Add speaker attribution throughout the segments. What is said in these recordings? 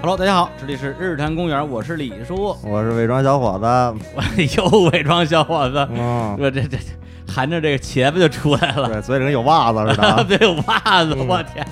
Speaker 1: Hello，大家好，这里是日坛公园，我是李叔。
Speaker 2: 我是伪装小伙子。
Speaker 1: 又伪装小伙子，
Speaker 2: 嗯，
Speaker 1: 我这这含着这个茄子就出来了，
Speaker 2: 对，嘴里跟有袜子似的啊。
Speaker 1: 对，有袜子，
Speaker 2: 嗯
Speaker 1: 我天，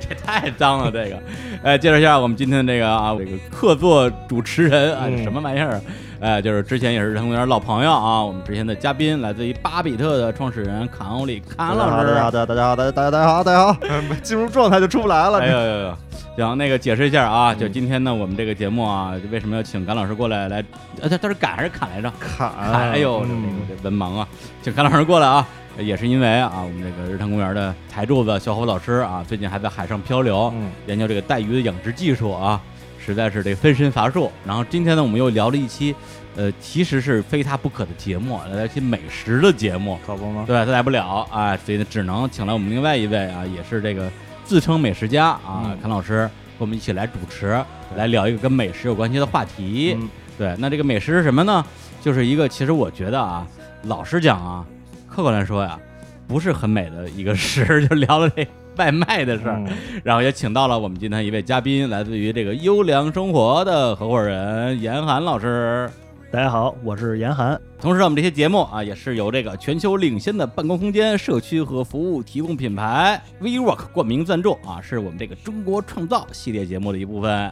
Speaker 1: 这太脏了，这个。呃，介绍一下我们今天这个啊，这个客座主持人啊，
Speaker 2: 嗯
Speaker 1: 什么玩意儿？呃，就是之前也是日坛公园老朋友啊，我们之前的嘉宾来自于巴比特的创始人卡欧里卡
Speaker 2: 大
Speaker 1: 恩
Speaker 2: 家好，
Speaker 1: 老
Speaker 2: 大
Speaker 1: 师
Speaker 2: 家。好，大家好，大家大家大家好，大家好，进入状态就出不来
Speaker 1: 嗯哎
Speaker 2: 了。
Speaker 1: 呦呦呦！行，那个解释一下啊，就今天呢，我们这个节目啊，为什么要请甘老师过来来？呃，他他是赶还是砍来着？
Speaker 2: 砍，
Speaker 1: 哎呦，这
Speaker 2: 嗯
Speaker 1: 这这文盲啊，请甘老师过来啊，也是因为啊，我们这个日坛公园的台柱子小虎老师啊，最近还在海上漂流，
Speaker 2: 嗯
Speaker 1: 研究这个带鱼的养殖技术啊，实在是这个分身乏术。然后今天呢，我们又聊了一期，呃，其实是非他不可的节目，聊一期美食的节目。
Speaker 2: 可不吗？
Speaker 1: 对，他来不了啊，所以呢，只能请来我们另外一位啊，也是这个自称美食家啊，
Speaker 2: 嗯
Speaker 1: 阚老师和我们一起来主持，来聊一个跟美食有关系的话题。
Speaker 2: 嗯
Speaker 1: 对，那这个美食是什么呢？就是一个，其实我觉得啊，老实讲啊，客观来说呀，不是很美的一个食， 就聊了这外卖的事儿，
Speaker 2: 嗯
Speaker 1: 然后也请到了我们今天一位嘉宾，来自于这个优良生活的合伙人严寒老师。
Speaker 3: 大家好，我是严寒。
Speaker 1: 同时，我们这些节目啊，也是由这个全球领先的办公空间、社区和服务提供品牌 WeWork 冠名赞助啊，是我们这个中国创造系列节目的一部分。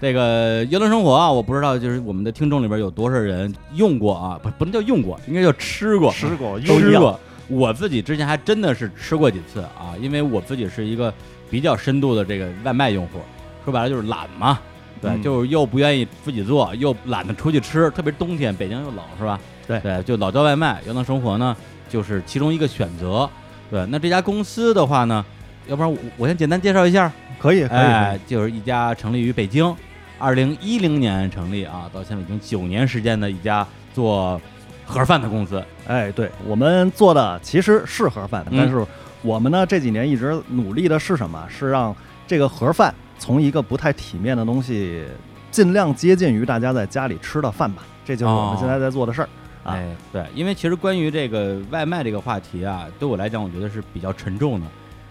Speaker 1: 这个游轮生活啊，我不知道，就是我们的听众里边有多少人用过啊？不，不能叫用过，应该叫吃过，啊
Speaker 2: 吃过，
Speaker 3: 都一
Speaker 1: 吃
Speaker 3: 样
Speaker 1: 过。我自己之前还真的是吃过几次啊，因为我自己是一个比较深度的这个外卖用户，说白了就是懒嘛，对，
Speaker 2: 嗯
Speaker 1: 就是又不愿意自己做，又懒得出去吃，特别冬天北京又冷是吧？
Speaker 3: 对
Speaker 1: 对，就老叫外卖。阳光生活呢，就是其中一个选择。对，那这家公司的话呢，要不然我我先简单介绍一下，
Speaker 2: 可以可以，
Speaker 1: 哎，就是一家成立于北京，二零一零年成立啊，到现在已经九年时间的一家做盒饭的公司。
Speaker 3: 哎，对我们做的其实是盒饭，
Speaker 1: 嗯
Speaker 3: 但是我们呢这几年一直努力的是什么？是让这个盒饭从一个不太体面的东西，尽量接近于大家在家里吃的饭吧。这就是我
Speaker 1: 哦
Speaker 3: 们现在在做的事儿。啊
Speaker 1: 哎，对，因为其实关于这个外卖这个话题啊，对我来讲，我觉得是比较沉重的。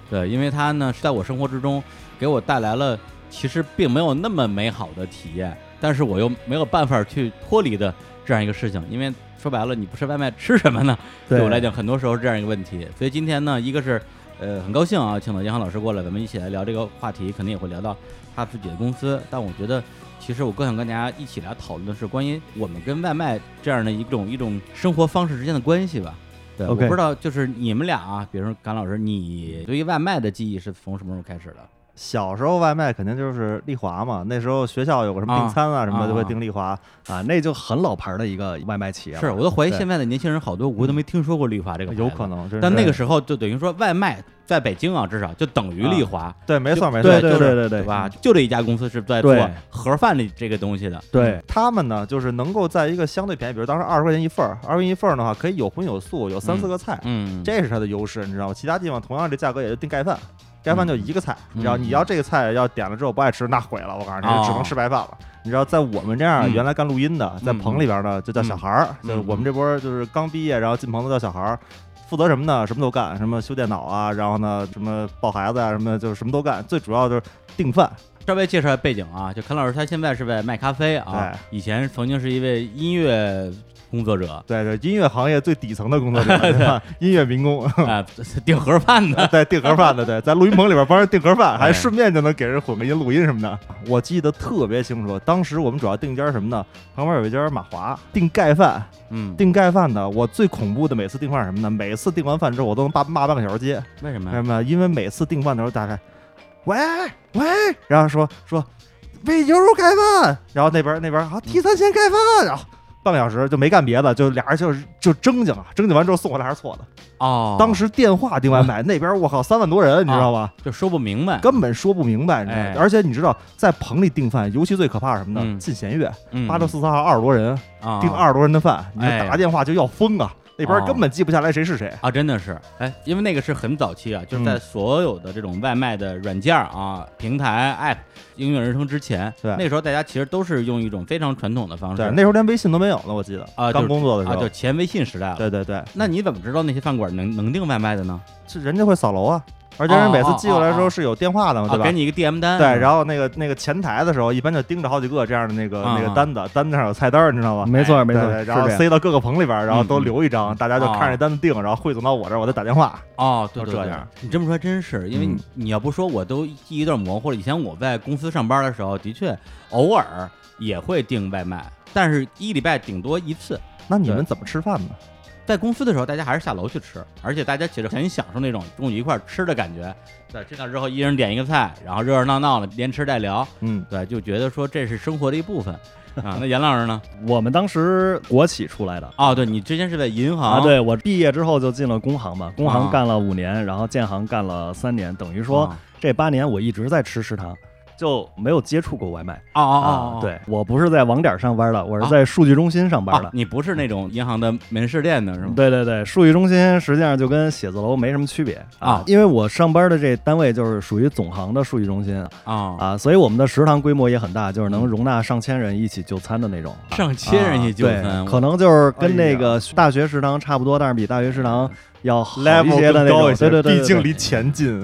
Speaker 1: 对，因为它呢，是在我生活之中给我带来了其实并没有那么美好的体验，但是我又没有办法去脱离的这样一个事情。因为说白了，你不吃外卖吃什么呢？对我来讲，很多时候是这样一个问题。所以今天呢，一个是呃很高兴啊，请到杨航老师过来，咱们一起来聊这个话题，肯定也会聊到他自己的公司。但我觉得，其实我更想跟大家一起来讨论的是关于我们跟外卖这样的一种一种生活方式之间的关系吧。对
Speaker 3: OK
Speaker 1: 我不知道，就是你们俩啊，比如说甘老师，你对于外卖的记忆是从什么时候开始的？
Speaker 2: 小时候外卖肯定就是丽华嘛，那时候学校有个什么
Speaker 1: 啊
Speaker 2: 订餐啊什么
Speaker 1: 啊
Speaker 2: 的，就会订丽华。
Speaker 3: 啊，那就很老牌的一个外卖企业了。
Speaker 1: 是，我都怀疑
Speaker 3: 对
Speaker 1: 现在的年轻人好多无都没听说过绿华这个，
Speaker 2: 嗯有可。能，真是
Speaker 1: 但那个时候就等于说外卖在北京啊，至少就等
Speaker 2: 嗯
Speaker 1: 于丽华，
Speaker 2: 对，没错没错，
Speaker 3: 对
Speaker 2: 就
Speaker 3: 对
Speaker 2: 是
Speaker 3: 对对对
Speaker 1: 对吧？？
Speaker 2: 嗯
Speaker 1: 就这一家公司是在做
Speaker 3: 对
Speaker 1: 盒饭的这个东西的，
Speaker 3: 对，
Speaker 2: 他们呢，就是能够在一个相对便宜，比如当时二十块钱一份儿，二十块钱一份儿的话，可以有荤有素，有三
Speaker 1: 嗯
Speaker 2: 四个菜，
Speaker 1: 嗯，
Speaker 2: 这是它的优势，你知道吗？其他地方同样这价格也就订盖饭，盖饭就一个菜，
Speaker 1: 嗯
Speaker 2: 你要你要这个菜要点了之后不爱吃，那毁了，我告诉你，
Speaker 1: 哦
Speaker 2: 只能吃白饭了。你知道，在我们这样
Speaker 1: 嗯
Speaker 2: 原来干录音的，在棚里边呢，就叫小孩儿，
Speaker 1: 嗯
Speaker 2: 就是我们这波就是刚毕业，然后进棚子叫小孩儿。负责什么呢？什么都干，什么修电脑啊，然后呢，什么抱孩子啊，什么的就是什么都干。最主要就是订饭，
Speaker 1: 稍微介绍一下背景啊，就康老师他现在是在卖咖啡啊，以前曾经是一位音乐工作者
Speaker 2: 对对，音乐行业最底层的工 作者，对吧音乐民工，
Speaker 1: 啊， 订盒饭 的，
Speaker 2: 对，订盒饭的，对，在录音棚里边帮人订盒饭，
Speaker 1: 哎
Speaker 2: 还顺便就能给人混个音录音什么的。我记得特别清楚，当时我们主要订一家什么呢？旁边有一家马华订盖饭，
Speaker 1: 嗯，
Speaker 2: 订盖饭的。我最恐怖的每次订饭是什么呢？每次订完饭之后，我都能骂骂半个小时街。
Speaker 1: 为什么
Speaker 2: 为
Speaker 1: 呀
Speaker 2: 什？么？因为每次订饭的时候，大概喂喂，然后说说喂牛肉盖饭，然后那边那边啊提三鲜盖饭，然后半个小时就没干别的，就俩人就是就争竞啊，争竞完之后送过来还是错的。
Speaker 1: 哦，
Speaker 2: 当时电话订外卖，那边我靠三万多人，你知道吧？
Speaker 1: 就说不明白，
Speaker 2: 根本说不明白，你知道
Speaker 1: 哎
Speaker 2: 吗？而且你知道，在棚里订饭，尤其最可怕是什么
Speaker 1: 嗯
Speaker 2: 呢？进弦月，
Speaker 1: 嗯
Speaker 2: 八六四三号二十多人，
Speaker 1: 啊
Speaker 2: 订二十多人的饭，你就
Speaker 1: 哎哦
Speaker 2: 打个电话就要疯啊！那边根本记不下来谁是谁。
Speaker 1: 啊，真的是，哎，因为那个是很早期啊，就是在
Speaker 2: 嗯
Speaker 1: 所有的这种外卖的软件儿啊、平台 App 应运而生之前，
Speaker 2: 对
Speaker 1: 那时候大家其实都是用一种非常传统的方式
Speaker 2: 对，那时候连微信都没有了，我记得
Speaker 1: 哦啊就
Speaker 2: 刚
Speaker 1: 是
Speaker 2: 工作的时
Speaker 1: 啊，
Speaker 2: 候
Speaker 1: 就。前微信时代了。啊
Speaker 2: 对对对，
Speaker 1: 那你怎么知道那些饭馆能能订外卖的呢？
Speaker 2: 这人家会扫楼啊，而且人每次
Speaker 1: 哦哦
Speaker 2: 寄过来的时
Speaker 1: 哦
Speaker 2: 候
Speaker 1: 哦
Speaker 2: 是有电话的嘛，
Speaker 1: 啊
Speaker 2: 对吧
Speaker 1: 给？你一个 DM 单，
Speaker 2: 对，然后那个那个前台的时候，一般就盯着好几个这样的那个
Speaker 1: 啊
Speaker 2: 那个
Speaker 1: 啊
Speaker 2: 单子，单子上有菜单儿，你知道吗？
Speaker 3: 没错没
Speaker 2: 对
Speaker 3: 错，
Speaker 2: 对，
Speaker 3: 是
Speaker 2: 然后
Speaker 3: 这样。
Speaker 2: 塞到各个棚里边儿，然后都
Speaker 1: 嗯嗯
Speaker 2: 留一张，大家就看着单子定，然后汇总到我这儿，我再打电话。
Speaker 1: 哦，对
Speaker 2: 就
Speaker 1: 对
Speaker 2: 这
Speaker 1: 对
Speaker 2: 样，
Speaker 1: 你这么说还真是，因为你
Speaker 3: 嗯
Speaker 1: 你要不说我都记忆有点模糊了。以前我在公司上班的时候，的确偶尔也会订外卖，但是一礼拜顶多一次。
Speaker 2: 那你们
Speaker 1: 对
Speaker 2: 怎么吃饭呢？
Speaker 1: 在公司的时候，大家还是下楼去吃，而且大家其实很享受那种中午一块儿吃的感觉。对，这样之后一人点一个菜，然后热热闹闹的边吃带聊，
Speaker 2: 嗯，
Speaker 1: 对，就觉得说这是生活的一部分啊。那严老师 呢？
Speaker 3: 我们当时国企出来的。
Speaker 1: 哦，对你之前是在银行
Speaker 3: 啊，对我毕业之后就进了工行嘛，工
Speaker 1: 啊
Speaker 3: 行干了五年，然后建行干了三年，等于说
Speaker 1: 啊
Speaker 3: 这八年我一直在吃食堂，就没有接触过外卖
Speaker 1: 哦哦哦
Speaker 3: 啊。，
Speaker 1: 哦
Speaker 3: 对我不是在网点上班的，我
Speaker 1: 啊
Speaker 3: 是在数据中心上班
Speaker 1: 哦
Speaker 3: 的，。嗯
Speaker 1: 你不是那种银行的门市店的是吗？
Speaker 3: 对对对，数据中心实际上就跟写字楼没什么区别
Speaker 1: 啊
Speaker 3: 因为我上班的这单位就是属于总行的数据中心
Speaker 1: 啊，嗯
Speaker 3: 啊，所以我们的食堂规模也很大，就是能容纳上千人一起就餐的那种。啊
Speaker 1: 上千人一起就
Speaker 3: 对
Speaker 1: 餐，，
Speaker 3: 可能就是跟
Speaker 2: 哎
Speaker 3: 那
Speaker 2: 呀
Speaker 3: 个大学食堂差不多，但是比大学食堂要好
Speaker 2: level
Speaker 3: 些的
Speaker 2: 更
Speaker 3: 那
Speaker 2: 高
Speaker 3: 种。
Speaker 2: 一
Speaker 3: 对
Speaker 2: 些，
Speaker 3: 对对，对
Speaker 2: 毕竟
Speaker 3: 对
Speaker 2: 离钱近。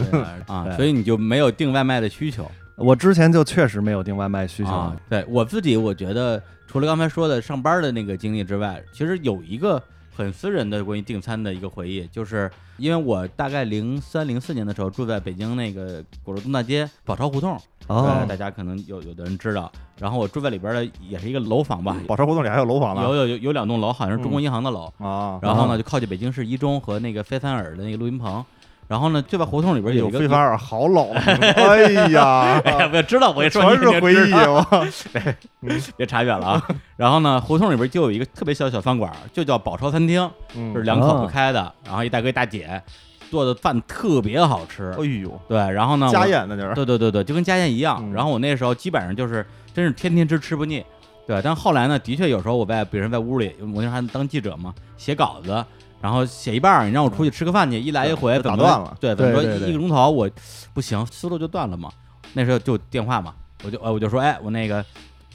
Speaker 1: 啊，
Speaker 3: 对
Speaker 1: 所以你就没有订外卖的需求
Speaker 3: 我之前就确实没有订外卖需求。
Speaker 1: 啊。对我自己，我觉得除了刚才说的上班的那个经历之外，其实有一个很私人的关于订餐的一个回忆，就是因为我大概零三零四年的时候住在北京那个鼓楼东大街宝钞胡同，
Speaker 3: 哦
Speaker 1: 对，大家可能有有的人知道。然后我住在里边的也是一个楼房
Speaker 3: 嗯
Speaker 1: 吧，
Speaker 2: 宝钞胡同里还有楼
Speaker 3: 啊
Speaker 2: 房
Speaker 1: 有
Speaker 2: 呢。
Speaker 1: 有有有两栋楼，好像是中国银行的楼。
Speaker 2: 啊，
Speaker 1: 然后呢，就靠近北京市一中和那个菲凡尔的那个录音棚。然后呢，就在胡同里边有
Speaker 2: 有
Speaker 1: 一个
Speaker 2: 哎飞凡尔好老了，哎呀，
Speaker 1: 哎 呀，我知道， 我一说
Speaker 2: 全
Speaker 1: 你肯定
Speaker 2: 是回
Speaker 1: 知
Speaker 2: 忆
Speaker 1: 道
Speaker 2: 啊！
Speaker 1: 别查远了 啊。然后呢，胡同里边就有一个特别小的小饭馆，就叫宝钞餐厅，
Speaker 2: 嗯
Speaker 1: 就是两口子开的，然后一大哥一大姐做的饭特别好吃
Speaker 2: 哎。呦，
Speaker 1: 对，然后呢，
Speaker 2: 家
Speaker 1: 我
Speaker 2: 宴那就是
Speaker 1: 对对对对，就跟家宴一样。
Speaker 2: 嗯
Speaker 1: 然后我那时候基本上就是真是天天吃吃不腻，对。但后来呢，的确有时候我在，比如说在屋里，我那时候还当记者嘛，写稿子，然后写一半儿，你让我出去吃个饭去，一来一回
Speaker 2: 就
Speaker 1: 怎么
Speaker 2: 打断了
Speaker 1: 对，怎么说
Speaker 3: 对对对
Speaker 1: 一个钟头我不行，思路就断了嘛。那时候就电话嘛，我就呃我就说，哎，我那个。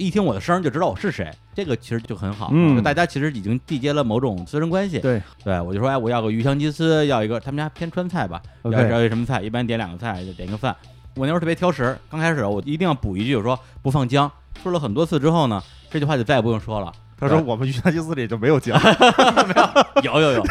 Speaker 1: 一听我的声儿就知道我是谁，这个其实就很好。
Speaker 3: 嗯
Speaker 1: 就大家其实已经缔结了某种私人关系。
Speaker 3: 对
Speaker 1: 对，我就说，哎，我要个鱼香鸡丝，要一个他们家偏川菜吧，要
Speaker 3: OK
Speaker 1: 要一什么菜，一般点两个菜，就点一个饭。我那时候特别挑食，刚开始我一定要补一句，我说不放姜。说了很多次之后呢，这句话就再也不用说了。
Speaker 2: 他说我们鱼香鸡丝里就没有姜，
Speaker 1: 有有有，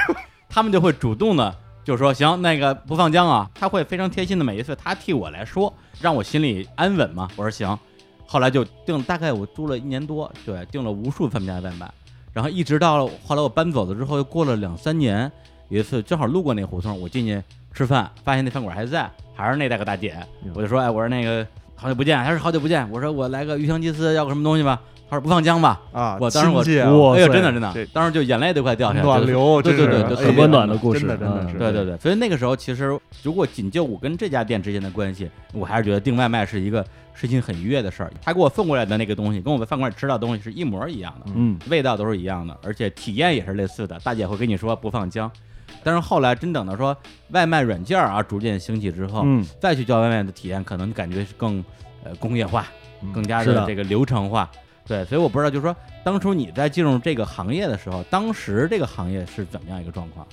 Speaker 1: 他们就会主动的就说行，那个不放姜啊，他会非常贴心的每一次他替我来说，让我心里安稳嘛。我说行，后来就订了，大概我住了一年多，对，订了无数他们家的外卖，然后一直到了后来我搬走了之后，又过了两三年，有一次正好路过那胡同，我进去吃饭，发现那饭馆还在，还是那大个大姐，我就说哎，我说那个好久不见，她说好久不见，我说我来个鱼香鸡丝，要个什么东西吧，她说不放姜吧，
Speaker 2: 啊，
Speaker 1: 我当时我
Speaker 2: 亲切啊
Speaker 3: 哇
Speaker 1: 哎呦
Speaker 3: 塞
Speaker 1: 真的真的
Speaker 2: 这，
Speaker 1: 当时就眼泪都快掉下来了，
Speaker 2: 暖流，
Speaker 1: 对
Speaker 2: 真是
Speaker 1: 对对就
Speaker 2: 哎
Speaker 1: 很
Speaker 2: 呀
Speaker 1: 温暖的嗯
Speaker 3: 故事
Speaker 2: 真的真的是，
Speaker 1: 对对对，所以那个时候其实如果仅就我跟这家店之间的关系，我还是觉得订外卖是一个是一件很愉悦的事儿。他给我送过来的那个东西，跟我在饭馆里吃到的东西是一模一样的，
Speaker 3: 嗯，
Speaker 1: 味道都是一样的，而且体验也是类似的。大姐会跟你说不放姜，但是后来真等到说外卖软件儿啊逐渐兴起之后，
Speaker 3: 嗯，
Speaker 1: 再去叫外卖的体验，可能感觉是更呃工业化，
Speaker 2: 嗯
Speaker 1: 更加
Speaker 3: 是
Speaker 1: 的
Speaker 3: 的
Speaker 1: 这个流程化。对，所以我不知道，就是说，当初你在进入这个行业的时候，当时这个行业是怎么样一个状况？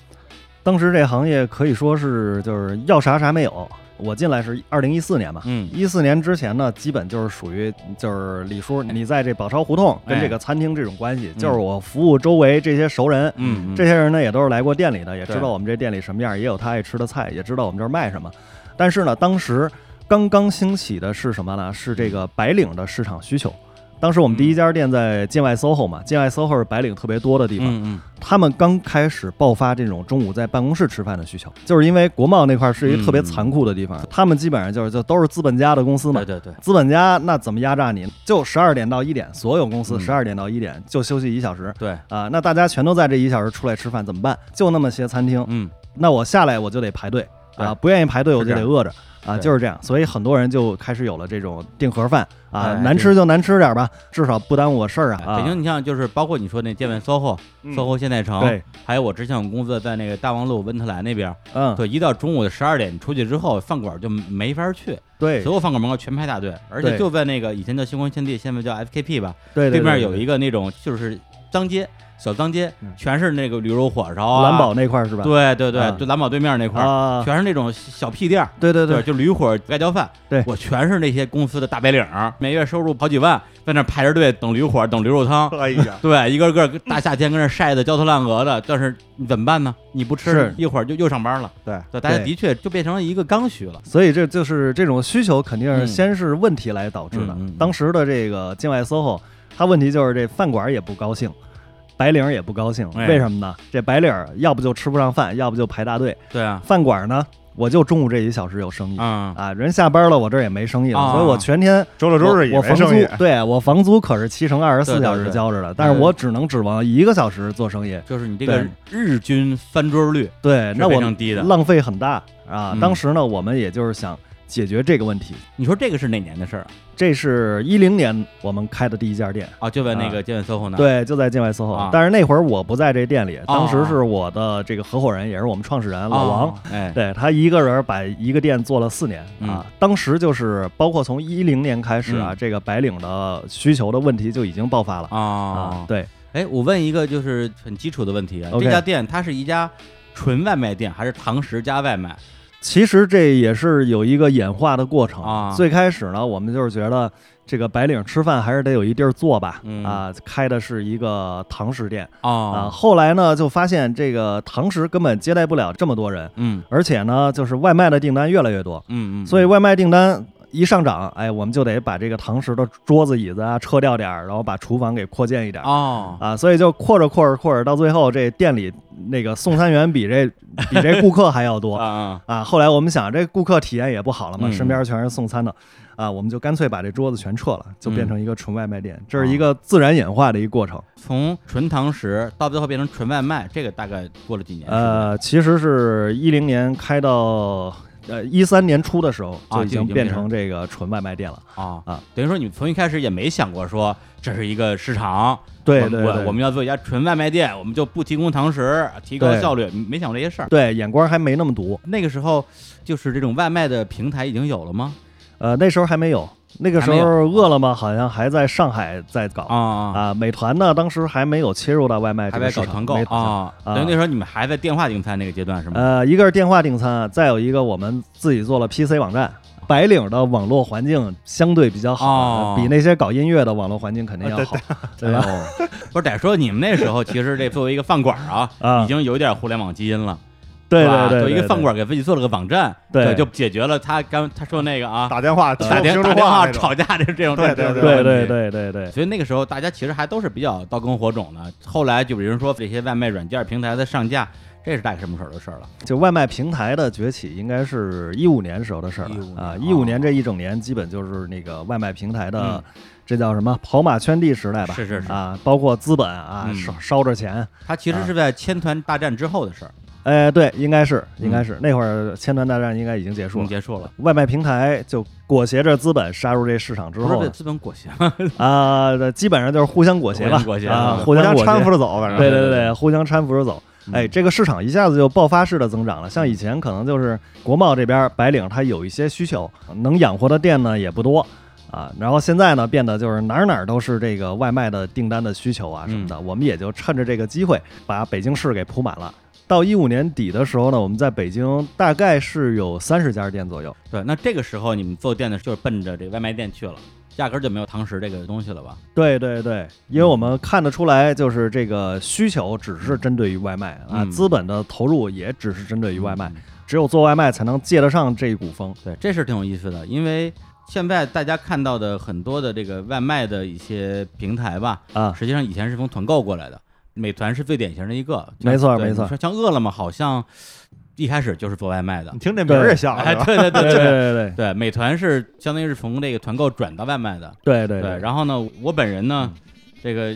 Speaker 3: 当时这行业可以说是就是要啥啥没有。我进来是二零一四年嘛，
Speaker 1: 嗯，
Speaker 3: 一四年之前呢，基本就是属于就是李叔，你在这宝钞胡同跟这个餐厅这种关系，就是我服务周围这些熟人。
Speaker 1: 嗯，嗯
Speaker 3: 这些人呢，也都是来过店里的，也
Speaker 2: 对
Speaker 3: 知道我们这店里什么样，也有他爱吃的菜，也知道我们这儿卖什么。但是呢，当时刚刚兴起的是什么呢？是这个白领的市场需求。当时我们第一家店在境外 SOHO 嘛，境外 SOHO 是白领特别多的地方。
Speaker 1: 嗯嗯，
Speaker 3: 他们刚开始爆发这种中午在办公室吃饭的需求，就是因为国贸那块儿是一个特别残酷的地方，他们基本上就是就都是资本家的公司嘛
Speaker 1: 嗯对。对对，
Speaker 3: 资本家那怎么压榨你？就十二点到一点，所有公司
Speaker 1: 嗯
Speaker 3: 十二点到一点就休息一小时
Speaker 1: 对，
Speaker 3: 啊、那大家全都在这一小时出来吃饭怎么办？就那么些餐厅，
Speaker 1: 嗯
Speaker 3: 那我下来我就得排队
Speaker 1: 对
Speaker 3: 啊，不愿意排队我
Speaker 2: 是这
Speaker 3: 就
Speaker 2: 样
Speaker 3: 得饿着啊，
Speaker 1: 对
Speaker 3: 就是这样。所以很多人就开始有了这种订盒饭
Speaker 1: 哎
Speaker 3: 啊，难吃就难吃点吧，至少不耽误我事儿啊。
Speaker 1: 哎
Speaker 3: 啊
Speaker 1: 北京，你像就是包括你说那建外 SOHO、SOHO
Speaker 2: 嗯
Speaker 1: 现代城，
Speaker 3: 对，
Speaker 1: 还有我之前我们公司在那个大望路温特兰那边，
Speaker 3: 嗯，
Speaker 1: 对，一到中午的十二点，你出去之后，饭馆就没法去，
Speaker 3: 对
Speaker 1: 所有饭馆门口全排大队，而且
Speaker 3: 对
Speaker 1: 就在那个以前叫星光天地，现在叫 FKP 吧，
Speaker 3: 对，
Speaker 1: 对面有
Speaker 3: 一。
Speaker 1: 一个那种就是脏街、小脏街
Speaker 2: 嗯，
Speaker 1: 全是那个驴肉火烧啊，
Speaker 3: 蓝宝那块儿是吧？
Speaker 1: 对对对
Speaker 3: 啊，
Speaker 1: 就蓝宝对面那块儿，
Speaker 3: 啊，
Speaker 1: 全是那种小屁店儿。
Speaker 3: 对对
Speaker 1: 对，，就驴火盖浇饭，
Speaker 3: 对
Speaker 1: 我全是那些公司的大白领儿，每月收入好几万，在那排着队等驴火、等驴肉汤，
Speaker 2: 哎呀，
Speaker 1: 对，一个个大夏天跟那晒得焦头烂额的，但是你怎么办呢？你不吃
Speaker 3: 是，
Speaker 1: 一会儿就又上班了。
Speaker 2: 对
Speaker 1: 对，大家
Speaker 3: 对
Speaker 1: 的确就变成了一个刚需了。
Speaker 3: 所以这就是这种需求肯定是先是问题来导致的。
Speaker 1: 嗯嗯嗯嗯
Speaker 3: 当时的这个境外 SOHO，它问题就是这饭馆也不高兴，白领也不高兴，
Speaker 1: 哎
Speaker 3: 为什么呢？这白领儿要不就吃不上饭，要不就排大队；
Speaker 1: 对啊，
Speaker 3: 饭馆呢，我就中午这一小时有生意。
Speaker 1: 嗯，
Speaker 3: 啊，人下班了，我这儿也没生意了，
Speaker 1: 啊
Speaker 3: 所以我全天
Speaker 2: 周六周日
Speaker 3: 我
Speaker 2: 也
Speaker 3: 我
Speaker 2: 没
Speaker 3: 房
Speaker 2: 生意
Speaker 3: 租，对我房租可是七乘二十四
Speaker 1: 对对
Speaker 3: 小时
Speaker 1: 对
Speaker 3: 交着的，但是我只能指望一个小时做生意，
Speaker 1: 就是你这个日均翻桌率
Speaker 3: 对，
Speaker 1: 是
Speaker 3: 那
Speaker 1: 非
Speaker 3: 我
Speaker 1: 常低的。
Speaker 3: 浪费很大啊。
Speaker 1: 嗯
Speaker 3: 当时呢，我们也就是想解决这个问题，
Speaker 1: 你说这个是哪年的事儿啊？
Speaker 3: 这是一零年我们开的第一家店，
Speaker 1: 啊，就在那个建远 SOHO 那儿。
Speaker 3: 对，就在境外 SOHO、
Speaker 1: 啊
Speaker 3: 但是那会儿我不在这店里，当时是我的这个合伙人，也是我们创始人、
Speaker 1: 啊，
Speaker 3: 老王，
Speaker 1: 哎，
Speaker 3: 对他一个人把一个店做了四年
Speaker 1: 嗯
Speaker 3: 啊。当时就是包括从一零年开始啊，这个白领的需求的问题就已经爆发了、啊
Speaker 1: 啊。，
Speaker 3: 对，
Speaker 1: 哎，我问一个就是很基础的问题啊，
Speaker 3: OK
Speaker 1: 这家店它是一家纯外卖店，还是堂食加外卖？
Speaker 3: 其实这也是有一个演化的过程
Speaker 1: 啊
Speaker 3: 最开始呢，我们就是觉得这个白领吃饭还是得有一地儿坐吧，
Speaker 1: 嗯
Speaker 3: 啊，开的是一个堂食店啊。
Speaker 1: 哦，
Speaker 3: 后来呢，就发现这个堂食根本接待不了这么多人，
Speaker 1: 嗯
Speaker 3: 而且呢，就是外卖的订单越来越多，
Speaker 1: 嗯嗯，
Speaker 3: 所以外卖订单。一上涨，哎，我们就得把这个堂食的桌子、椅子啊撤掉点儿，然后把厨房给扩建一点儿
Speaker 1: 哦，
Speaker 3: 啊，所以就扩着扩着扩着，到最后这店里那个送餐员比这比这顾客还要多
Speaker 1: 啊啊，
Speaker 3: 啊，后来我们想，这顾客体验也不好了嘛，
Speaker 1: 嗯
Speaker 3: 身边全是送餐的，啊，我们就干脆把这桌子全撤了，就变
Speaker 1: 嗯哦
Speaker 3: 成一个纯外卖店，这是一个自然演化的一个过程。
Speaker 1: 从纯堂食到最后变成纯外卖，这个大概过了几年？是吧，
Speaker 3: 呃，其实是一零年开到呃一三年初的时候，
Speaker 1: 啊就
Speaker 3: 就已
Speaker 1: 已
Speaker 3: 经
Speaker 1: 经
Speaker 3: 变
Speaker 1: 变
Speaker 3: 成这个纯外卖店了。
Speaker 1: 啊
Speaker 3: 啊，
Speaker 1: 等于说你从一开始也没想过说这是一个市场，
Speaker 3: 对
Speaker 1: 我
Speaker 3: 对
Speaker 1: 我
Speaker 3: 对，
Speaker 1: 我们要做一家纯外卖店，我们就不提供堂食，提高
Speaker 3: 对
Speaker 1: 效率，没想过这些事儿。
Speaker 3: 对眼光还没那么毒，
Speaker 1: 那个时候，就是这种外卖的平台已经有了吗？
Speaker 3: 呃，那时候还没有，那个时
Speaker 1: 还没
Speaker 3: 候
Speaker 1: 有
Speaker 3: 饿了么好像还在上海在搞
Speaker 1: 啊啊，
Speaker 3: 啊，美团呢当时还没有切入到外卖
Speaker 1: 还
Speaker 3: 这个
Speaker 1: 在
Speaker 3: 市
Speaker 1: 搞
Speaker 3: 场，
Speaker 1: 团购
Speaker 3: 美
Speaker 1: 啊，
Speaker 3: 啊
Speaker 1: 等于那时候你们还在电话订餐那个阶段是吗？
Speaker 3: 呃，一个是电话订餐，再有一个我们自己做了 PC 网站。白领的网络环境相对比较好，啊
Speaker 1: 哦
Speaker 3: 比那些搞音乐的网络环境肯定要好，对吧？
Speaker 1: 吧？不是得说你们那时候其实这作为一个饭馆啊，
Speaker 3: 啊
Speaker 1: 已经有点互联网基因了，
Speaker 3: 对
Speaker 1: 是吧
Speaker 3: 对对，
Speaker 1: 作为一
Speaker 3: 对
Speaker 1: 个饭，馆给自己做了个网站，
Speaker 3: 对
Speaker 1: 就解决了他刚他说那个啊，
Speaker 2: 打电话听
Speaker 1: 打
Speaker 2: 不
Speaker 1: 电
Speaker 2: 清楚
Speaker 1: 打电话
Speaker 2: 啊那种
Speaker 1: 吵架这这种
Speaker 2: 对
Speaker 1: 这种这
Speaker 2: 对
Speaker 1: 种
Speaker 3: 对对
Speaker 1: 问题。
Speaker 3: 对对对，
Speaker 1: 所以那个时候，大家其实还都是比较刀耕火种的。后来就比如说这些外卖软件平台的上架，这是大概什么时候的事儿了？
Speaker 3: 就外卖平台的崛起，应该是一五年时候的事儿
Speaker 1: 15年
Speaker 3: 了啊！
Speaker 1: 哦
Speaker 3: 一五年这一整年，基本就是那个外卖平台的
Speaker 1: 嗯，
Speaker 3: 这叫什么跑马圈地时代吧？
Speaker 1: 是是是
Speaker 3: 啊，包括资本啊，
Speaker 1: 嗯
Speaker 3: 烧烧着钱，
Speaker 1: 它其实是在千团大战之后的事儿，
Speaker 3: 哎，对，应该是应该
Speaker 1: 嗯
Speaker 3: 是那会儿千团大战应该已经结
Speaker 1: 已
Speaker 3: 束了
Speaker 1: 经，结束了。
Speaker 3: 外卖平台就裹挟着资本杀入这市场之
Speaker 1: 不是
Speaker 3: 后
Speaker 1: 被
Speaker 3: 呢
Speaker 1: 资本裹挟吗，
Speaker 3: 啊、呃基本上就是互相裹挟
Speaker 1: 互
Speaker 3: 吧，
Speaker 1: 相裹挟
Speaker 3: 啊，
Speaker 1: 对
Speaker 3: 互
Speaker 2: 互
Speaker 3: 相
Speaker 2: 相
Speaker 3: 裹
Speaker 2: 搀扶
Speaker 3: 挟，
Speaker 2: 着走，反正
Speaker 3: 对对
Speaker 1: 对
Speaker 3: 对，互相搀扶着走。哎，
Speaker 1: 嗯
Speaker 3: 这个市场一下子就爆发式的增长了。像以前可能就是国贸这边白领他有一些需求，能养活的店呢也不多啊。然后现在呢，变得就是哪儿哪儿都是这个外卖的订单的需求啊
Speaker 1: 嗯
Speaker 3: 什么的。我们也就趁着这个机会把北京市给铺满了。到一五年底的时候呢，我们在北京大概是有三十家店左右。
Speaker 1: 对，那这个时候你们做店的就是奔着这外卖店去了，压根儿就没有堂食这个东西了吧？
Speaker 3: 对对对，因为我们看得出来，就是这个需求只是针对于外卖啊，
Speaker 1: 嗯
Speaker 3: 资本的投入也只是针对于外卖
Speaker 1: 嗯，
Speaker 3: 只有做外卖才能借得上这一股风。
Speaker 1: 对，这是挺有意思的，因为现在大家看到的很多的这个外卖的一些平台吧，
Speaker 3: 啊
Speaker 1: 实际上以前是从团购过来的，美团是最典型的一个，像
Speaker 3: 没错
Speaker 1: 对
Speaker 3: 没错
Speaker 1: 你说像饿了么好像一开始就是做外卖的
Speaker 2: 你，听这名儿也啊像，
Speaker 1: 哎，
Speaker 2: 是吧
Speaker 1: 对对 对
Speaker 3: 对
Speaker 1: 对对。
Speaker 3: 对对
Speaker 1: 对，美团是相当于是从这个团购转到外卖的，
Speaker 3: 对对嗯
Speaker 1: 对，然后呢，我本人呢，这 个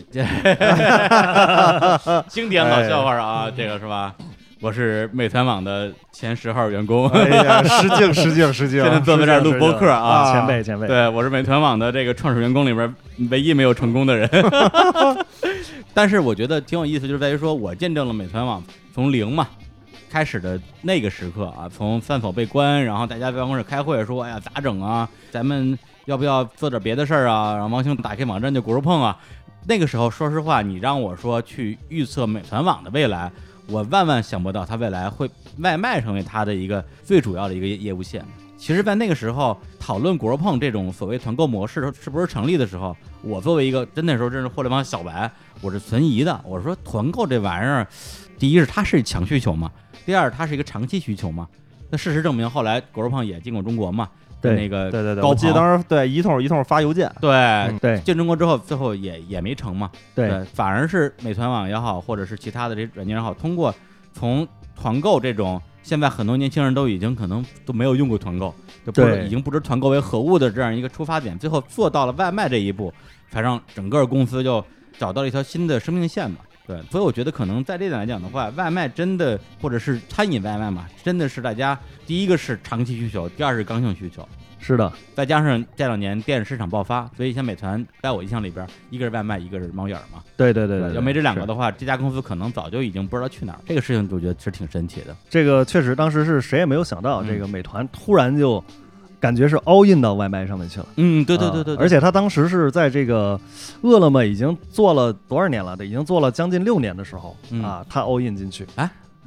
Speaker 1: 经典老笑话啊，这个是吧？我是美团网的前十号员工，
Speaker 2: 哎呀，失敬失敬失敬
Speaker 1: 现在，坐在这儿录播客啊。
Speaker 2: 啊
Speaker 3: 前辈前辈，
Speaker 1: 对，我是美团网的这个创始员工里边唯一没有成功的人。 但是我觉得挺有意思，就是在于说我见证了美团网从零嘛开始的那个时刻啊，从饭否被关，然后大家在办公室开会说，哎呀咋整啊？咱们要不要做点别的事儿啊？然后王兴打开网站就骨肉碰啊。那个时候，说实话，你让我说去预测美团网的未来，我万万想不到它未来会外卖成为它的一个最主要的一个业业务线。其实，在那个时候讨论国碰这种所谓团购模式是不是成立的时候，我作为一个真那时候真是互联网小白，我是存疑的。我说团购这玩意儿，第一是它是强需求嘛，第二它是一个长期需求嘛。那事实证明，后来国碰也进过中国嘛，
Speaker 3: 对
Speaker 1: 那个
Speaker 2: 对对对，
Speaker 1: 高
Speaker 2: 我记得
Speaker 1: 鹏
Speaker 2: 当时对一通一通发邮件，
Speaker 1: 对
Speaker 2: 嗯
Speaker 3: 对
Speaker 1: 进中国之后，最后也也没成嘛。
Speaker 3: 对，
Speaker 1: 反而是美团网也好，或者是其他的这些软件也好，通过从团购这种，现在很多年轻人都已经可能都没有用过团购，就不
Speaker 3: 对
Speaker 1: 已经不知团购为何物的这样一个出发点，最后做到了外卖这一步，才让整个公司就找到了一条新的生命线吧。对，所以我觉得可能在这点来讲的话，外卖真的或者是餐饮外卖嘛，真的是大家第一个是长期需求，第二是刚性需求。
Speaker 3: 是的，
Speaker 1: 再加上这两年电子市场爆发，所以像美团，在我印象里边，一个是外卖，一个是猫眼儿嘛。
Speaker 3: 对对对对，
Speaker 1: 要没这两个
Speaker 3: 是
Speaker 1: 的话，这家公司可能早就已经不知道去哪儿。这个事情我觉得是挺神奇的。
Speaker 3: 这个确实当时是谁也没有想到，
Speaker 1: 嗯
Speaker 3: 这个美团突然就感觉是 all in 到外卖上面去了。
Speaker 1: 嗯，对
Speaker 3: 啊而且他当时是在这个饿了么已经做了多少年了？已经做了将近六年的时候、
Speaker 1: 嗯
Speaker 3: 啊，他 all in 进去。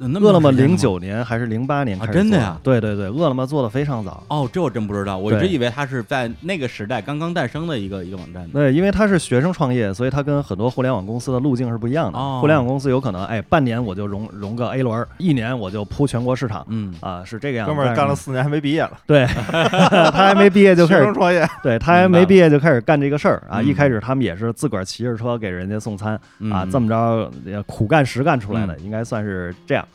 Speaker 1: 那
Speaker 3: 饿了
Speaker 1: 长
Speaker 3: 么
Speaker 1: 时间
Speaker 3: 零
Speaker 1: 吗
Speaker 3: 九年还是零八年
Speaker 1: 啊
Speaker 3: 开始、
Speaker 1: 真的呀？
Speaker 3: 对对对，饿了么做的非常早。
Speaker 1: 哦，这我真不知道，我一
Speaker 3: 对
Speaker 1: 直以为它是在那个时代刚刚诞生的一个一个网站呢。
Speaker 3: 对，因为他是学生创业，所以他跟很多互联网公司的路径是不一样的。
Speaker 1: 哦
Speaker 3: 互联网公司有可能，哎，半年我就融融个 A 轮儿，一年我就铺全国市场，
Speaker 1: 嗯，
Speaker 3: 啊，是这个样子。
Speaker 2: 哥们儿
Speaker 3: 但是
Speaker 2: 干了
Speaker 3: 呢，
Speaker 2: 四年还没毕业了，
Speaker 3: 对， 他还没毕业就开
Speaker 2: 学
Speaker 3: 始
Speaker 2: 生创业，
Speaker 3: 对他还
Speaker 1: 明白
Speaker 3: 没
Speaker 1: 了
Speaker 3: 毕业就开始干这个事儿啊！
Speaker 1: 嗯
Speaker 3: 一开始他们也是自个儿骑着车给人家送餐
Speaker 1: 嗯
Speaker 3: 啊，这么着呃苦干实干出来的，应该算是这样。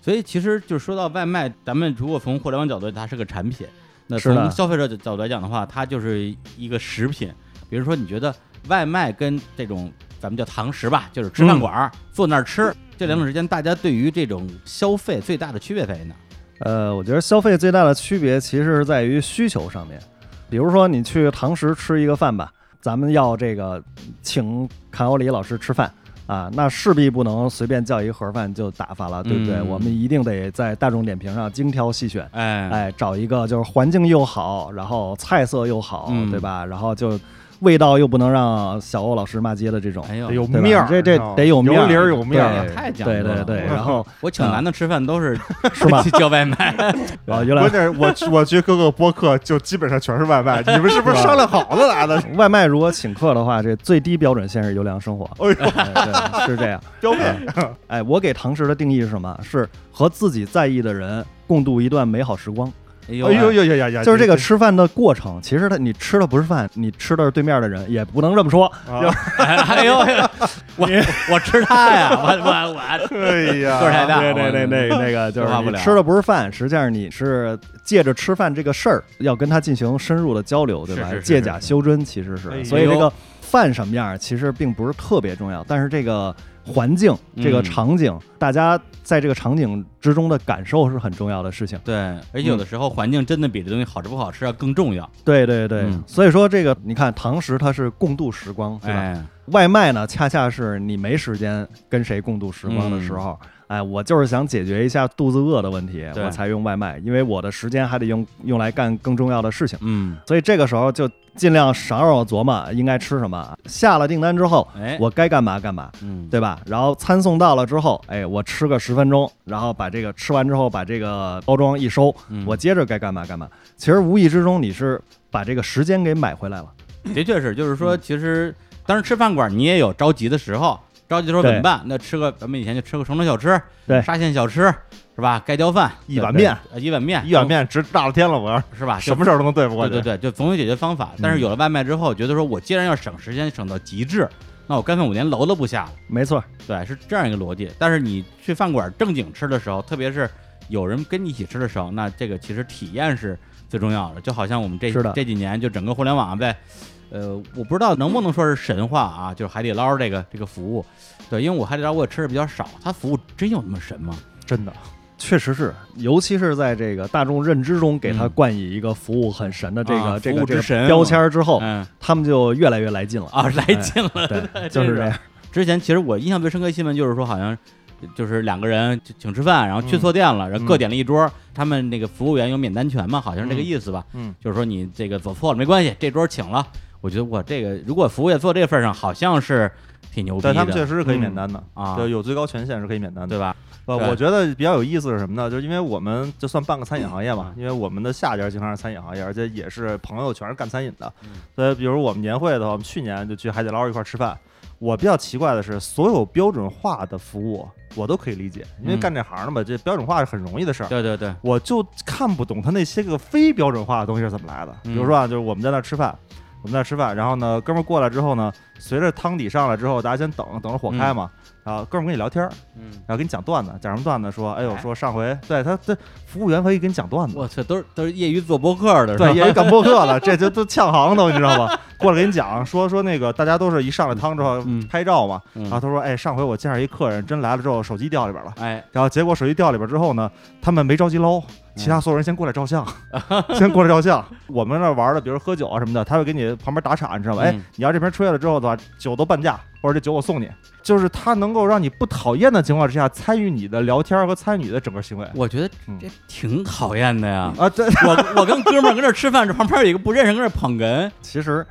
Speaker 1: 所以其实就说到外卖，咱们如果从互联网角度，它是个产品；那
Speaker 3: 是的
Speaker 1: 从消费者角度来讲的话，它就是一个食品。比如说，你觉得外卖跟这种咱们叫堂食吧，就是吃
Speaker 3: 嗯
Speaker 1: 饭馆儿、坐那儿吃这两种之间，大家对于这种消费最大的区别在于哪？
Speaker 3: 呃，我觉得消费最大的区别其实是在于需求上面，比如说你去堂食吃一个饭吧，咱们要这个请坎欧里老师吃饭。啊，那势必不能随便叫一盒饭就打发了，对不对？
Speaker 1: 嗯
Speaker 3: 我们一定得在大众点评上精挑细选，
Speaker 2: 嗯
Speaker 1: 哎，
Speaker 3: 哎，找一个就是环境又好，然后菜色又好，
Speaker 1: 嗯
Speaker 3: 对吧？然后就味道又不能让小欧老师骂街的这种，
Speaker 1: 哎呦，
Speaker 2: 得有
Speaker 3: 对吧
Speaker 2: 面儿，
Speaker 3: 这这
Speaker 2: 你知道吗
Speaker 3: 得有面儿
Speaker 2: 有理儿有面儿。
Speaker 1: 对太讲究
Speaker 3: 对对
Speaker 1: 了
Speaker 3: 对。然后
Speaker 1: 我请男的吃饭都是
Speaker 3: 是吧？
Speaker 1: 去 叫外卖，
Speaker 3: 啊，原
Speaker 2: 关
Speaker 3: 来
Speaker 2: 键是我去我去各个播客，就基本上全是外卖，你们是不是商量好的 来的？
Speaker 3: 外卖如果请客的话，这最低标准线是优良生 活，
Speaker 2: 哎呦，
Speaker 3: 哎对，是这样。
Speaker 2: 标配！
Speaker 3: 哎，我给堂食的定义是什么？是和自己在意的人共度一段美好时光。
Speaker 1: 哎
Speaker 2: 哎呦呦呦呀呀！
Speaker 3: 就是这个吃饭的过程，其实他你吃的不是饭，你吃的是对面的人，也不能这么说。
Speaker 2: 啊，
Speaker 1: 哎呦， 哎呦我我吃它呀，我我我
Speaker 2: 哎呀，
Speaker 1: 个儿太大
Speaker 3: 对对对，那那个就是
Speaker 1: 说话不
Speaker 3: 你
Speaker 1: 了
Speaker 3: 吃的不是饭，实际上你是借着吃饭这个事儿，要跟他进行深入的交流，对吧
Speaker 1: 是是？是
Speaker 3: 借假修真，其实
Speaker 2: 哎
Speaker 3: 是，
Speaker 2: 呦
Speaker 3: 所以这个饭什么样，其实并不是特别重要，但是这个环境、这个
Speaker 1: 嗯
Speaker 3: 场景，大家在这个场景之中的感受是很重要的事情。
Speaker 1: 对，而且有的时候环境真的比这东西好吃不好吃要更重要，
Speaker 3: 对对对
Speaker 1: 嗯，
Speaker 3: 所以说这个你看，堂食它是共度时光，对吧？
Speaker 1: 哎，
Speaker 3: 外卖呢，恰恰是你没时间跟谁共度时光的时候。哎，我就是想解决一下肚子饿的问题，
Speaker 1: 嗯对
Speaker 3: 我才用外卖，因为我的时间还得用用来干更重要的事情。
Speaker 1: 嗯，
Speaker 3: 所以这个时候就尽量少让我琢磨应该吃什么。下了订单之后，
Speaker 1: 哎，
Speaker 3: 我该干嘛干嘛，
Speaker 1: 嗯，
Speaker 3: 对吧？然后餐送到了之后，哎，我吃个十分钟，然后把这个吃完之后，把这个包装一收，
Speaker 1: 嗯
Speaker 3: 我接着该干嘛干嘛。其实无意之中你是把这个时间给买回来了。
Speaker 1: 的确是，就是说，其实当时吃饭馆你也有着急的时候，着急的时候怎么办？那吃个咱们以前就吃个城中小吃，
Speaker 3: 对
Speaker 1: 沙县小吃是吧？盖浇饭
Speaker 2: 一碗面，
Speaker 1: 呃一碗面，
Speaker 2: 一碗面值大了天了，我要是
Speaker 1: 是啊吧？就
Speaker 2: 什么事儿都能对付过
Speaker 1: 对
Speaker 2: 去。
Speaker 1: 对对，就总有解决方法。
Speaker 3: 嗯
Speaker 1: 但是有了外卖之后，觉得说我既然要省时间，省到极致，那我干脆我连楼都不下了。
Speaker 3: 没错，
Speaker 1: 对，是这样一个逻辑。但是你去饭馆正经吃的时候，特别是有人跟你一起吃的时候，那这个其实体验是最重要的。就好像我们这
Speaker 3: 是的
Speaker 1: 这几年，就整个互联网在，呃，我不知道能不能说是神话啊，就是海底捞这个这个服务。对，因为我海底捞我也吃的比较少，它服务真有那么神吗？
Speaker 2: 真的，
Speaker 3: 确实是，尤其是在这个大众认知中给他
Speaker 1: 嗯
Speaker 3: 冠以一个服务很神的这个、
Speaker 1: 啊
Speaker 3: 这
Speaker 1: 服
Speaker 3: 个
Speaker 1: 务之
Speaker 3: 这
Speaker 1: 神
Speaker 3: 个标签儿之后，
Speaker 1: 嗯
Speaker 3: 他们就越来越来劲了。
Speaker 1: 啊，来劲了。
Speaker 3: 哦 哎对，就是这样。
Speaker 1: 之前其实我印象最深刻的新闻就是说，好像就是两个人就请吃饭，然后去错店了，然后各点了一桌，他们那个服务员有免单权嘛，好像是这个意思吧？
Speaker 2: 嗯嗯
Speaker 1: 就是说你这个走错了没关系，这桌请了，我觉得我这个如果服务业做这个份儿上，好像是挺牛逼的，
Speaker 2: 但他们确实是可以免
Speaker 3: 嗯
Speaker 2: 单的，
Speaker 1: 啊，
Speaker 2: 就有最高权限是可以免单的
Speaker 1: 对。吧？
Speaker 2: 呃，
Speaker 1: 对
Speaker 2: 我觉得比较有意思是什么呢？就是因为我们就算半个餐饮行业嘛，
Speaker 1: 嗯
Speaker 2: 因为我们的下家经常是餐饮行业，而且也是朋友全是干餐饮的
Speaker 1: 嗯，
Speaker 2: 所以比如我们年会的话，我们去年就去海底捞一块儿吃饭。我比较奇怪的是，所有标准化的服务我都可以理解，因为
Speaker 1: 嗯
Speaker 2: 干这行的嘛，这标准化是很容易的事儿。
Speaker 1: 对对对，
Speaker 2: 我就看不懂他那些个非标准化的东西是怎么来的。比
Speaker 1: 嗯
Speaker 2: 如说啊，就是我们在那儿吃饭，我们在那儿吃饭，然后呢，哥们儿过来之后呢，随着汤底上来之后，大家先等等着火开嘛，然后哥们儿跟你聊天儿，
Speaker 1: 嗯，
Speaker 2: 然后给你讲段子，讲什么段子？说，哎呦，
Speaker 1: 哎
Speaker 2: 说上回对他这服务员可以给你讲段子，
Speaker 1: 我操，都是都是业余做播客的，是吧
Speaker 2: 对，也干播客了，这 就都呛行都，你知道吗？过来给你讲，说说那个大家都是一上来汤之后
Speaker 1: 嗯
Speaker 2: 拍照嘛，
Speaker 1: 嗯
Speaker 2: 然后他说，哎，上回我介绍一客人，真来了之后手机掉里边了。
Speaker 1: 哎，
Speaker 2: 然后结果手机掉里边之后呢，他们没着急
Speaker 1: 嗯
Speaker 2: 捞，其他所有人先过来 照相，先过来照相。我们那玩的，比如喝酒啊什么的，他会给你旁边打岔，你知道吧？哎
Speaker 1: 嗯，
Speaker 2: 你要这瓶吹了之后的话，酒都半价，或者这酒我送你，就是他能够让你不讨厌的情况之下参与你的聊天和参与你的整个行为。
Speaker 1: 我觉得
Speaker 2: 嗯
Speaker 1: 这挺讨厌的呀。
Speaker 2: 啊， 这
Speaker 1: 我我跟哥们儿跟这儿吃饭，这旁边有一个不认识人跟这儿捧哏，
Speaker 3: 其实，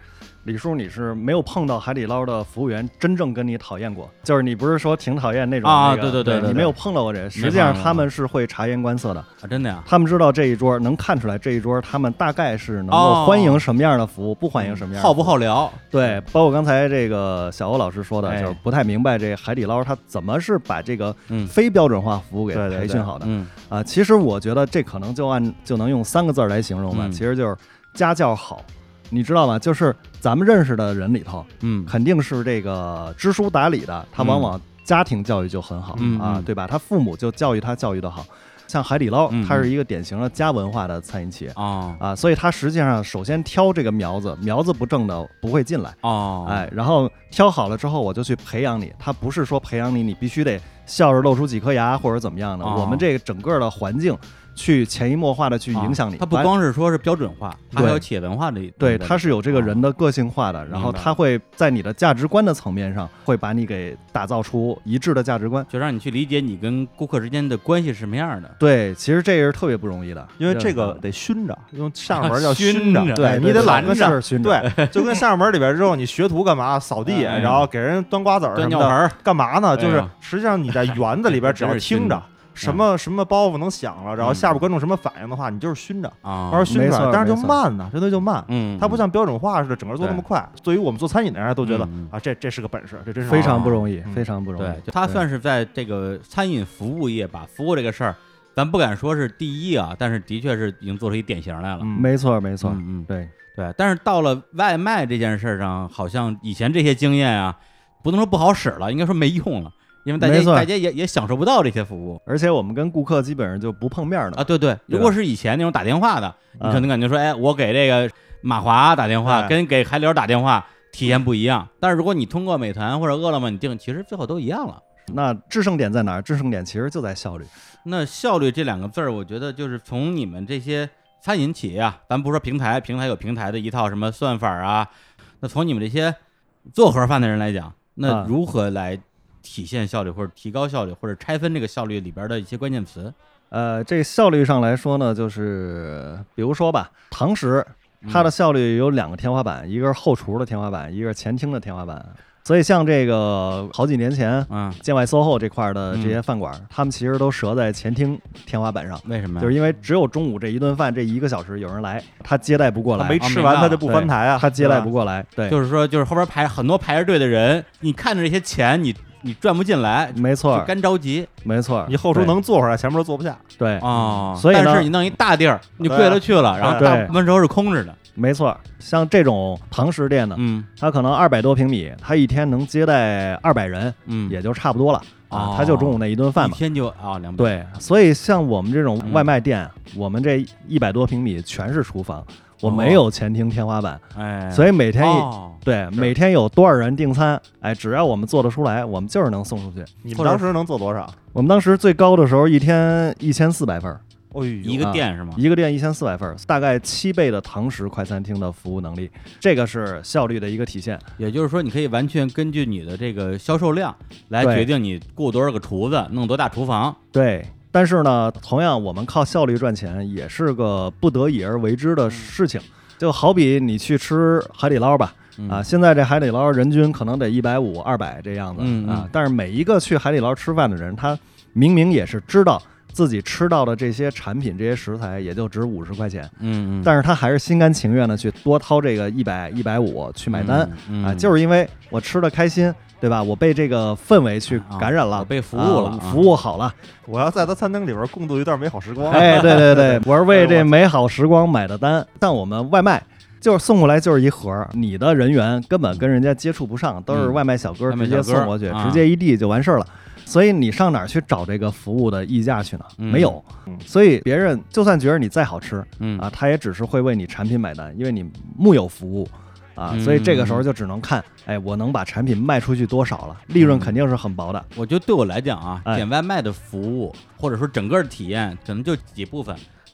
Speaker 3: 李叔你是没有碰到海底捞的服务员真正跟你讨厌过，就是你不是说挺讨厌那种
Speaker 1: 啊
Speaker 3: 那个
Speaker 1: 对对对对
Speaker 3: 你
Speaker 1: 对
Speaker 3: 没有碰到过这个。
Speaker 1: 碰
Speaker 3: 实际上
Speaker 1: 到
Speaker 3: 他们是会察言观色的，
Speaker 1: 啊，真的呀。
Speaker 3: 他们知道这一桌能看出来这一桌他们大概是能
Speaker 1: 哦
Speaker 3: 够欢迎什么样的服务，不欢迎什么样的服务
Speaker 1: 好不好聊？
Speaker 3: 对，包括刚才这个小欧老师说的，
Speaker 1: 哎
Speaker 3: 就是不太明白这海底捞它怎么是把这个
Speaker 1: 嗯
Speaker 3: 非标准化服务给
Speaker 2: 对对
Speaker 3: 培
Speaker 2: 对
Speaker 3: 训好的
Speaker 1: 嗯，
Speaker 3: 啊。其实我觉得这可能就按就能用三个字儿来形容吧，
Speaker 1: 嗯
Speaker 3: 其实就是家教好，你知道吗？就是咱们认识的人里头，
Speaker 1: 嗯，
Speaker 3: 肯定是这个知书达理的，他往往家庭教育就很好、
Speaker 1: 嗯
Speaker 3: 啊
Speaker 1: 嗯，
Speaker 3: 对吧？他父母就教育他教育的好，像海底捞
Speaker 1: 嗯，
Speaker 3: 它是一个典型的家文化的餐饮企业。
Speaker 1: 哦
Speaker 3: 啊，所以它实际上首先挑这个苗子，苗子不正的不会进来，
Speaker 1: 哦，
Speaker 3: 哎，然后挑好了之后，我就去培养你。他不是说培养你，你必须得笑着露出几颗牙或者怎么样的。
Speaker 1: 哦
Speaker 3: 我们这个整个的环境，去潜移默化的去
Speaker 1: 啊
Speaker 3: 影响你。
Speaker 1: 它不
Speaker 3: 完
Speaker 1: 光是说是标准化，它还
Speaker 3: 对
Speaker 1: 有企业文化的一。
Speaker 3: 对，
Speaker 1: 它
Speaker 3: 他是有这个人的个性化的，然后
Speaker 1: 明白
Speaker 3: 他会在你的价值观的层面上，会把你给打造出一致的价值观。
Speaker 1: 就让你去理解你跟顾客之间的关系是什么样的。
Speaker 3: 对，其实这也是特别不容易的，
Speaker 2: 因为这个
Speaker 3: 嗯
Speaker 2: 得熏着，用上门 叫
Speaker 1: 熏着
Speaker 2: 着，
Speaker 3: 对
Speaker 2: 你得老
Speaker 3: 拦
Speaker 2: 跟上
Speaker 3: 着。熏 着，
Speaker 2: 对，就跟上门里边之后，你学徒干嘛？扫地，
Speaker 1: 嗯
Speaker 2: 然后给人端瓜子儿什
Speaker 1: 端
Speaker 2: 么
Speaker 1: 尿
Speaker 2: 的
Speaker 1: 盆，儿，
Speaker 2: 干嘛呢？就
Speaker 1: 哎
Speaker 2: 是
Speaker 1: 呀
Speaker 2: 实际上你在园子里边，只要
Speaker 1: 真是熏
Speaker 2: 听着
Speaker 1: 着
Speaker 2: 什么什么包袱能响了，然后
Speaker 1: 嗯
Speaker 2: 下边观众什么反应的话，你就是熏着，
Speaker 1: 啊
Speaker 2: 慢慢熏出
Speaker 3: 没
Speaker 2: 来
Speaker 3: 错。
Speaker 2: 但是就
Speaker 3: 没错
Speaker 2: 慢呢，真的就慢。
Speaker 1: 嗯，
Speaker 2: 它不像标准化似的，整个做那么快。对于我们做餐饮的人都觉得
Speaker 1: 嗯嗯
Speaker 2: 啊，这这是个本事，这真是
Speaker 3: 非常不容易
Speaker 2: 嗯，
Speaker 3: 非常不容
Speaker 1: 对
Speaker 3: 易，。
Speaker 1: 就它算是在这个餐饮服务业吧，服务这个事儿，咱不敢说是第一啊，但是的确是已经做出一典型来了。
Speaker 2: 嗯
Speaker 3: 没错没错，
Speaker 1: 嗯嗯，
Speaker 3: 对，
Speaker 1: 对。但是到了外卖这件事儿上，好像以前这些经验啊，不能说不好使了，应该说没用了，因为大家
Speaker 3: 没错
Speaker 1: 大家也也享受不到这些服务。
Speaker 3: 而且我们跟顾客基本上就不碰面的
Speaker 1: 啊，对对，如
Speaker 3: 吧
Speaker 1: 果是以前那种打电话的，你
Speaker 3: 嗯
Speaker 1: 可能感觉说，哎，我给这个马华打电话，
Speaker 2: 哎
Speaker 1: 跟给海底捞打电话体验不一样。但是如果你通过美团或者饿了么你订，其实最后都一样了。
Speaker 3: 那制胜点在哪儿？制胜点其实就在效率。
Speaker 1: 那效率这两个字儿，我觉得就是从你们这些餐饮企业啊，咱不说平台，平台有平台的一套什么算法啊，那从你们这些做盒饭的人来讲，那
Speaker 3: 啊
Speaker 1: 如何来体现效率，或者提高效率，或者拆分这个效率里边的一些关键词？
Speaker 3: 呃，这效率上来说呢，就是比如说吧，堂食
Speaker 2: 嗯
Speaker 3: 它的效率有两个天花板，一个是后厨的天花板，一个是前厅的天花板。所以像这个好几年前
Speaker 1: 嗯，
Speaker 3: 建外 SOHO 这块儿的这
Speaker 2: 嗯
Speaker 3: 些饭馆，他们其实都折在前厅天花板上，
Speaker 1: 为什么呀？
Speaker 3: 就是因为只有中午这一顿饭这一个小时有人来，他接待不过
Speaker 2: 他
Speaker 3: 来，
Speaker 2: 没
Speaker 1: 啊
Speaker 2: 吃
Speaker 1: 明
Speaker 2: 完
Speaker 1: 白
Speaker 2: 他
Speaker 1: 了
Speaker 2: 就不翻台啊，
Speaker 3: 他接待不
Speaker 2: 对吧。
Speaker 3: 过来，对，
Speaker 1: 就是说，就是后边排很多排着队的人，你看着这些钱，你你赚不进来，就
Speaker 3: 没错儿，
Speaker 1: 干着急
Speaker 3: 没错儿，
Speaker 2: 你后厨
Speaker 3: 对
Speaker 2: 能啊坐会儿，前面都坐不下。
Speaker 3: 对
Speaker 1: 哦
Speaker 3: 所以呢啊
Speaker 1: 但是你弄一大地儿，你跪了去了，然后大
Speaker 3: 对
Speaker 1: 部分时候是空着的。
Speaker 3: 没错儿，像这种堂食店呢，
Speaker 1: 嗯
Speaker 3: 它可能二百多平米，它一天能接待二百人，
Speaker 1: 嗯，
Speaker 3: 也就差不多了
Speaker 1: 哦
Speaker 3: 啊。它就中午那一顿饭
Speaker 1: 一
Speaker 3: 嘛。
Speaker 1: 天就啊两百。
Speaker 3: 对，所以像我们这种
Speaker 1: 嗯
Speaker 3: 外卖店，我们这一百多平米全是厨房，我
Speaker 1: 哦
Speaker 3: 没有前厅天花板，
Speaker 1: 哎，
Speaker 3: 所以每
Speaker 1: 以
Speaker 3: 天一
Speaker 1: 哦
Speaker 3: 对每天有多少人订餐，哎，只要我们做得出来，我们就是能送出去。
Speaker 2: 你
Speaker 1: 或
Speaker 2: 们
Speaker 1: 者
Speaker 2: 当时能做多少？
Speaker 3: 我们当时最高的时候，一天一千四百份儿，
Speaker 2: 哦，
Speaker 1: 一
Speaker 2: 一
Speaker 1: 个店是吗？
Speaker 3: 一个店一千四百份儿，大概七倍的堂食快餐厅的服务能力，这个是效率的一个体现。
Speaker 1: 也就是说，你可以完全根据你的这个销售量来
Speaker 3: 对
Speaker 1: 决定你雇多少个厨子，弄多大厨房。
Speaker 3: 对，但是呢，同样我们靠效率赚钱也是个不得已而为之的事情。就好比你去吃海底捞吧，
Speaker 1: 嗯
Speaker 3: 啊，，现在这海底捞人均可能得一百五、二百这样子、
Speaker 1: 嗯
Speaker 3: 啊
Speaker 1: 嗯。
Speaker 3: 但是每一个去海底捞吃饭的人，他明明也是知道自己吃到的这些产品、这些食材也就值五十块钱，
Speaker 1: 嗯嗯，
Speaker 3: 但是他还是心甘情愿的去多掏这个一百、一百五去买单、
Speaker 1: 嗯
Speaker 3: 啊，就是因为我吃的开心，对吧？我被这个氛围去感染了，
Speaker 1: 啊我被服务了
Speaker 3: 啊
Speaker 1: 啊
Speaker 3: 服务好了。
Speaker 2: 我要在他餐厅里边共度一段美好时 光。
Speaker 3: 哎，对对对，我是为这美好时光买的单。但我们外卖就是送过来就是一盒儿，你的人员根本跟人家接触不上，都是
Speaker 1: 嗯
Speaker 3: 外卖小哥
Speaker 1: 外卖
Speaker 3: 直接
Speaker 1: 小哥
Speaker 3: 送过去，
Speaker 1: 啊
Speaker 3: 直接一递就完事儿了。所以你上哪儿去找这个服务的溢价去呢？
Speaker 1: 嗯
Speaker 3: 没有
Speaker 2: 嗯。
Speaker 3: 所以别人就算觉得你再好吃
Speaker 1: 嗯
Speaker 3: 啊，他也只是会为你产品买单，因为你木有服务。啊，
Speaker 1: 嗯
Speaker 3: 所以这个时候就只能看，哎，我能把产品卖出去多少了，利
Speaker 1: 嗯
Speaker 3: 润肯定是很薄的。
Speaker 1: 我觉得对我来讲啊，
Speaker 3: 哎
Speaker 1: 点外卖的服务或者说整个体验，可能就几部分，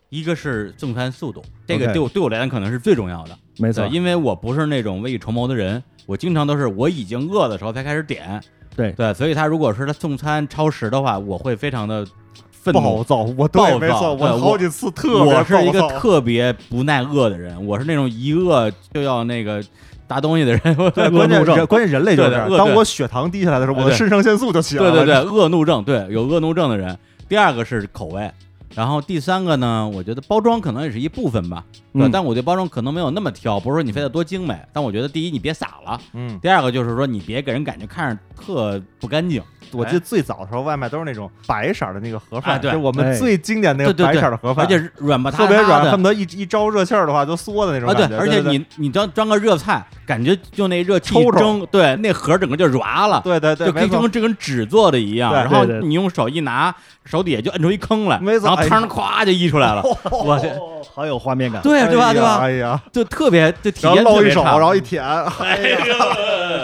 Speaker 1: 一个是送餐速度，这个
Speaker 3: OK
Speaker 1: 对我对我来讲可能是最重要的。
Speaker 3: 没错
Speaker 1: 对，，因为我不是那种未雨绸缪的人，我经常都是我已经饿的时候才开始点。
Speaker 3: 对
Speaker 1: 对，所以他如果是他送餐超时的话，我会非常的愤
Speaker 2: 暴
Speaker 1: 怒。
Speaker 2: 躁，我对，
Speaker 1: 暴
Speaker 2: 没
Speaker 1: 躁
Speaker 2: 错，
Speaker 1: 对
Speaker 2: 我
Speaker 1: 我
Speaker 2: 好几次特别
Speaker 1: 我是一个
Speaker 2: 暴躁
Speaker 1: 特别不耐饿的人，我是那种一饿就要那个拿东西的人。
Speaker 2: 对，关
Speaker 3: 恶
Speaker 2: 键
Speaker 3: 怒症
Speaker 2: 是关键人类就是这样。
Speaker 1: 对对恶
Speaker 2: 当
Speaker 1: 对
Speaker 2: 我血糖低下来的时候，
Speaker 1: 哎
Speaker 2: 我的
Speaker 1: 对
Speaker 2: 肾上腺素就起来
Speaker 1: 对
Speaker 2: 了。嗯
Speaker 1: 对对，恶怒症，对，有恶怒症的人。第二个是口味，然后第三个呢，我觉得包装可能也是一部分吧，对，
Speaker 3: 嗯
Speaker 1: 但我对包装可能没有那么挑，不是说你非得多精美，但我觉得第一你别撒了，
Speaker 2: 嗯，
Speaker 1: 第二个就是说你别给人感觉看着特不干净，
Speaker 2: 我记得最早的时候，外卖都是那种白色儿的那个盒
Speaker 1: 哎
Speaker 2: 饭，
Speaker 1: 对
Speaker 2: 就是我们
Speaker 3: 哎
Speaker 2: 最经典那个
Speaker 1: 对对
Speaker 2: 白
Speaker 1: 对
Speaker 2: 色儿的盒饭，
Speaker 1: 而且是软吧
Speaker 2: 特
Speaker 1: 嗒
Speaker 2: 别
Speaker 1: 嗒
Speaker 2: 软，
Speaker 1: 的
Speaker 2: 恨。不得一一招热气儿的话就缩的那种
Speaker 1: 啊，
Speaker 2: 感
Speaker 1: 对，
Speaker 2: 觉。
Speaker 1: 而且你你装装个热菜，感觉就那热气
Speaker 2: 抽
Speaker 1: 一
Speaker 2: 抽
Speaker 1: 蒸，对，那盒儿整个就软了，
Speaker 2: 对对对，
Speaker 1: 就
Speaker 2: 没
Speaker 1: 跟
Speaker 2: 错
Speaker 1: 就。跟这跟纸做的一样。
Speaker 2: 对
Speaker 1: 然后
Speaker 3: 对对
Speaker 1: 你用手一拿，手底下就摁出一坑来，
Speaker 2: 没错
Speaker 1: 然后
Speaker 2: 哎
Speaker 1: 汤儿咵就溢出来了，我这
Speaker 3: 哦好有画面感。
Speaker 1: 对呀对吧对吧？
Speaker 2: 哎呀，
Speaker 1: 就特别就体
Speaker 2: 然后
Speaker 1: 验特
Speaker 2: 露一
Speaker 1: 别
Speaker 2: 手，
Speaker 1: 差。嗯
Speaker 2: 然后一舔，哎呀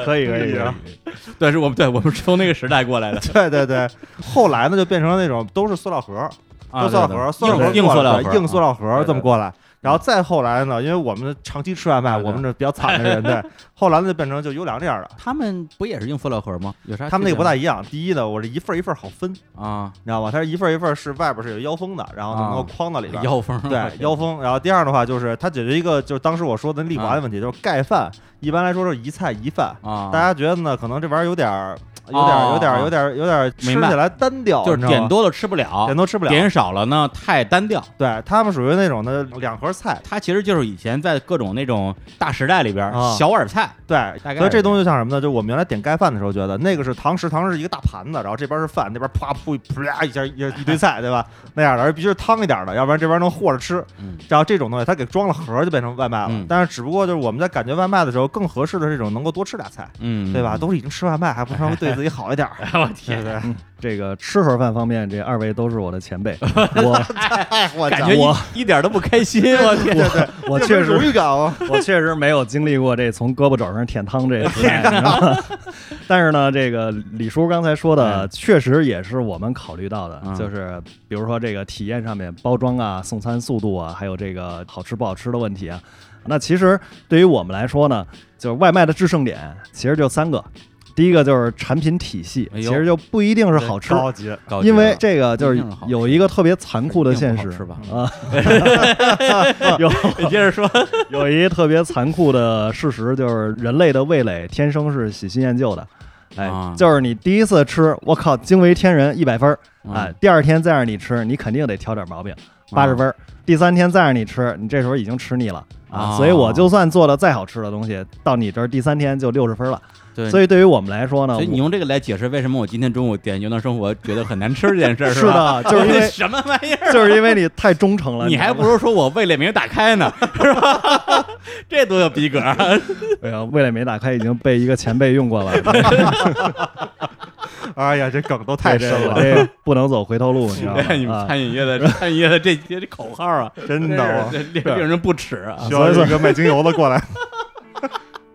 Speaker 3: 可以可以
Speaker 2: 哎
Speaker 3: 可以
Speaker 2: 呀。
Speaker 1: 对，是我们对我们是从那个时代过来 的
Speaker 2: 对对对。后来呢，就变成那种都是塑料盒儿，
Speaker 1: 啊，
Speaker 2: 都塑料盒儿，塑料盒
Speaker 1: 硬
Speaker 2: 儿
Speaker 1: 硬
Speaker 2: 过
Speaker 1: 塑
Speaker 2: 来
Speaker 1: 料
Speaker 2: 对
Speaker 1: 盒，嗯
Speaker 2: 硬塑
Speaker 1: 料，
Speaker 2: 料盒儿
Speaker 3: 对
Speaker 2: 这么
Speaker 3: 对
Speaker 2: 过来。然后再后来呢，因为我们长期吃外卖，
Speaker 1: 对对
Speaker 2: 我们这比较惨的 人，对，后来呢就变成就优良这样的。
Speaker 1: 啊他们不也是硬塑料盒吗？有啥区别吗？
Speaker 2: 他们那个不大一样，第一呢，我是一份儿一份儿好分，你
Speaker 1: 啊，
Speaker 2: 知道吗？它是一份儿一份儿是外边儿是有腰封的，然后能够
Speaker 1: 啊
Speaker 2: 框到里边儿。
Speaker 1: 腰封 啊
Speaker 2: 对腰封，然后第二的话就是它解决一个就是当时我说的那利华的问题，就是盖饭一般来说是一菜一饭，
Speaker 1: 啊，哦
Speaker 2: 大家觉得呢？可能这玩意儿有点儿有点儿有点儿有点儿有点儿吃
Speaker 1: 明白
Speaker 2: 起来单调，
Speaker 1: 就是
Speaker 2: 你知道
Speaker 1: 点
Speaker 2: 吗
Speaker 1: 多了吃不了
Speaker 2: 点，都吃不了，
Speaker 1: 点少了呢太单调。
Speaker 2: 对他们属于那种的两盒菜，
Speaker 1: 它其实就是以前在各种那种大时代里边
Speaker 2: 啊
Speaker 1: 小碗菜，
Speaker 2: 对，
Speaker 1: 大概
Speaker 2: 所
Speaker 1: 是
Speaker 2: 以这东西像什么呢？就我们原来点盖饭的时候，觉得那个是堂食，堂食是一个大盘子，然后这边是饭，那边啪噗啪一下一一堆菜，对吧？那样的，而必须是汤一点的，要不然这边能和着吃。
Speaker 1: 嗯
Speaker 2: 然后这种东西它给装了盒，就变成外卖了。
Speaker 1: 嗯
Speaker 2: 但是只不过就是我们在感觉外卖的时候，更合适的是这种能够多吃俩菜，
Speaker 1: 嗯，哎
Speaker 2: 对吧？都是已经吃外卖，还不稍微对自己好一点儿？我天，对
Speaker 3: 嗯，这个吃盒饭方面，这二位都是我的前辈， 我
Speaker 2: 哎，我
Speaker 1: 感觉
Speaker 3: 我
Speaker 1: 一一点都不开 心，我天，
Speaker 3: 我我
Speaker 2: 这
Speaker 3: 确
Speaker 2: 不是荣
Speaker 3: 实
Speaker 2: 誉感 哦，
Speaker 3: 我确实没有经历过这从胳膊肘上舔汤这个时 代，你知道吗但是呢，这个李叔刚才说的，确实也是我们考虑到的，
Speaker 1: 嗯
Speaker 3: 就是比如说这个体验上面，包装啊、送餐速度啊，还有这个好吃不好吃的问题啊。那其实对于我们来说呢，就是外卖的制胜点其实就三个，第一个就是产品体系，
Speaker 1: 哎
Speaker 3: 其
Speaker 1: 呦
Speaker 3: 实就不一定是好吃，
Speaker 2: 高级，
Speaker 1: 搞
Speaker 3: 因为
Speaker 1: 定
Speaker 3: 这个就是
Speaker 1: 一定是好吃
Speaker 3: 有一个特别残酷的现实
Speaker 1: 一定 不好吃
Speaker 3: 啊， 有
Speaker 1: 了接着说，
Speaker 3: 有一个特别残酷的事实就是人类的味蕾天生是喜新厌旧的。哎
Speaker 1: 啊，
Speaker 3: 就是你第一次吃，我靠，惊为天人，一百分儿！哎
Speaker 1: 嗯，
Speaker 3: 第二天再让你吃，你肯定得挑点毛病，
Speaker 1: 啊
Speaker 3: 八十分儿。第三天再让你吃，你这时候已经吃腻了啊。
Speaker 1: 啊
Speaker 3: 所以我就算做的再好吃的东西，到你这儿第三天就六十分了。
Speaker 1: 对，
Speaker 3: 所以对于我们来说呢，
Speaker 1: 所以你
Speaker 3: 啊我
Speaker 1: 用这个来解释为什么我今天中午点牛腩生活觉得很难吃这件事 儿，
Speaker 3: 是
Speaker 1: 吧？
Speaker 3: 的，就是因 为
Speaker 1: 什么玩意儿？
Speaker 3: 就是因为你太忠诚了，
Speaker 1: 你还
Speaker 3: 知道吗
Speaker 1: 不如说我味蕾没打开呢，是吧？这多有逼格啊！
Speaker 3: 哎呀，味蕾没打开已经被一个前辈用过了，
Speaker 2: 哎呀，这梗都 太深了，
Speaker 3: 这这不能走回头路，你知 道吗？
Speaker 1: 哎你
Speaker 3: 啊
Speaker 1: 们餐饮业的餐饮业的这些口号啊，
Speaker 2: 真的哦，
Speaker 1: 这令令人不齿啊！
Speaker 2: 需要一个卖精油的 过来，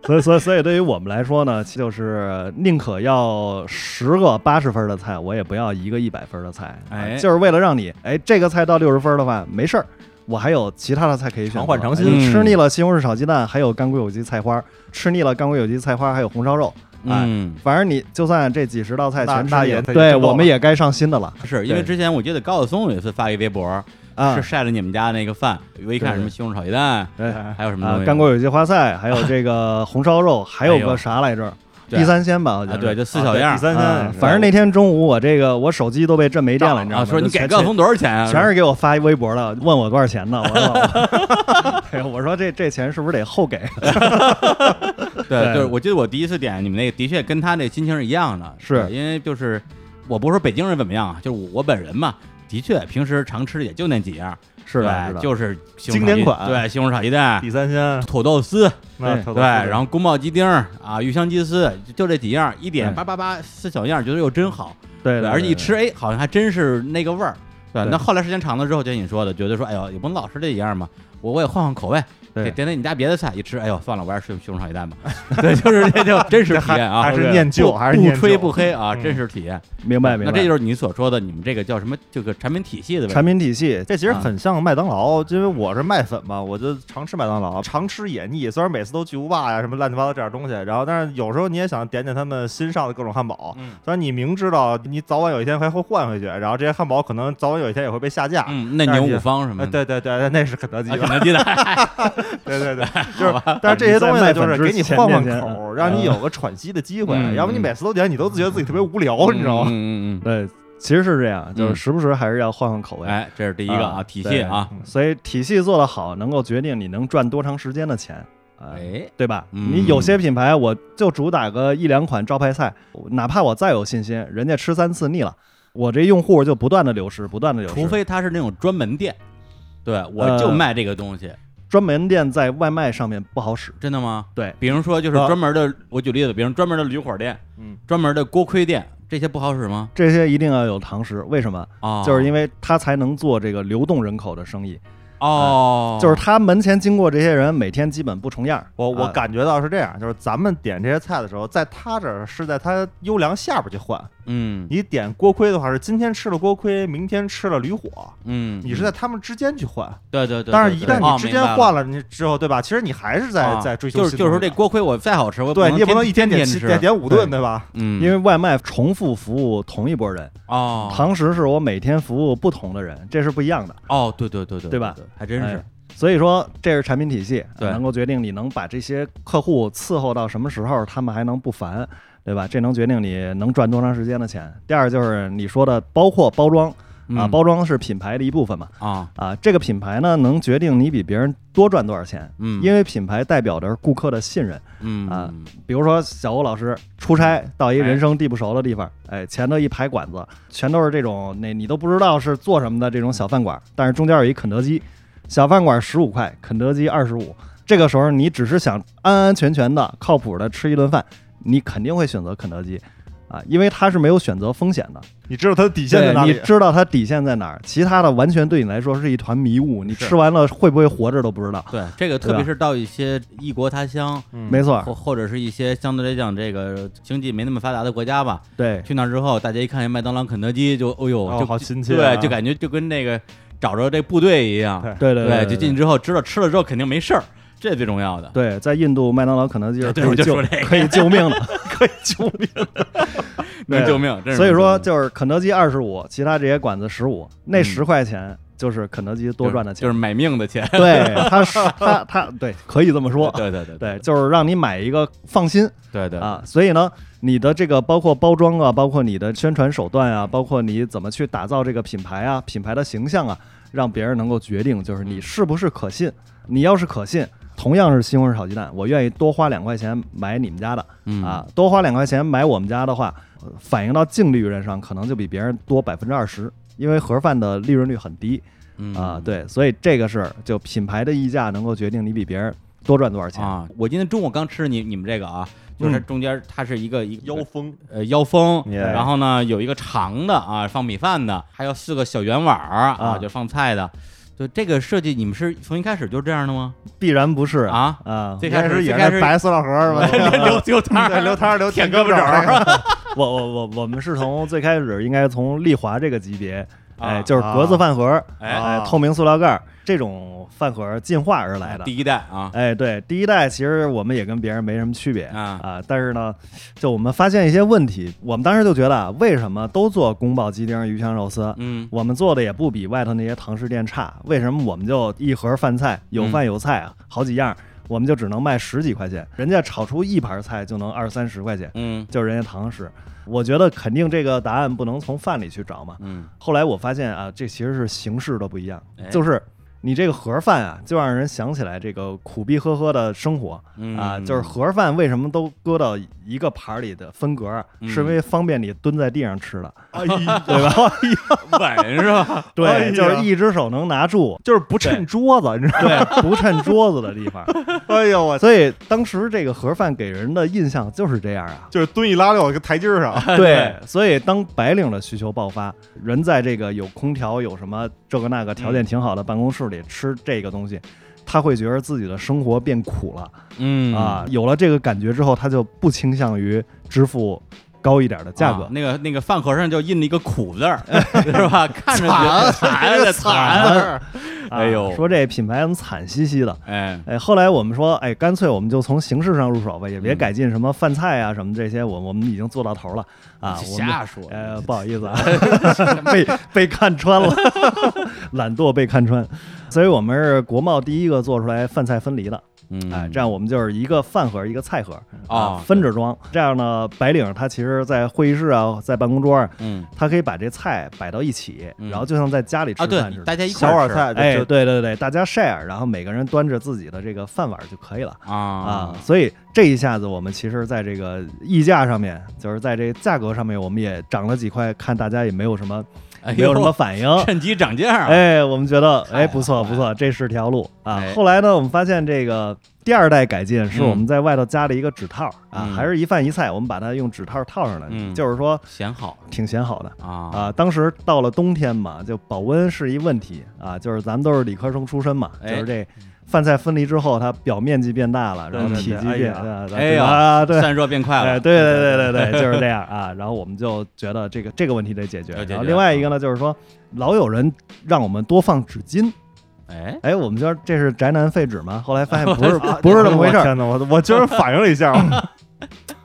Speaker 3: 所以，所以，所以，对于我们来说呢，就是宁可要十个八十分的菜，我也不要一个一百分的菜，啊
Speaker 1: 哎
Speaker 3: 就是为了让你，哎，这个菜到六十分的话，没事儿，我还有其他的菜可以选择。
Speaker 2: 常换常新
Speaker 3: 哎你
Speaker 1: 嗯
Speaker 3: 吃腻了西红柿炒鸡蛋，还有干锅有机菜花；吃腻了干锅有机菜花，还有红烧肉。哎，
Speaker 1: 嗯，
Speaker 3: 反正你就算这几十道菜
Speaker 2: 那
Speaker 3: 全吃
Speaker 2: 那
Speaker 3: 腻
Speaker 2: 也
Speaker 3: 了
Speaker 2: 那也
Speaker 3: 对，
Speaker 2: 就够
Speaker 3: 我们
Speaker 2: 了
Speaker 3: 也该上新的了。
Speaker 1: 哎是因为
Speaker 3: 对
Speaker 1: 之前我记得高晓松有一次发一微博，
Speaker 3: 啊
Speaker 1: 是，晒了你们家那个饭，我一看
Speaker 3: 对对
Speaker 1: 什么西红柿炒鸡蛋，
Speaker 3: 哎
Speaker 1: 还有什么东
Speaker 3: 啊，
Speaker 1: 西
Speaker 3: 干锅有机花菜，还 有这个红烧肉，还有个啥来着？
Speaker 1: 对
Speaker 3: 地三鲜吧，我觉
Speaker 1: 啊，
Speaker 3: 得
Speaker 1: 对，就四小样
Speaker 2: 第
Speaker 1: 儿。
Speaker 2: 三
Speaker 3: 啊
Speaker 2: 天，
Speaker 3: 反正那天中午我这个我手机都被震没电了，你知道
Speaker 1: 啊，
Speaker 3: 吗？
Speaker 1: 说你
Speaker 3: 就
Speaker 1: 给
Speaker 3: 全
Speaker 1: 高峰多少钱啊？
Speaker 3: 全全是给我发一微博的，问我多少钱呢？我说，哎 呀我说这这钱是不是得后给？
Speaker 1: 对，
Speaker 3: 对
Speaker 1: 就是我记得我第一次点你们那个，的确跟他那心情是一样的，
Speaker 3: 是
Speaker 1: 对因为就是我不是说北京人怎么样啊，就是我我本人嘛，的确平时常吃也就那几样，
Speaker 3: 是的，
Speaker 1: 对
Speaker 3: 是的，
Speaker 1: 就是西红柿
Speaker 3: 经典
Speaker 1: 炒鸡
Speaker 3: 款
Speaker 1: 对，西红柿炒鸡蛋、
Speaker 2: 第三天，
Speaker 1: 土豆丝，
Speaker 2: 那
Speaker 3: 对
Speaker 2: 特
Speaker 1: 对，
Speaker 2: 多
Speaker 1: 然后宫保鸡丁儿啊、鱼香鸡丝，就就这几样，一点
Speaker 3: 对
Speaker 1: 八八八四小样，觉得又真好，
Speaker 3: 对对，
Speaker 1: 而且一
Speaker 3: 对
Speaker 1: 吃，哎，好像还真是那个味儿。对，
Speaker 3: 对
Speaker 1: 呃那后来时间长了之后，就像你说的，觉得说，哎呦，也不能老吃这一样嘛，我我也换换口味，
Speaker 3: 对
Speaker 1: 得点点你家别的菜，一吃，哎呦，算了，我还是吃西红柿炒鸡蛋 吧。对，就是这就真实
Speaker 2: 这
Speaker 1: 体验啊，
Speaker 2: 还还是
Speaker 1: 对
Speaker 2: 念旧
Speaker 1: 不
Speaker 2: 还是
Speaker 1: 不
Speaker 2: 念
Speaker 1: 吹
Speaker 2: 旧
Speaker 1: 不黑啊，
Speaker 2: 嗯
Speaker 1: 真实体验。
Speaker 3: 明白明
Speaker 1: 那
Speaker 3: 白。
Speaker 1: 这就是你所说的你们这个叫什么这个产品体系的问
Speaker 3: 产
Speaker 1: 题。
Speaker 3: 品体系，
Speaker 2: 这其实
Speaker 1: 啊
Speaker 2: 很像麦当劳，因为我是麦粉嘛，我就常吃麦当劳，常吃也腻。虽然每次都去乌霸呀、什么乱七八糟这点东西，然后但是有时候你也想点点他们新上的各种汉堡。
Speaker 1: 嗯
Speaker 2: 虽然你明知道你早晚有一天还会换回去，然后这些汉堡可能早晚有一天也会被下架。
Speaker 1: 嗯，嫩牛五方什么
Speaker 2: 呃，
Speaker 1: 的，
Speaker 2: 对对对，那是肯德基
Speaker 1: 啊
Speaker 2: 吧
Speaker 1: 肯？德基的，
Speaker 2: 对对对，就是，但是这些东西呢，就是给你换换口，让你有个喘息的机会
Speaker 1: 嗯。
Speaker 2: 要不你每次都点，你都觉得自己特别无聊，你知道吗？
Speaker 1: 嗯嗯嗯
Speaker 3: 对，其实是这样，就是
Speaker 1: 嗯
Speaker 3: 时不时还是要换换口
Speaker 1: 嗯，
Speaker 3: 味。
Speaker 1: 哎，这是第一个啊，
Speaker 3: 啊
Speaker 1: 体系啊，
Speaker 3: 所以体系做得好，能够决定你能赚多长时间的钱，呃、
Speaker 1: 哎，
Speaker 3: 对吧？
Speaker 1: 嗯
Speaker 3: 你有些品牌我就主打个一两款招牌菜，哪怕我再有信心，人家吃三次腻了，我这用户就不断的流失，不断的流失。
Speaker 1: 除非它是那种专门店，对我
Speaker 3: 呃
Speaker 1: 就卖这个东西，
Speaker 3: 专门店在外卖上面不好使，
Speaker 1: 真的吗？
Speaker 3: 对，
Speaker 1: 比如说就是
Speaker 3: 啊
Speaker 1: 专门的，我举例子，比如专门的驴火店，
Speaker 2: 呃嗯，
Speaker 1: 专门的锅盔店，这些不好使吗？
Speaker 3: 这些一定要有常识。为什么？
Speaker 1: 啊，
Speaker 3: 就是因
Speaker 1: 为
Speaker 3: 为他才能做这个流动人口的生意，
Speaker 1: 哦，
Speaker 2: 哎
Speaker 3: 就是他门前经过这些人，每天基本不重样儿。
Speaker 2: 我我
Speaker 1: 嗯
Speaker 3: 啊
Speaker 2: 感觉到是这样，就是咱们点这些菜的时候，在他这儿是在他优良下边去换。
Speaker 1: 嗯
Speaker 2: 你点锅盔的话，是今天吃了锅盔，明天吃了驴火，
Speaker 1: 嗯，
Speaker 2: 你是在他们之间去换。
Speaker 1: 对对对，哦
Speaker 2: 但是，一旦你之间换
Speaker 1: 了，
Speaker 2: 了，你之后对吧？其实你还是
Speaker 1: 啊
Speaker 2: 在在追求
Speaker 1: 就是
Speaker 2: 新
Speaker 1: 就是说
Speaker 2: 东西的。
Speaker 1: 这锅盔我再好吃，我
Speaker 2: 对你也不能
Speaker 1: 天
Speaker 2: 一天点
Speaker 1: 天
Speaker 2: 七
Speaker 1: 吃
Speaker 2: 点，点五顿，对吧？
Speaker 1: 嗯，
Speaker 3: 因为外卖重复服务同一波人，
Speaker 1: 哦
Speaker 3: 堂食是我每天服务不同的人，这是不一样的。
Speaker 1: 哦，对对对对，
Speaker 3: 对吧？
Speaker 1: 还真是
Speaker 3: 哎，所以说，这是产品体系，
Speaker 1: 对
Speaker 3: 能够决定你能把这些客户伺候到什么时候，他们还能不烦，对吧？这能决定你能赚多长时间的钱。第二就是你说的，包括包装啊，
Speaker 1: 嗯
Speaker 3: 包装是品牌的一部分嘛，
Speaker 1: 啊，
Speaker 3: 啊，这个品牌呢能决定你比别人多赚多少钱，
Speaker 1: 嗯，
Speaker 3: 因为品牌代表着顾客的信任。
Speaker 1: 嗯
Speaker 3: 啊比如说小欧老师出差到一人生地不熟的地方，哎，前头一排馆子全都是这种那你都不知道是做什么的这种小饭馆，但是中间有一肯德基，小饭馆十五块，肯德基二十五。这个时候你只是想安安全全的、靠谱的吃一顿饭，你肯定会选择肯德基。啊，因为它是没有选择风险的，
Speaker 2: 你知道它的底线在哪
Speaker 3: 对
Speaker 2: 里
Speaker 3: 你？知道它底线在哪儿，其他的完全对你来说是一团迷雾，你
Speaker 1: 是
Speaker 3: 吃完了会不会活着都不知道。
Speaker 1: 对这个，特别是到一些异国他乡，
Speaker 2: 嗯
Speaker 3: 没错，
Speaker 1: 或或者是一些相对来讲这个经济没那么发达的国家吧，
Speaker 3: 对，
Speaker 1: 去那儿之后，大家一看见麦当劳、肯德基，就哦呦，
Speaker 2: 哦
Speaker 1: 就
Speaker 2: 好亲切啊
Speaker 1: 对，就感觉就跟那个找着这部队一样，
Speaker 2: 对
Speaker 3: 对对
Speaker 1: 对，就进去
Speaker 3: 对
Speaker 1: 之后知道吃了之后肯定没事儿，这是最重要的。
Speaker 3: 对，在印度麦当劳、肯德基是
Speaker 1: 对
Speaker 3: 可
Speaker 1: 我
Speaker 3: 以
Speaker 1: 就
Speaker 3: 救
Speaker 1: 说这个
Speaker 3: 可以救命的，可以救命。
Speaker 1: 能救命，真是
Speaker 3: 所以说
Speaker 1: 能救
Speaker 3: 就是肯德基二十五，其他这些馆子十五，那
Speaker 1: 嗯
Speaker 3: 十块钱就是肯德基多
Speaker 1: 命
Speaker 3: 赚的
Speaker 1: 就
Speaker 3: 钱
Speaker 1: 是。买命的钱。
Speaker 3: 对，他是他他对，可以这么说。
Speaker 1: 对对对
Speaker 3: 对，
Speaker 1: 对
Speaker 3: 就是让你买一个放心
Speaker 1: 对对
Speaker 3: 啊。所以呢，你的这个包括包装啊，包括你的宣传手段啊，包括你怎么去打造这个品牌啊、品牌的形象啊，让别人能够决定就是
Speaker 1: 嗯
Speaker 3: 你是不是可信。你要是可信，同样是西红柿炒鸡蛋，我愿意多花两块钱买你们家的。
Speaker 1: 嗯
Speaker 3: 啊，多花两块钱买我们家的话，呃反映到净利润上，可能就比别人多百分之二十，因为盒饭的利润率很低
Speaker 1: 嗯
Speaker 3: 啊。对，所以这个是就品牌的溢价能够决定你比别人多赚多少钱。嗯
Speaker 1: 啊！我今天中午刚吃你你们这个啊，就是它中间它是一个一个
Speaker 2: 腰 封，
Speaker 1: 呃腰封，
Speaker 2: Yeah
Speaker 1: 然后呢有一个长的啊放米饭的，还有四个小圆碗儿啊
Speaker 3: 啊
Speaker 1: 就放菜的。就这个设计，你们是从一开始就是这样的吗？
Speaker 3: 必然不是
Speaker 1: 啊，
Speaker 3: 啊，
Speaker 1: 最
Speaker 2: 一
Speaker 1: 开
Speaker 2: 开
Speaker 1: 始
Speaker 2: 始
Speaker 1: 最
Speaker 2: 也
Speaker 1: 开始
Speaker 2: 是白塑料盒 是吧？
Speaker 1: 刘刘汤
Speaker 2: 对，留摊儿留
Speaker 1: 啊舔
Speaker 2: 舔
Speaker 1: 胳膊肘
Speaker 2: 膊
Speaker 1: 儿
Speaker 2: 那个，
Speaker 3: 我我我我们是从最开始应该从丽华这个级别哎，
Speaker 1: 啊
Speaker 3: 就是格子饭盒儿，
Speaker 1: 哎，
Speaker 3: 哎
Speaker 2: 啊，
Speaker 3: 透明塑料盖儿这种饭盒儿进化而来的。
Speaker 1: 第一代啊
Speaker 3: 哎，对，第一代其实我们也跟别人没什么区别
Speaker 1: 啊
Speaker 3: 但是呢，就我们发现一些问题，我们当时就觉得啊，为什么都做宫保鸡丁、鱼香肉丝，
Speaker 1: 嗯
Speaker 3: 我们做的也不比外头那些堂食店差，为什么我们就一盒饭菜有饭有菜啊，好几样儿，我们就只能卖十几块钱，人家炒出一盘菜就能二三十块钱，
Speaker 1: 嗯
Speaker 3: 就是人家堂食。我觉得肯定这个答案不能从饭里去找嘛。
Speaker 1: 嗯，
Speaker 3: 后来我发现啊，这其实是形式都不一样，
Speaker 1: 哎
Speaker 3: 就是你这个盒饭啊，就让人想起来这个苦逼呵呵的生活
Speaker 1: 嗯
Speaker 3: 啊，就是盒饭为什么都搁到一个盘儿里的分格儿，
Speaker 1: 嗯
Speaker 3: 是因为方便你蹲在地上吃 的，
Speaker 2: 哎呀，
Speaker 3: 对吧？
Speaker 1: 稳是吧？
Speaker 3: 对，
Speaker 2: 哎呀
Speaker 3: 就是一只手能拿住，
Speaker 2: 就是不趁桌子，你知道
Speaker 3: 对，不趁桌子的地方。
Speaker 2: 吗？哎呦我，
Speaker 3: 所以当时这个盒饭给人的印象就是这样啊。
Speaker 2: 就是蹲一拉六，跟台阶儿 上，
Speaker 3: 对，所以当白领的需求爆发，人在这个有空调、有什么这个那个条件挺好的办公室里吃这个东西，他会觉得自己的生活变苦了、
Speaker 1: 嗯
Speaker 3: 啊。有了这个感觉之后，他就不倾向于支付高一点的价格。
Speaker 1: 啊那个那个饭盒上就印了一个苦字 儿，是吧？看着觉得惨的
Speaker 2: 惨
Speaker 1: 惨，
Speaker 2: 儿，
Speaker 3: 啊
Speaker 1: 哎呦
Speaker 3: 说这品牌怎么惨兮兮的？
Speaker 1: 哎，
Speaker 3: 哎，后来我们说，哎，干脆我们就从形式上入手吧，也别
Speaker 1: 嗯
Speaker 3: 改进什么饭菜啊什么这些，我我们已经做到头了啊。我们
Speaker 1: 瞎说，
Speaker 3: 呃，不好意思啊， 被被看穿了， 懒惰被看穿，所以我们是国贸第一个做出来饭菜分离的，
Speaker 1: 嗯
Speaker 3: 哎，这样我们就是一个饭盒一个菜盒
Speaker 1: 啊
Speaker 3: 分着装，这样呢，白领他其实，在会议室啊，在办公桌啊，
Speaker 1: 嗯
Speaker 3: 他可以把这菜摆到一起，
Speaker 1: 嗯
Speaker 3: 然后就像在家里吃
Speaker 1: 啊，
Speaker 3: 饭
Speaker 1: 对，
Speaker 3: 似的。
Speaker 1: 大家一块
Speaker 2: 小
Speaker 1: 儿
Speaker 2: 碗
Speaker 1: 吃
Speaker 2: 菜，
Speaker 3: 哎，
Speaker 2: 就
Speaker 3: 对对对，大家 share，然后每个人端着自己的这个饭碗就可以了。啊
Speaker 1: 啊，
Speaker 3: 所以这一下子我们其实在这个溢价上面，就是在这价格上面，我们也涨了几块，看大家也没有什么
Speaker 1: 哎呦
Speaker 3: 没有什么反应。
Speaker 1: 趁机涨价啊，
Speaker 3: 哎，我们觉得
Speaker 1: 太
Speaker 3: 哎不错
Speaker 1: 好了
Speaker 3: 不错，这是条路啊
Speaker 1: 哎。
Speaker 3: 后来呢，我们发现这个第二代改进是我们在外头加了一个纸套啊
Speaker 1: 嗯，
Speaker 3: 还是一饭一菜，我们把它用纸套套上来
Speaker 1: 嗯，
Speaker 3: 就是说
Speaker 1: 显好
Speaker 3: 挺显好的。
Speaker 1: 啊
Speaker 3: 啊，当时到了冬天嘛，就保温是一问题啊，就是咱们都是理科生出身嘛，
Speaker 1: 哎
Speaker 3: 就是这饭菜分离之后，它表面积变大了，然后
Speaker 1: 对对
Speaker 3: 体
Speaker 2: 对
Speaker 3: 积
Speaker 2: 哎
Speaker 3: 变
Speaker 2: 呀
Speaker 3: 啊，
Speaker 1: 哎呀
Speaker 3: 啊，对。
Speaker 1: 散热变快
Speaker 3: 哎，
Speaker 1: 了，
Speaker 3: 对对对对 对，就是这样啊。然后我们就觉得这个这个问题得解决。
Speaker 1: 要解决嗯
Speaker 3: 然后另外一个呢，就是说老有人让我们多放纸巾，
Speaker 1: 哎，
Speaker 3: 哎，我们觉得这是宅男废纸吗？后来发现 不是
Speaker 2: 啊
Speaker 3: 不是这么回事
Speaker 2: 我
Speaker 3: 儿，
Speaker 2: 天哪，我我今儿反应了一下，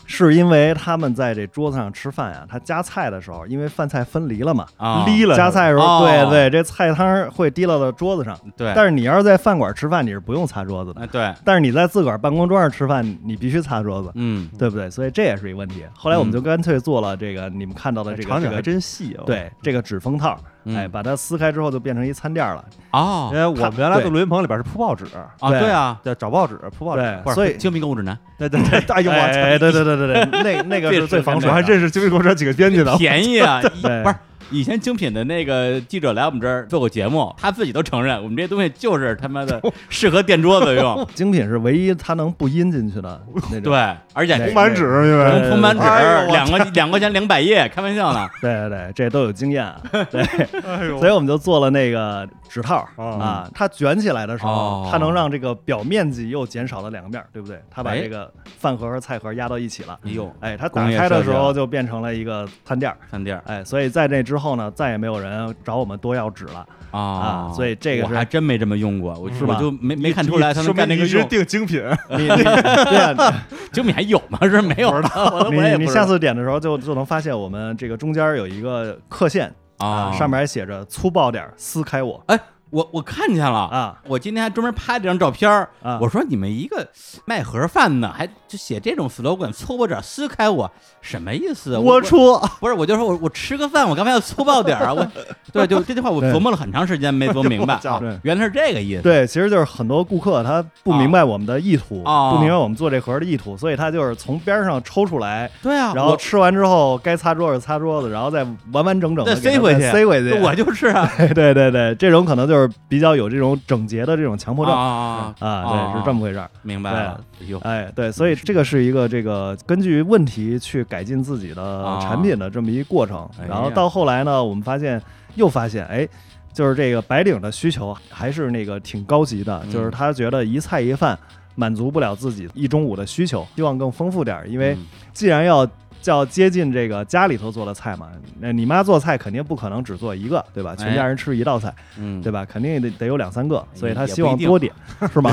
Speaker 3: 是因为他们在这桌子上吃饭呀、他夹菜的时候，因为饭菜分离了嘛，
Speaker 1: 啊，
Speaker 2: 离了
Speaker 3: 夹菜的时候，
Speaker 1: 哦
Speaker 3: 对对，这菜汤儿会滴落到桌子上。
Speaker 1: 对，
Speaker 3: 但是你要是在饭馆吃饭，你是不用擦桌子的。
Speaker 1: 哎对，
Speaker 3: 但是你在自个儿办公桌上吃饭，你必须擦桌子，
Speaker 1: 嗯
Speaker 3: 对不对？所以这也是一问题。后来我们就干脆做了这个你们看
Speaker 1: 哎
Speaker 3: 到的这个
Speaker 2: 场
Speaker 3: 这
Speaker 2: 景还
Speaker 3: 个
Speaker 2: 真细啊，
Speaker 3: 对这个纸封套，
Speaker 1: 嗯
Speaker 3: 哎，把它撕开之后就变成一餐垫了。
Speaker 1: 哦
Speaker 2: 因为我们原来
Speaker 3: 对
Speaker 2: 的录音棚里边是铺报纸，
Speaker 1: 啊，
Speaker 3: 对
Speaker 1: 对啊，
Speaker 2: 对，找报纸铺报纸，
Speaker 3: 对
Speaker 1: 不，是
Speaker 3: 所以
Speaker 1: 精明购物指南
Speaker 2: 对对对，哎呦我操，
Speaker 3: 哎，对对对 对对，那那个
Speaker 1: 这
Speaker 3: 是最
Speaker 1: 是
Speaker 3: 防
Speaker 1: 真
Speaker 3: 水
Speaker 1: 的啊
Speaker 2: 我还
Speaker 3: 的。
Speaker 2: 认识经历过这几个编辑呢，
Speaker 1: 便宜啊，一
Speaker 3: 对
Speaker 1: 不是。以前精品的那个记者来我们这儿做过节目，他自己都承认，我们这些东西就是他妈 的适合垫桌子用，
Speaker 3: 精品是唯一它能不阴进去的那种。
Speaker 1: 对，而且
Speaker 3: 对
Speaker 2: 红板纸，因
Speaker 3: 对
Speaker 2: 为
Speaker 1: 红满纸
Speaker 2: 哎呦我
Speaker 1: 两块两块钱两百页，开玩笑 呢。
Speaker 3: 对对对，这都有经验啊。
Speaker 2: 哎呦
Speaker 3: 所以我们就做了那个纸套儿
Speaker 2: 哦
Speaker 3: 啊，它卷起来的时
Speaker 1: 哦
Speaker 3: 候，它能让这个表面积又减少了两个面儿，对不对？它把
Speaker 1: 哎
Speaker 3: 这个饭盒和菜盒压到一起了。
Speaker 1: 哎呦，
Speaker 3: 哎，它打
Speaker 1: 工业
Speaker 3: 开的
Speaker 1: 设计啊
Speaker 3: 时
Speaker 1: 了
Speaker 3: 候就变成了一个餐垫儿，
Speaker 1: 三弟儿
Speaker 3: 哎，所以在那之后呢，再也没有人找我们多要纸 了。
Speaker 1: 啊
Speaker 3: 啊所以这个
Speaker 1: 我
Speaker 3: 是
Speaker 1: 还真没这么用过，我
Speaker 3: 是吧
Speaker 1: 我就没没看出来他
Speaker 2: 说
Speaker 1: 能干
Speaker 2: 明
Speaker 1: 那个
Speaker 2: 你一直
Speaker 1: 用。
Speaker 2: 订精 品，
Speaker 3: 你你对啊，
Speaker 1: 精品还有吗？ 是没有了，我都我也
Speaker 3: 你
Speaker 1: 不
Speaker 3: 你
Speaker 1: 知
Speaker 3: 下
Speaker 1: 道
Speaker 3: 次点的时候就就能发现我们这个中间儿有一个刻线
Speaker 1: 啊
Speaker 3: 啊，上面还写着“粗暴点儿，撕开我
Speaker 1: 哎，我我看见”了。
Speaker 3: 啊
Speaker 1: 我今天还专门拍了张照片儿
Speaker 3: 啊
Speaker 1: 我说你们一个卖盒饭的，还就写这种 slogan，搓我点儿撕开我，什么意思啊？我
Speaker 2: 出，
Speaker 1: 不是，我就说我我吃个饭，我干嘛要粗暴点儿啊？我对，就这句话我
Speaker 3: 对
Speaker 1: 琢磨了很长时间没琢磨明白，
Speaker 2: 对
Speaker 1: 啊
Speaker 3: 对
Speaker 1: 原来是这个意思。
Speaker 3: 对，其实就是很多顾客他不明白我们的意图，
Speaker 1: 啊
Speaker 3: 不明白我们做这盒的意图，所以他就是从边上抽出来，
Speaker 1: 对啊，
Speaker 3: 然后
Speaker 1: 我
Speaker 3: 吃完之后该擦桌子擦桌子，然后再完完整整的
Speaker 1: 再塞回去
Speaker 3: 塞回去。
Speaker 1: 我就是啊，
Speaker 3: 对对对对，这种可能就是比较有这种整洁的这种强迫症啊
Speaker 1: 啊
Speaker 3: 对，是这么回事儿。
Speaker 1: 明白了。哎呦，
Speaker 3: 哎，对，所以这个是一个这个根据问题去改进自己的产品的这么一过程
Speaker 1: 啊哎。呀
Speaker 3: 然后到后来呢，我们发现又发现，哎，就是这个白领的需求还是那个挺高级的
Speaker 1: 嗯，
Speaker 3: 就是他觉得一菜一饭满足不了自己一中午的需求，希望更丰富点儿，因为
Speaker 1: 嗯
Speaker 3: 既然要。叫接近这个家里头做的菜嘛。那你妈做菜肯定不可能只做一个，对吧？
Speaker 1: 哎
Speaker 3: 全家人吃一道菜，
Speaker 1: 嗯，
Speaker 3: 对吧？肯定得得有两三个，所以他
Speaker 1: 也不
Speaker 3: 希望
Speaker 1: 一定
Speaker 3: 多点，是吗？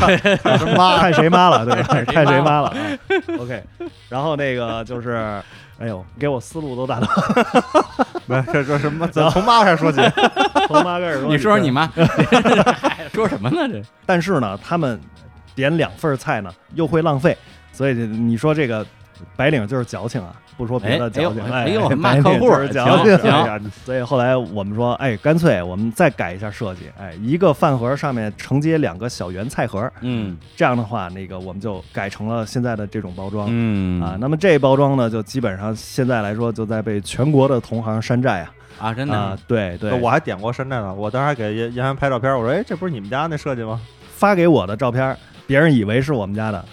Speaker 2: 妈
Speaker 3: 看谁妈了，对吧？看
Speaker 1: 看
Speaker 3: 谁
Speaker 1: 谁
Speaker 3: 妈
Speaker 1: 妈
Speaker 3: 了啊。OK，然后那个就是，哎呦，给我思路都打断了，
Speaker 2: 不 是说什么？ 咱从妈开始说起。
Speaker 3: 从妈开始说。
Speaker 1: 你说说
Speaker 3: 对
Speaker 1: 你 妈，说什么呢？这
Speaker 3: 但是呢，他们点两份菜呢，又会浪费，所以你说这个白领就是矫情啊，不说别的
Speaker 1: 哎
Speaker 3: 矫情，
Speaker 1: 哎呦哎呦
Speaker 3: 白
Speaker 1: 骂
Speaker 3: 领
Speaker 1: 客户
Speaker 3: 就是矫情。
Speaker 1: 行行
Speaker 3: 哎呀所以后来我们说，哎，干脆我们再改一下设计，哎，一个饭盒上面承接两个小圆菜盒，
Speaker 1: 嗯
Speaker 3: 这样的话，那个我们就改成了现在的这种包装。
Speaker 1: 嗯
Speaker 3: 啊，那么这包装呢，就基本上现在来说，就在被全国的同行山寨啊，
Speaker 1: 啊，真
Speaker 3: 啊
Speaker 1: 的，，
Speaker 3: 对对，
Speaker 2: 我还点过山寨呢，我当时还给严严涵拍照片，我说：“哎，这不是你们家那设计吗
Speaker 3: 发给我的照片，别人以为是我们家的，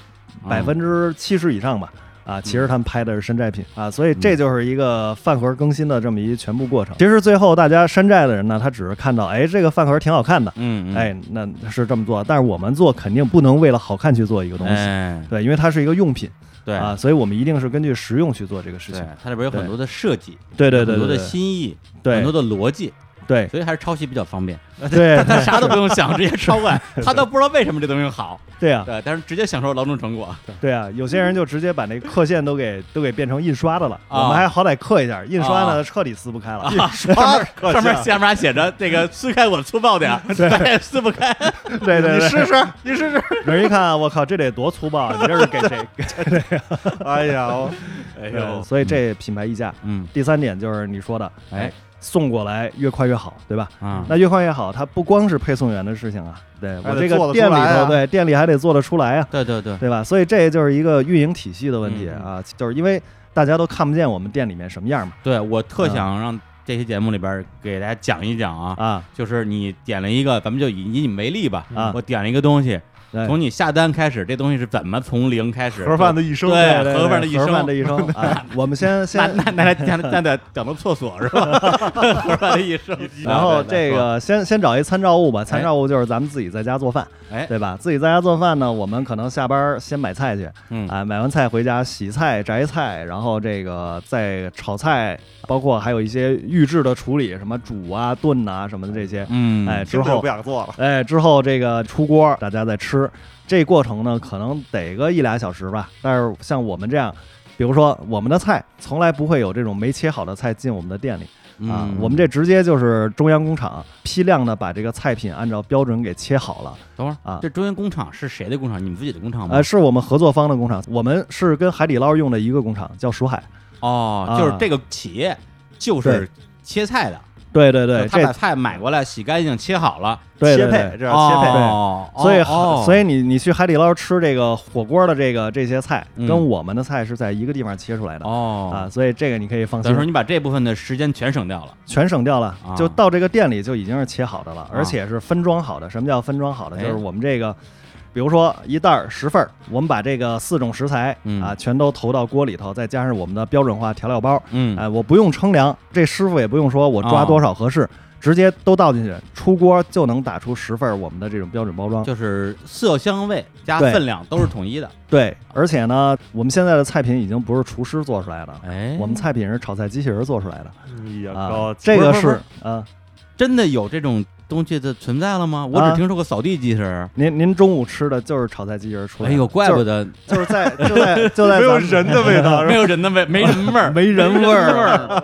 Speaker 1: 嗯
Speaker 3: 百分之七十以上吧。啊，其实他们拍的是山寨品啊，
Speaker 1: 嗯
Speaker 3: 所以这就是一个饭盒更新的这么一全部过程。其实最后大家山寨的人呢，他只是看到，哎，这个饭盒挺好看的，
Speaker 1: 嗯，嗯，
Speaker 3: 哎，那是这么做。但是我们做肯定不能为了好看去做一个东西，
Speaker 1: 哎，
Speaker 3: 对，因为它是一个用品
Speaker 1: 对
Speaker 3: 啊，所以我们一定是根据实用去做这个事
Speaker 1: 对
Speaker 3: 情。，
Speaker 1: 它里边有很多的设计，
Speaker 3: 对对对
Speaker 1: 很多
Speaker 3: 对
Speaker 1: 的心意，很多
Speaker 3: 对
Speaker 1: 的逻辑，
Speaker 3: 对
Speaker 1: 所以还是抄袭比较方便。
Speaker 3: 对
Speaker 1: 他啥都不用想，直接抄过来， 他都不知道为什么这东西好，
Speaker 3: 对啊，
Speaker 1: 对，但是直接享受劳动成果。
Speaker 3: 对啊，有些人就直接把那个刻线都给都给变成印刷的了，我
Speaker 1: 啊
Speaker 3: 们还好歹刻一下，印刷呢
Speaker 1: 啊
Speaker 3: 彻底撕不开了。？”
Speaker 2: 啊
Speaker 1: 上面下面还写着这个撕开我粗暴点儿， 但也撕不开。
Speaker 3: 对对
Speaker 2: 你
Speaker 3: 对，
Speaker 2: 试试，你试试。
Speaker 3: 人一看，啊我靠，这得多粗暴！啊你这是给 谁？
Speaker 2: 哎呀，我
Speaker 1: 哎
Speaker 3: 给对，所以这品牌溢价。
Speaker 1: 嗯，
Speaker 3: 第三点就是你说的，
Speaker 1: 哎，
Speaker 3: 送过来越快越好，对吧？
Speaker 1: 啊，
Speaker 3: 哎那越快越好，它不光是配送员的事情啊，对
Speaker 2: 还
Speaker 3: 我
Speaker 2: 得
Speaker 3: 这
Speaker 2: 做
Speaker 3: 个
Speaker 2: 得
Speaker 3: 店里
Speaker 2: 出来
Speaker 3: 头，
Speaker 2: 啊
Speaker 3: 对店里还得做得出来啊，
Speaker 1: 对对对，
Speaker 3: 对吧？所以这就是一个运营体系的问题
Speaker 1: 嗯
Speaker 3: 啊，就是因为大家都看不见我们店里面什么样嘛，
Speaker 1: 对我特想让这期节目里边儿给大家讲一讲啊，
Speaker 3: 嗯啊
Speaker 1: 就是你点了一个，咱们就以以你们为例吧，
Speaker 3: 啊，哎
Speaker 1: 我点了一个东西，
Speaker 3: 对
Speaker 1: 从你下单开始，这东西是怎么从零开始？
Speaker 2: 盒饭的一生，
Speaker 1: 对
Speaker 3: 对对
Speaker 1: 盒饭的一生
Speaker 3: 盒饭的 一生啊，我们先
Speaker 1: 那
Speaker 3: 先
Speaker 1: 那那那那那得 讲到厕所是吧？ 盒饭的一 生。
Speaker 3: 然后这个先先找一参照物吧，参照物就是咱们自己在家做饭，
Speaker 1: 哎
Speaker 3: 对吧？自己在家做饭呢，我们可能下班儿先买菜去，
Speaker 1: 嗯
Speaker 3: 啊，买完菜回家洗菜、摘菜，然后这个再炒菜，包括还有一些预制的处理，什么煮啊、炖啊什么的这些，
Speaker 1: 嗯，
Speaker 3: 哎，之
Speaker 2: 听着
Speaker 3: 后
Speaker 2: 不想做了。
Speaker 3: 哎之后这个出锅，大家再吃，这过程呢可能得个一俩小时吧。但是像我们这样。比如说，我们的菜从来不会有这种没切好的菜进我们的店里，啊，
Speaker 1: 嗯
Speaker 3: 我们这直接就是中央工厂批量的把这个菜品按照标准给切好了。
Speaker 1: 等会儿
Speaker 3: 啊
Speaker 1: 这中原工厂是谁的工厂？你们自己的工厂吗？
Speaker 3: 呃，是我们合作方的工厂，我们是跟海底捞用的一个工厂，叫蜀海。
Speaker 1: 哦，
Speaker 3: 啊
Speaker 1: 就是这个企业就是切菜的，
Speaker 3: 对对
Speaker 1: 就呃
Speaker 3: 对，
Speaker 1: 他把
Speaker 3: 这
Speaker 1: 菜买过来洗干净切好了，
Speaker 3: 对
Speaker 2: 切
Speaker 3: 对
Speaker 2: 配，
Speaker 3: 对。
Speaker 2: 这叫切配。
Speaker 1: 哦，
Speaker 3: 所以，
Speaker 1: 哦
Speaker 3: 所以你你去海底捞吃这个火锅的这个这些菜，
Speaker 1: 嗯
Speaker 3: 跟我们的菜是在一个地方切出来的
Speaker 1: 哦
Speaker 3: 啊，，所以这个你可以放
Speaker 1: 等于说
Speaker 3: 心，
Speaker 1: 你把这部分的时间全省掉了，
Speaker 3: 全省掉了
Speaker 1: 啊，
Speaker 3: 就到这个店里就已经是切好的了，而且是分装好的。什么叫分装好的？
Speaker 1: 哎
Speaker 3: 就是我们这个，比如说一袋儿十份儿，我们把这个四种食材
Speaker 1: 嗯
Speaker 3: 啊全都投到锅里头，再加上我们的标准化调料包，
Speaker 1: 嗯
Speaker 3: 哎，我不用称量，这师傅也不用说我抓
Speaker 1: 哦
Speaker 3: 多少合适，直接都倒进去，出锅就能打出十份儿我们的这种标准包装。
Speaker 1: 就是色香味加
Speaker 3: 对
Speaker 1: 分量都是统一的。
Speaker 3: 对，而且呢，我们现在的菜品已经不是厨师做出来的，
Speaker 1: 哎，
Speaker 3: 我们菜品是炒菜机器人做出来的
Speaker 2: 哎呀
Speaker 3: 啊
Speaker 2: 哥，，
Speaker 3: 这
Speaker 2: 不
Speaker 3: 个
Speaker 2: 不不
Speaker 3: 是啊，
Speaker 1: 真的有这种东西的存在了吗？我
Speaker 3: 啊
Speaker 1: 只听说过扫地机器人。
Speaker 3: 您您中午吃的就是炒菜机器人出来
Speaker 1: 哎
Speaker 3: 的，
Speaker 1: 呦，怪不得
Speaker 3: 就是在就在就在
Speaker 2: 没有
Speaker 3: 咱们
Speaker 2: 人的味道，
Speaker 1: 没有人的味，没人味儿，
Speaker 3: 没人味儿，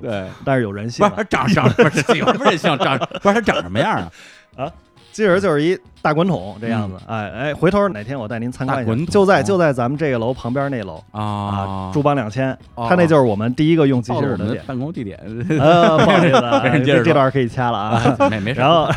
Speaker 1: 对，
Speaker 3: 但是有人
Speaker 1: 不
Speaker 3: 性
Speaker 1: 是。它长长不是有什么人性长，不是它长什么样啊？
Speaker 3: 机器人就是一大滚筒这样子，哎哎，回头哪天我带您参
Speaker 1: 嗯
Speaker 3: 观
Speaker 1: 大
Speaker 3: 一下
Speaker 1: 滚，筒
Speaker 3: 就在
Speaker 1: 哦
Speaker 3: 就在咱们这个楼旁边那楼啊
Speaker 1: 啊，
Speaker 3: 驻邦两千，
Speaker 1: 哦
Speaker 3: 他那就是我们第一个用机
Speaker 1: 暴
Speaker 3: 器
Speaker 1: 露我
Speaker 3: 人
Speaker 1: 们
Speaker 3: 的
Speaker 1: 的
Speaker 3: 店。
Speaker 1: 办公地点，
Speaker 3: 呃，不好意思啊，
Speaker 1: 没人接着说
Speaker 3: 这这段可以掐 了啊。
Speaker 1: 没没事。
Speaker 3: 然后，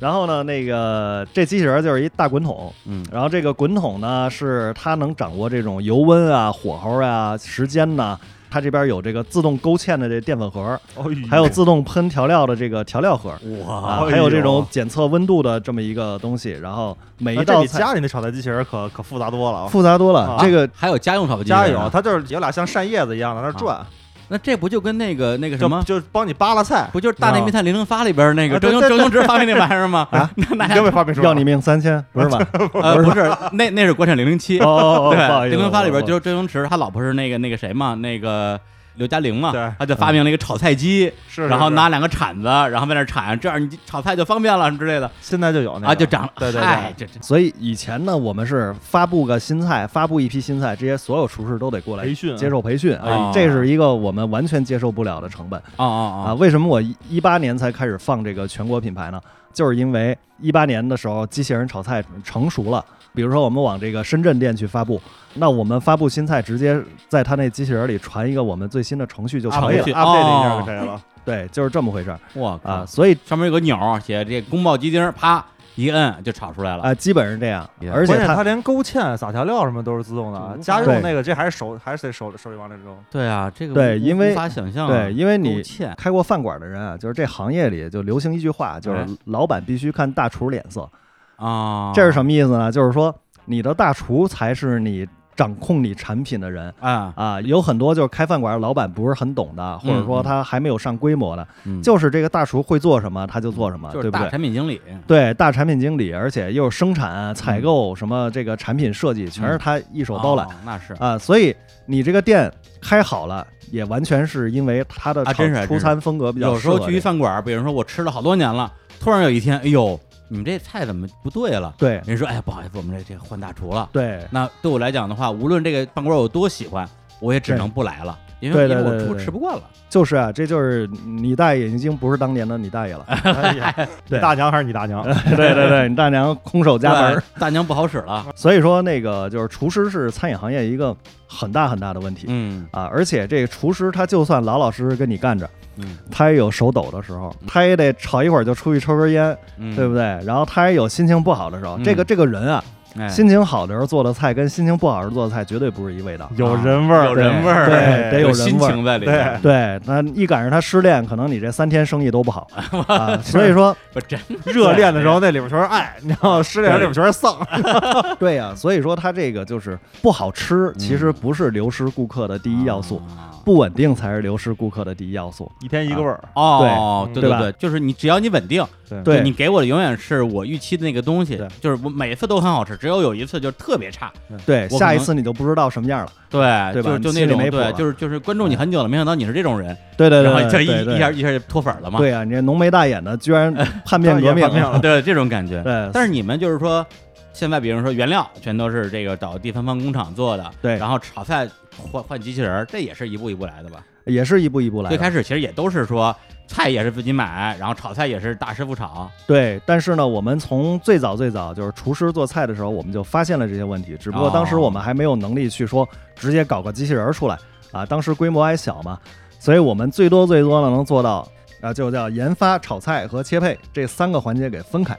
Speaker 3: 然后呢，那个这机器人就是一大滚筒，
Speaker 1: 嗯
Speaker 3: 然后这个滚筒呢是它能掌握这种油温啊、火候啊、时间呐、它这边有这个自动勾芡的这淀粉盒，
Speaker 2: 嗯
Speaker 3: 还
Speaker 2: 哎
Speaker 3: 有自动喷调料的这个调料盒，啊，
Speaker 2: 哇
Speaker 3: 还有这种检测温度的这么一个东西。然后每一
Speaker 2: 那哎这
Speaker 3: 道
Speaker 2: 比
Speaker 3: 菜
Speaker 2: 家里那炒菜机器人可可复杂多了啊。
Speaker 3: 复杂多了，
Speaker 2: 啊
Speaker 3: 这个
Speaker 1: 还有家用扫地机器
Speaker 2: 家
Speaker 1: 人
Speaker 2: 有，
Speaker 1: 啊，
Speaker 2: 它就是有俩像扇叶子一样的那儿转，
Speaker 1: 那这不就跟那个那个
Speaker 2: 就
Speaker 1: 什么，
Speaker 2: 就帮你扒拉菜，
Speaker 1: 不就是《大内密探零零发》里边那个
Speaker 2: 啊
Speaker 1: 周
Speaker 2: 对
Speaker 1: 星
Speaker 2: 对
Speaker 1: 周星驰发明那玩意儿吗？
Speaker 3: 啊，
Speaker 1: 那那
Speaker 2: 你根本发没说。
Speaker 3: 要你命三千，不是吧？
Speaker 1: 呃不是，那那是国产零零七
Speaker 3: 哦，哦哦，不好
Speaker 1: 对，
Speaker 3: 意思
Speaker 1: 零零发里边
Speaker 3: 我
Speaker 1: 就是周星驰他老婆是那个那个谁嘛，那个刘嘉玲嘛
Speaker 2: 对，
Speaker 1: 他就发明了一个炒菜机，
Speaker 2: 是，是
Speaker 1: 然后
Speaker 2: 是
Speaker 1: 拿两个铲子，然后在那儿铲，这样你炒菜就方便了什么之类的
Speaker 2: 现在就有那个
Speaker 1: 啊，就长了。
Speaker 2: 对对
Speaker 1: 嗨
Speaker 2: 对，
Speaker 1: 这这
Speaker 3: 所以以前呢，我们是发布个新菜，发布一批新菜，这些所有厨师都得过来
Speaker 2: 培训啊
Speaker 3: 接受培训，哎
Speaker 1: 啊
Speaker 3: 这是一个我们完全接受不了的成本
Speaker 1: 哦
Speaker 3: 啊！
Speaker 1: 哦
Speaker 3: 为什么我一八年才开始放这个全国品牌呢？就是因为一八年的时候，机器人炒菜成熟了。比如说，我们往这个深圳店去发布，那我们发布新菜，直接在他那机器人里传一个我们最新的程序就可
Speaker 1: 啊
Speaker 3: 以了。
Speaker 1: 去
Speaker 2: update 一下
Speaker 1: 哦
Speaker 2: 就可以了。
Speaker 3: 对，就是这么回事儿
Speaker 1: 哦，哇
Speaker 3: 啊！
Speaker 1: 靠，
Speaker 3: 所以
Speaker 1: 上面有个钮儿写这宫保鸡丁，啪一摁就炒出来了。
Speaker 3: 啊，基本是这样
Speaker 1: Yeah。
Speaker 3: 而且
Speaker 2: 关键
Speaker 3: 它
Speaker 2: 它连勾芡、撒调料什么都是自动的啊，
Speaker 1: 嗯
Speaker 2: 家
Speaker 3: 对
Speaker 2: 用那个这还是手还是得手手里往里扔。
Speaker 1: 对啊，这个
Speaker 3: 对
Speaker 1: 无
Speaker 3: 因为
Speaker 1: 无法想象啊，
Speaker 3: 对，因为你
Speaker 1: 勾芡
Speaker 3: 开过饭馆的人啊，就是这行业里就流行一句话，就是
Speaker 1: 哎
Speaker 3: 老板必须看大厨脸色。
Speaker 1: 啊，
Speaker 3: 这是什么意思呢？就是说你的大厨才是你掌控你产品的人。
Speaker 1: 啊，
Speaker 3: 啊，有很多就是开饭馆的老板不是很懂的，或者说他还没有上规模的，
Speaker 1: 嗯
Speaker 3: 就是这个大厨会做什么他就做什么，
Speaker 1: 就是
Speaker 3: 对不
Speaker 1: 大
Speaker 3: 对？
Speaker 1: 产品经理，
Speaker 3: 对，大产品经理，而且又生产、采购什么这个产品设计，全是他一手包揽
Speaker 1: 嗯哦，那是
Speaker 3: 啊。所以你这个店开好了，也完全是因为他的
Speaker 1: 啊
Speaker 3: 炒
Speaker 1: 真是还真
Speaker 3: 出
Speaker 1: 是
Speaker 3: 餐风格比较
Speaker 1: 有时候
Speaker 3: 适合
Speaker 1: 去一
Speaker 3: 这个
Speaker 1: 饭馆儿，比如说我吃了好多年了，突然有一天，哎呦，你们这菜怎么不对了？
Speaker 3: 对
Speaker 1: 人家说，哎呀，不好意思，我们这这换大厨了。
Speaker 3: 对
Speaker 1: 那对我来讲的话，无论这个饭馆我有多喜欢，我也只
Speaker 3: 对
Speaker 1: 能不来了，因
Speaker 3: 对
Speaker 1: 为因
Speaker 3: 对
Speaker 1: 为我
Speaker 3: 对对
Speaker 1: 厨
Speaker 3: 对
Speaker 1: 吃不惯了。
Speaker 3: 就是啊，这就是你大爷已经不是当年的你大爷了。
Speaker 2: 哎呀
Speaker 3: 对
Speaker 2: 你大娘还是你大 娘？
Speaker 3: 对对 对，你大娘空手家门儿。
Speaker 1: 对大娘不好使 了。
Speaker 3: 所以说，那个就是厨师是餐饮行业一个很大很大的问题、
Speaker 1: 嗯
Speaker 3: 啊。而且这个厨师他就算老老实实跟你干着，
Speaker 1: 嗯
Speaker 3: 他也有手抖的时候，
Speaker 2: 嗯
Speaker 3: 他也得炒一会儿就出去抽根烟，
Speaker 1: 嗯，
Speaker 3: 对不对？然后他也有心情不好的时候。
Speaker 1: 嗯
Speaker 3: 这个这个人啊，
Speaker 1: 哎
Speaker 3: 心情好的时候做的菜跟心情不好时候做的菜绝对不是一味道。
Speaker 2: 啊有人味儿，
Speaker 1: 有人味儿
Speaker 3: 对得有
Speaker 1: 有
Speaker 3: 人
Speaker 1: 心
Speaker 3: 味儿
Speaker 1: 情在里边。
Speaker 3: 对，那一赶上他失恋，可能你这三天生意都不 好啊。所以说，
Speaker 1: 不真
Speaker 2: 热恋的时候那里边全是爱， 你知道吗失恋的时候里边全是丧。
Speaker 3: 对呀、所以说它这个就是不好吃，
Speaker 2: 嗯
Speaker 3: 其实不是流失顾客的第一要素，
Speaker 1: 啊
Speaker 3: 不稳定才是流失顾客的第一要素。
Speaker 2: 一天一个味儿，
Speaker 1: 哦，
Speaker 2: 对
Speaker 1: 对
Speaker 3: 嗯
Speaker 1: 对，就是你只要你稳定，
Speaker 3: 对
Speaker 1: 就你给我的永远是我预期的那个东西
Speaker 3: 对，
Speaker 1: 就是我每次都很好吃，只有有一次就是特别差。
Speaker 3: 对，
Speaker 1: 我
Speaker 3: 下
Speaker 1: 可
Speaker 3: 一
Speaker 1: 能
Speaker 3: 次你就不知道什么样了。
Speaker 1: 对，
Speaker 3: 对吧
Speaker 1: 就就那
Speaker 3: 你心里
Speaker 1: 种
Speaker 3: 没谱
Speaker 1: 对，
Speaker 3: 了哎
Speaker 1: 就是就是关注你很久了，没想到你是这种人，
Speaker 3: 对对对，
Speaker 1: 然后就
Speaker 3: 对
Speaker 1: 一
Speaker 3: 对
Speaker 1: 一下一下就脱粉了嘛。
Speaker 3: 对啊，你这浓眉大眼的居然 叛变革
Speaker 2: 也
Speaker 3: 命
Speaker 2: 叛变
Speaker 3: 了。
Speaker 2: 了
Speaker 1: 对，这种感觉。
Speaker 3: 对，
Speaker 1: 但是你们就是说，现在比如说原料全都是这个找地方方工厂做的，
Speaker 3: 对
Speaker 1: 然后炒菜换换机器人儿，这也是一步一步来的吧？
Speaker 3: 也是一步一步来的。
Speaker 1: 最开始其实也都是说菜也是自己买，然后炒菜也是大师傅炒，
Speaker 3: 对，但是呢，我们从最早最早就是厨师做菜的时候，我们就发现了这些问题，只不过当时
Speaker 1: 哦
Speaker 3: 我们还没有能力去说直接搞个机器人儿出来啊，当时规模还小嘛，所以我们最多最多呢能做到啊，就叫研发、炒菜和切配这三个环节给分开，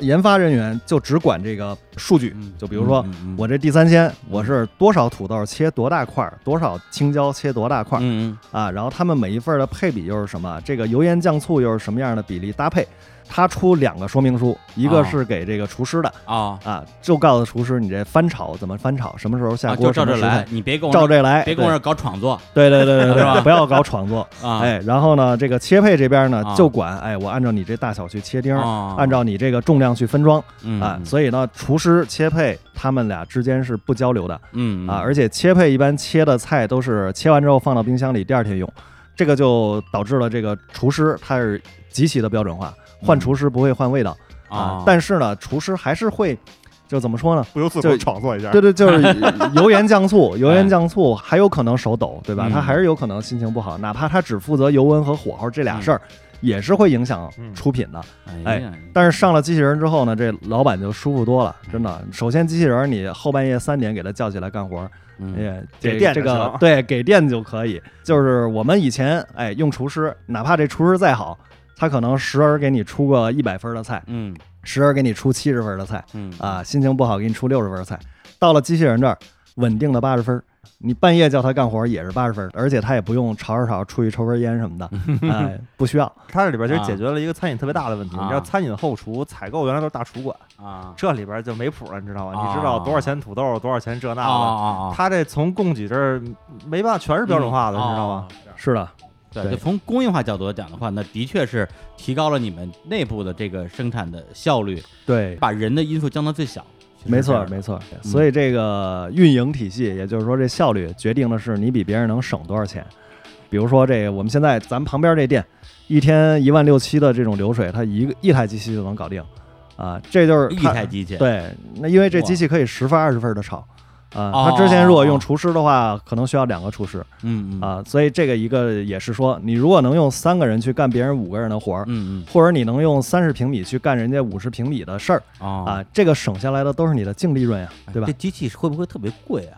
Speaker 3: 研发人员就只管这个数据，就比如说。
Speaker 1: 嗯，嗯
Speaker 3: 我这地三鲜，我是多少土豆切多大块儿，多少青椒切多大块儿
Speaker 1: 嗯嗯
Speaker 3: 啊，然后他们每一份儿的配比又是什么，这个油盐酱醋又是什么样的比例搭配，他出两个说明书，一个
Speaker 1: 哦
Speaker 3: 是给这个厨师的
Speaker 1: 哦
Speaker 3: 啊，就告诉厨师你这翻炒怎么翻炒，什么时候下
Speaker 1: 啊，
Speaker 3: 锅，
Speaker 1: 就照
Speaker 3: 什
Speaker 1: 这
Speaker 3: 么时间
Speaker 1: 来，，你别跟我
Speaker 3: 照
Speaker 1: 这
Speaker 3: 这来，
Speaker 1: 别跟我这搞创作
Speaker 3: 哎对对对对对
Speaker 1: 是吧
Speaker 3: 对，不要搞创作。
Speaker 1: 啊，
Speaker 3: 哎，然后呢，这个切配这边呢
Speaker 1: 啊
Speaker 3: 就管，哎，我按照你这大小去切丁儿，
Speaker 1: 哦，
Speaker 3: 按照你这个重量去分装
Speaker 1: 嗯
Speaker 3: 啊，所以呢，厨师切配他们俩之间是不交流的。
Speaker 1: 嗯
Speaker 3: 啊，而且切配一般切的菜都是切完之后放到冰箱里，第二天用，这个就导致了这个厨师他是极其的标准化，换
Speaker 1: 嗯
Speaker 3: 厨师不会换味道啊
Speaker 1: 啊，，
Speaker 3: 但是呢，厨师还是会，就怎么说呢？
Speaker 2: 不由自
Speaker 3: 就
Speaker 2: 主创作一下。
Speaker 3: 对对，就是 油盐酱醋，油
Speaker 1: 哎
Speaker 3: 盐酱醋还有可能手抖，对吧？
Speaker 1: 嗯
Speaker 3: 他还是有可能心情不好，哪怕他只负责油温和火候这俩
Speaker 1: 嗯
Speaker 3: 事儿，也是会影响
Speaker 2: 嗯
Speaker 3: 出品的。
Speaker 1: 哎
Speaker 3: 哎
Speaker 1: 呀，
Speaker 3: 但是上了机器人之后呢，这老板就舒服多了，真的。首先，机器人你后半夜三点给他叫起来干活，
Speaker 1: 嗯
Speaker 3: 也
Speaker 2: 给
Speaker 3: 这
Speaker 2: 电
Speaker 3: 这
Speaker 2: 就
Speaker 3: 个
Speaker 2: 行
Speaker 3: 对给电就可以。就是我们以前哎用厨师，哪怕这厨师再好，他可能时而给你出个一百分的菜，
Speaker 1: 嗯
Speaker 3: 时而给你出七十分的菜啊
Speaker 1: 嗯
Speaker 3: 啊，心情不好给你出六十分的菜。到了机器人这儿，稳定的八十分你半夜叫他干活也是八十分，而且他也不用吵吵吵出去抽根烟什么 的，哎，不需要。
Speaker 2: 它这里边其实解决了一个餐饮特别大的问题。
Speaker 1: 啊
Speaker 2: 你知道，餐饮后厨采购原来都是大厨管，
Speaker 1: 啊
Speaker 2: 这里边就没谱了，你知道吗？
Speaker 1: 啊
Speaker 2: 你知道多少钱土豆，多少钱这
Speaker 1: 啊
Speaker 2: 那的，
Speaker 1: 啊啊！
Speaker 2: 它这从供给这儿没办法，全是标准化的，你知道吗？
Speaker 1: 嗯？哦
Speaker 3: 是的，
Speaker 1: 对，
Speaker 3: 对
Speaker 1: 就从工业化角度来讲的话，那的确是提高了你们内部的这个生产的效率，
Speaker 3: 对，
Speaker 1: 把人的因素降到最小。其实
Speaker 3: 没
Speaker 1: 是这
Speaker 3: 错
Speaker 1: 样嗯的
Speaker 3: 没错。所以这个运营体系，也就是说这效率决定的是你比别人能省多少钱。比如说这个我们现在咱们旁边这店，一天一万六七的这种流水，它一个一台机器就能搞定，啊，这就是
Speaker 1: 一
Speaker 3: 它
Speaker 1: 台机器，
Speaker 3: 对，那因为这机器可以十份二十份的炒，啊、它之前如果用厨师的话，可能需要两个厨师
Speaker 1: 嗯，嗯嗯
Speaker 3: 啊、所以这个一个也是说，你如果能用三个人去干别人五个人的活儿，
Speaker 1: 嗯嗯
Speaker 3: 或者你能用三十平米去干人家五十平米的事儿
Speaker 1: 哦
Speaker 3: 啊、，这个省下来的都是你的净利润呀、
Speaker 1: 哎
Speaker 3: 对吧
Speaker 1: 这？机器会不会特别贵啊？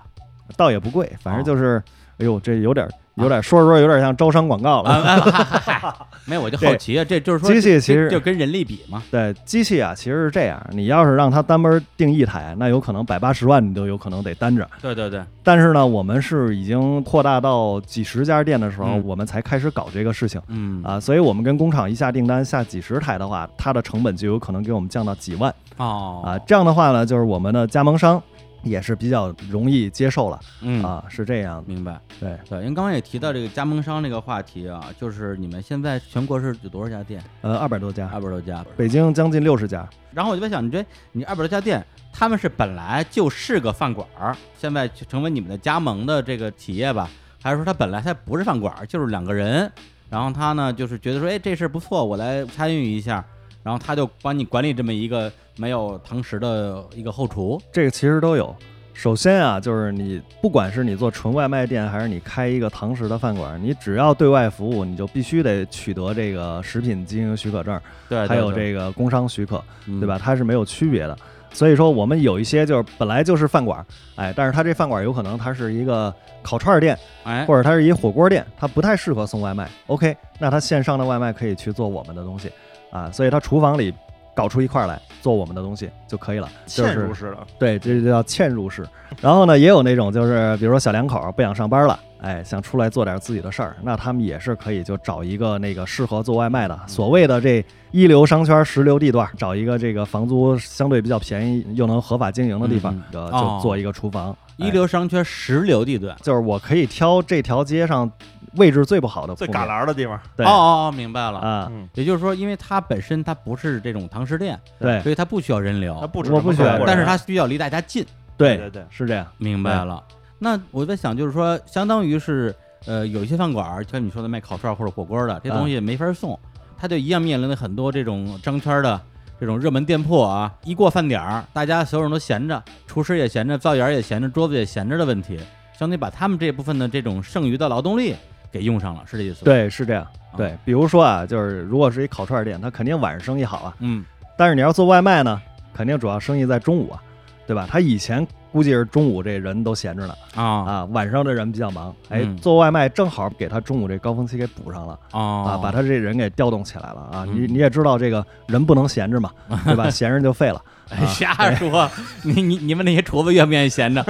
Speaker 3: 倒也不贵，反正
Speaker 1: 哦
Speaker 3: 就是，哎呦，这有点有点说着说着有点像招商广告了。
Speaker 1: 啊啊哈哈哈没有，我就好奇啊，这就是说
Speaker 3: 机器其实
Speaker 1: 就跟人力比嘛，
Speaker 3: 对机器啊，其实是这样，你要是让它单门儿定一台，那有可能百八十万你都有可能得担着。
Speaker 1: 对对对，
Speaker 3: 但是呢，我们是已经扩大到几十家店的时候，
Speaker 1: 嗯
Speaker 3: 我们才开始搞这个事情
Speaker 1: 嗯
Speaker 3: 啊，所以我们跟工厂一下订单下几十台的话，它的成本就有可能给我们降到几万
Speaker 1: 哦
Speaker 3: 啊。这样的话呢，就是我们的加盟商也是比较容易接受了
Speaker 1: 嗯
Speaker 3: 啊，是这样的。
Speaker 1: 明白，
Speaker 3: 对
Speaker 1: 对，因为刚刚也提到这个加盟商这个话题啊，就是你们现在全国是有多少家店？
Speaker 3: 呃，二百多家，
Speaker 1: 二百多家。
Speaker 3: 北京将近六十家，
Speaker 1: 然后我就在想，你这你二百多家店，他们是本来就是个饭馆儿，现在就成为你们的加盟的这个企业吧？还是说他本来他不是饭馆儿，就是两个人，然后他呢就是觉得说，哎，这事儿不错，我来参与一下，然后他就帮你管理这么一个没有堂食的一个后厨，
Speaker 3: 这个其实都有。首先啊，就是你不管是你做纯外卖店，还是你开一个堂食的饭馆，你只要对外服务，你就必须得取得这个食品经营许可证，
Speaker 1: 对
Speaker 3: 还有这个工商许可，
Speaker 1: 嗯
Speaker 3: 哎对吧？它是没有区别的。所以说，我们有一些就是本来就是饭馆，哎，但是它这饭馆有可能它是一个烤串儿店，
Speaker 1: 哎，
Speaker 3: 或者它是一火锅店，它不太适合送外卖。OK，那它线上的外卖可以去做我们的东西啊，所以它厨房里搞出一块儿来做我们的东西就可以了。就
Speaker 2: 嵌
Speaker 3: 是
Speaker 2: 入式的，
Speaker 3: 对，这就叫嵌入式。然后呢，也有那种就是，比如说小两口儿不想上班了，哎，想出来做点自己的事儿，那他们也是可以就找一个那个适合做外卖的，
Speaker 1: 嗯
Speaker 3: 所谓的这一流商圈十流地段，找一个这个房租相对比较便宜又能合法经营的地方
Speaker 1: 嗯，
Speaker 3: 呃
Speaker 1: 哦
Speaker 3: 就做一个厨房。
Speaker 1: 一
Speaker 3: 哎
Speaker 1: 流商圈十流地段。
Speaker 3: 就是我可以挑这条街上位置最不好的
Speaker 2: 最
Speaker 3: 铺
Speaker 2: 旮
Speaker 3: 面
Speaker 2: 旯的地方。
Speaker 3: 对
Speaker 1: 哦哦哦，明白了。
Speaker 3: 啊，
Speaker 2: 嗯，
Speaker 1: 也就是说，因为它本身它不是这种堂食店，
Speaker 3: 对
Speaker 1: 所以它不需要人流
Speaker 2: 它，不止
Speaker 3: 我
Speaker 2: 什么
Speaker 3: 不选
Speaker 2: 中国人
Speaker 1: 哦但是它需要离大家近。
Speaker 2: 对对嗯对，
Speaker 3: 是这样，
Speaker 1: 明白了。那我在想，就是说，相当于是，呃，有一些饭馆儿，就像你说的卖烤串或者火锅的，这东西没法送，它就一样面临了很多这种张圈的这种热门店铺啊，一过饭点儿，大家所有人都闲着，厨师也闲着，灶员也闲着，桌子也闲着的问题，相当于把他们这部分的这种剩余的劳动力给用上了，是这意思？，
Speaker 3: 对是这样，
Speaker 2: 嗯
Speaker 3: 对。比如说啊，就是如果是一烤串店，它肯定晚上生意好啊，
Speaker 1: 嗯，
Speaker 3: 但是你要做外卖呢，肯定主要生意在中午啊，对吧？他以前估计是中午这人都闲着呢
Speaker 1: 啊
Speaker 3: 啊，晚上的人比较忙，哎，
Speaker 1: 嗯
Speaker 3: 做外卖正好给他中午这高峰期给补上了啊
Speaker 2: 哦
Speaker 1: 啊，
Speaker 3: 把他这人给调动起来了啊。
Speaker 1: 嗯
Speaker 3: 你你也知道这个人不能闲 着嘛，对吧？闲着就废了。 啊
Speaker 1: 瞎说，你你你们那些厨子愿不愿意 闲着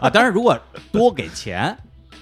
Speaker 1: 啊？当然，如果多给钱，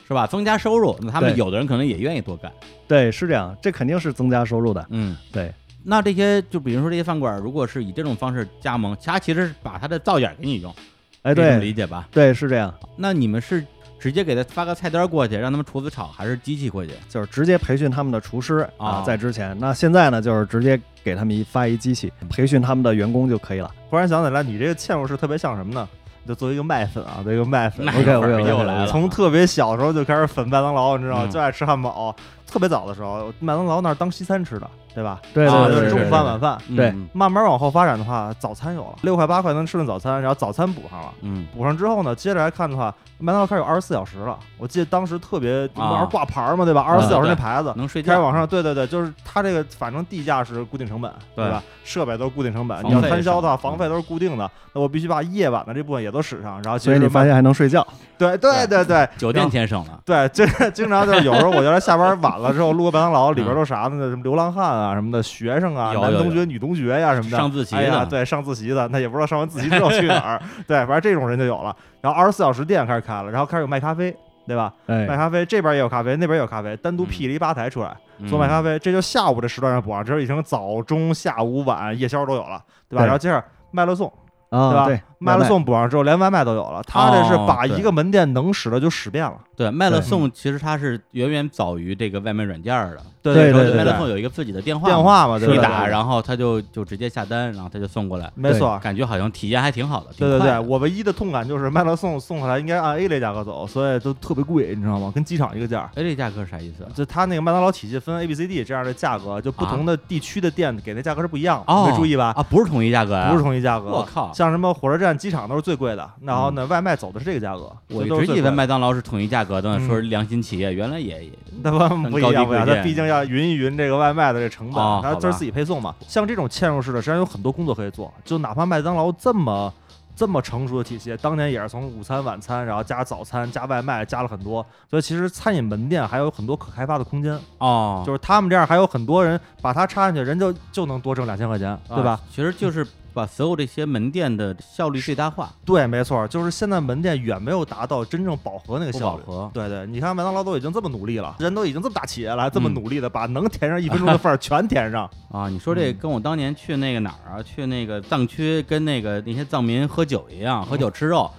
Speaker 1: 是吧？增加收入，那他们
Speaker 3: 对
Speaker 1: 有的人可能也愿意多干。
Speaker 3: 对，是这样，这肯定是增加收入的。
Speaker 1: 嗯，
Speaker 3: 对，
Speaker 1: 那这些就比如说这些饭馆，如果是以这种方式加盟，他其实是把他的灶眼给你用，
Speaker 3: 哎，
Speaker 1: 这种理
Speaker 3: 对
Speaker 1: 解吧？
Speaker 3: 对，是这样，
Speaker 1: 那你们是直接给他发个菜单过去，让他们厨子炒，还是机器过去？
Speaker 3: 就是直接培训他们的厨师
Speaker 1: 哦
Speaker 3: 啊，在之前，那现在呢，就是直接给他们一发一机器，培训他们的员工就可以了。
Speaker 2: 忽然想起来，你这个嵌入式特别像什么呢？就作为一个麦粉啊，作为一个麦粉，
Speaker 1: 那
Speaker 3: OK，
Speaker 1: 会儿
Speaker 3: OK，OK，OK，
Speaker 1: 又来了，啊
Speaker 2: 从特别小时候就开始粉麦当劳，你知道吗？
Speaker 1: 嗯
Speaker 2: 就爱吃汉堡。特别早的时候，麦当劳那儿当西餐吃的，对吧？
Speaker 3: 对
Speaker 1: 啊
Speaker 2: 啊，
Speaker 3: 对
Speaker 2: 就
Speaker 3: 对，对
Speaker 2: 是中午
Speaker 3: 对
Speaker 2: 饭、晚饭。
Speaker 1: 嗯
Speaker 3: 对
Speaker 1: 嗯
Speaker 2: 慢慢往后发展的话，早餐有了，六块八块能吃顿早餐，然后早餐补上了。
Speaker 1: 嗯，
Speaker 2: 补上之后呢，接着来看的话，麦当劳开始有二十四小时了。我记得当时特别，
Speaker 1: 啊
Speaker 2: 当时挂牌儿嘛，对吧？二十四小时那牌子，
Speaker 1: 能睡
Speaker 2: 开始
Speaker 1: 觉。
Speaker 2: 往上，对对对，就是它这个，反正地价是固定成本，对吧？设备都是固定成本，
Speaker 1: 房
Speaker 2: 你要
Speaker 1: 费也
Speaker 2: 摊销的话，
Speaker 1: 是
Speaker 2: 房费都是固定的。那我必须把夜晚的这部分也都使上，然后其
Speaker 3: 所以
Speaker 2: 实
Speaker 3: 你
Speaker 2: 慢
Speaker 3: 发现还能睡觉。
Speaker 2: 对对对对
Speaker 1: 酒店钱省了，
Speaker 2: 对，经经常就是有时候我原来下班晚了之后，路过麦当劳，里边都啥呢？什么流浪汉啊，什么的，学生啊，
Speaker 1: 有
Speaker 2: 男
Speaker 1: 有
Speaker 2: 同
Speaker 1: 有
Speaker 2: 学、女同学呀、什么的，
Speaker 1: 上自习
Speaker 2: 哎呀，
Speaker 1: 的
Speaker 2: 对，上自习的，那也不知道上完自习之后去哪儿，对，反正这种人就有了。然后二十四小时店开始开了，然后开始有卖咖啡，对吧？卖
Speaker 3: 哎，
Speaker 2: 咖啡，这边也有咖啡，那边也有咖啡，单独辟了一吧台出来
Speaker 1: 嗯
Speaker 2: 做卖咖啡，这就下午这时段上补上，这已经早中下午晚夜宵都有了，对
Speaker 3: 对
Speaker 2: 吧？然后接着卖了送，对
Speaker 3: 啊，
Speaker 2: 吧
Speaker 3: 对，
Speaker 2: 卖了送补上之后，连外卖都有了。他这是
Speaker 1: 哦
Speaker 2: 把
Speaker 1: 对
Speaker 2: 一个门店能使的就使遍了，
Speaker 1: 对，麦乐
Speaker 3: 对
Speaker 1: 送其实它是远远早于这个外卖软件儿的。
Speaker 2: 对
Speaker 1: 然
Speaker 3: 对
Speaker 2: 对
Speaker 1: 后麦乐
Speaker 2: 对
Speaker 1: 送，有一个自己的电话，
Speaker 2: 电话嘛，对
Speaker 1: 一
Speaker 2: 吧？
Speaker 1: 打，
Speaker 2: 对
Speaker 1: 然后他就就直接下单，然后他就送过来，
Speaker 2: 没错，
Speaker 1: 感觉好像体验还挺好的。挺
Speaker 2: 对对
Speaker 1: 快
Speaker 2: 对，
Speaker 1: 的
Speaker 2: 我唯一的痛感就是卖了送送过来应该按 A 类价格走，所以都特别贵，你知道吗？跟机场一个价儿。
Speaker 1: 哎，这价格是啥意思啊？
Speaker 2: 就它那个麦当劳体系分 A、B、C、D 这样的价格，就不
Speaker 1: 啊
Speaker 2: 同的地区的店给那价格是不一样的，
Speaker 1: 哦
Speaker 2: 你没注意吧？
Speaker 1: 啊，不是统一价格啊，
Speaker 2: 不是同一价格。
Speaker 1: 我靠嗯
Speaker 2: 像什么火车站、机场都是最贵的，然后呢，外卖走的是这个价格。
Speaker 1: 我
Speaker 2: 这
Speaker 1: 一
Speaker 2: 都是
Speaker 1: 直以
Speaker 2: 最贵
Speaker 1: 为
Speaker 2: 的
Speaker 1: 麦当劳是统一价格的，
Speaker 2: 嗯
Speaker 1: 说是良心企业，原来也也
Speaker 2: 那不不一
Speaker 1: 高低
Speaker 2: 样不一样，
Speaker 1: 贵
Speaker 2: 它
Speaker 1: 贱
Speaker 2: 毕竟要匀一匀这个外卖的这成本，
Speaker 1: 哦
Speaker 2: 它
Speaker 1: 好
Speaker 2: 就是
Speaker 1: 吧
Speaker 2: 自己配送嘛。像这种嵌入式的，实际上有很多工作可以做，就哪怕麦当劳这么。这么成熟的体系，当年也是从午餐、晚餐，然后加早餐、加外卖，加了很多。所以其实餐饮门店还有很多可开发的空间，
Speaker 1: 哦，
Speaker 2: 就是他们这样还有很多人把它插进去，人就就能多挣两千块钱，对吧？
Speaker 1: 啊？其实就是把所有这些门店的效率最大化，
Speaker 2: 对，没错，就是现在门店远没有达到真正饱和那个
Speaker 1: 不
Speaker 2: 嗯效
Speaker 1: 饱
Speaker 2: 率。
Speaker 1: 和。
Speaker 2: 对对，你看麦当劳都已经这么努力了，人都已经这么大企业了，还这么
Speaker 1: 嗯
Speaker 2: 努力的把能填上一分钟 的份儿全填上。
Speaker 1: 啊，你说这
Speaker 2: 嗯
Speaker 1: 跟我当年去那个哪儿啊，去那个藏区跟那个那些藏民喝酒一样，喝酒
Speaker 2: 哦
Speaker 1: 吃肉。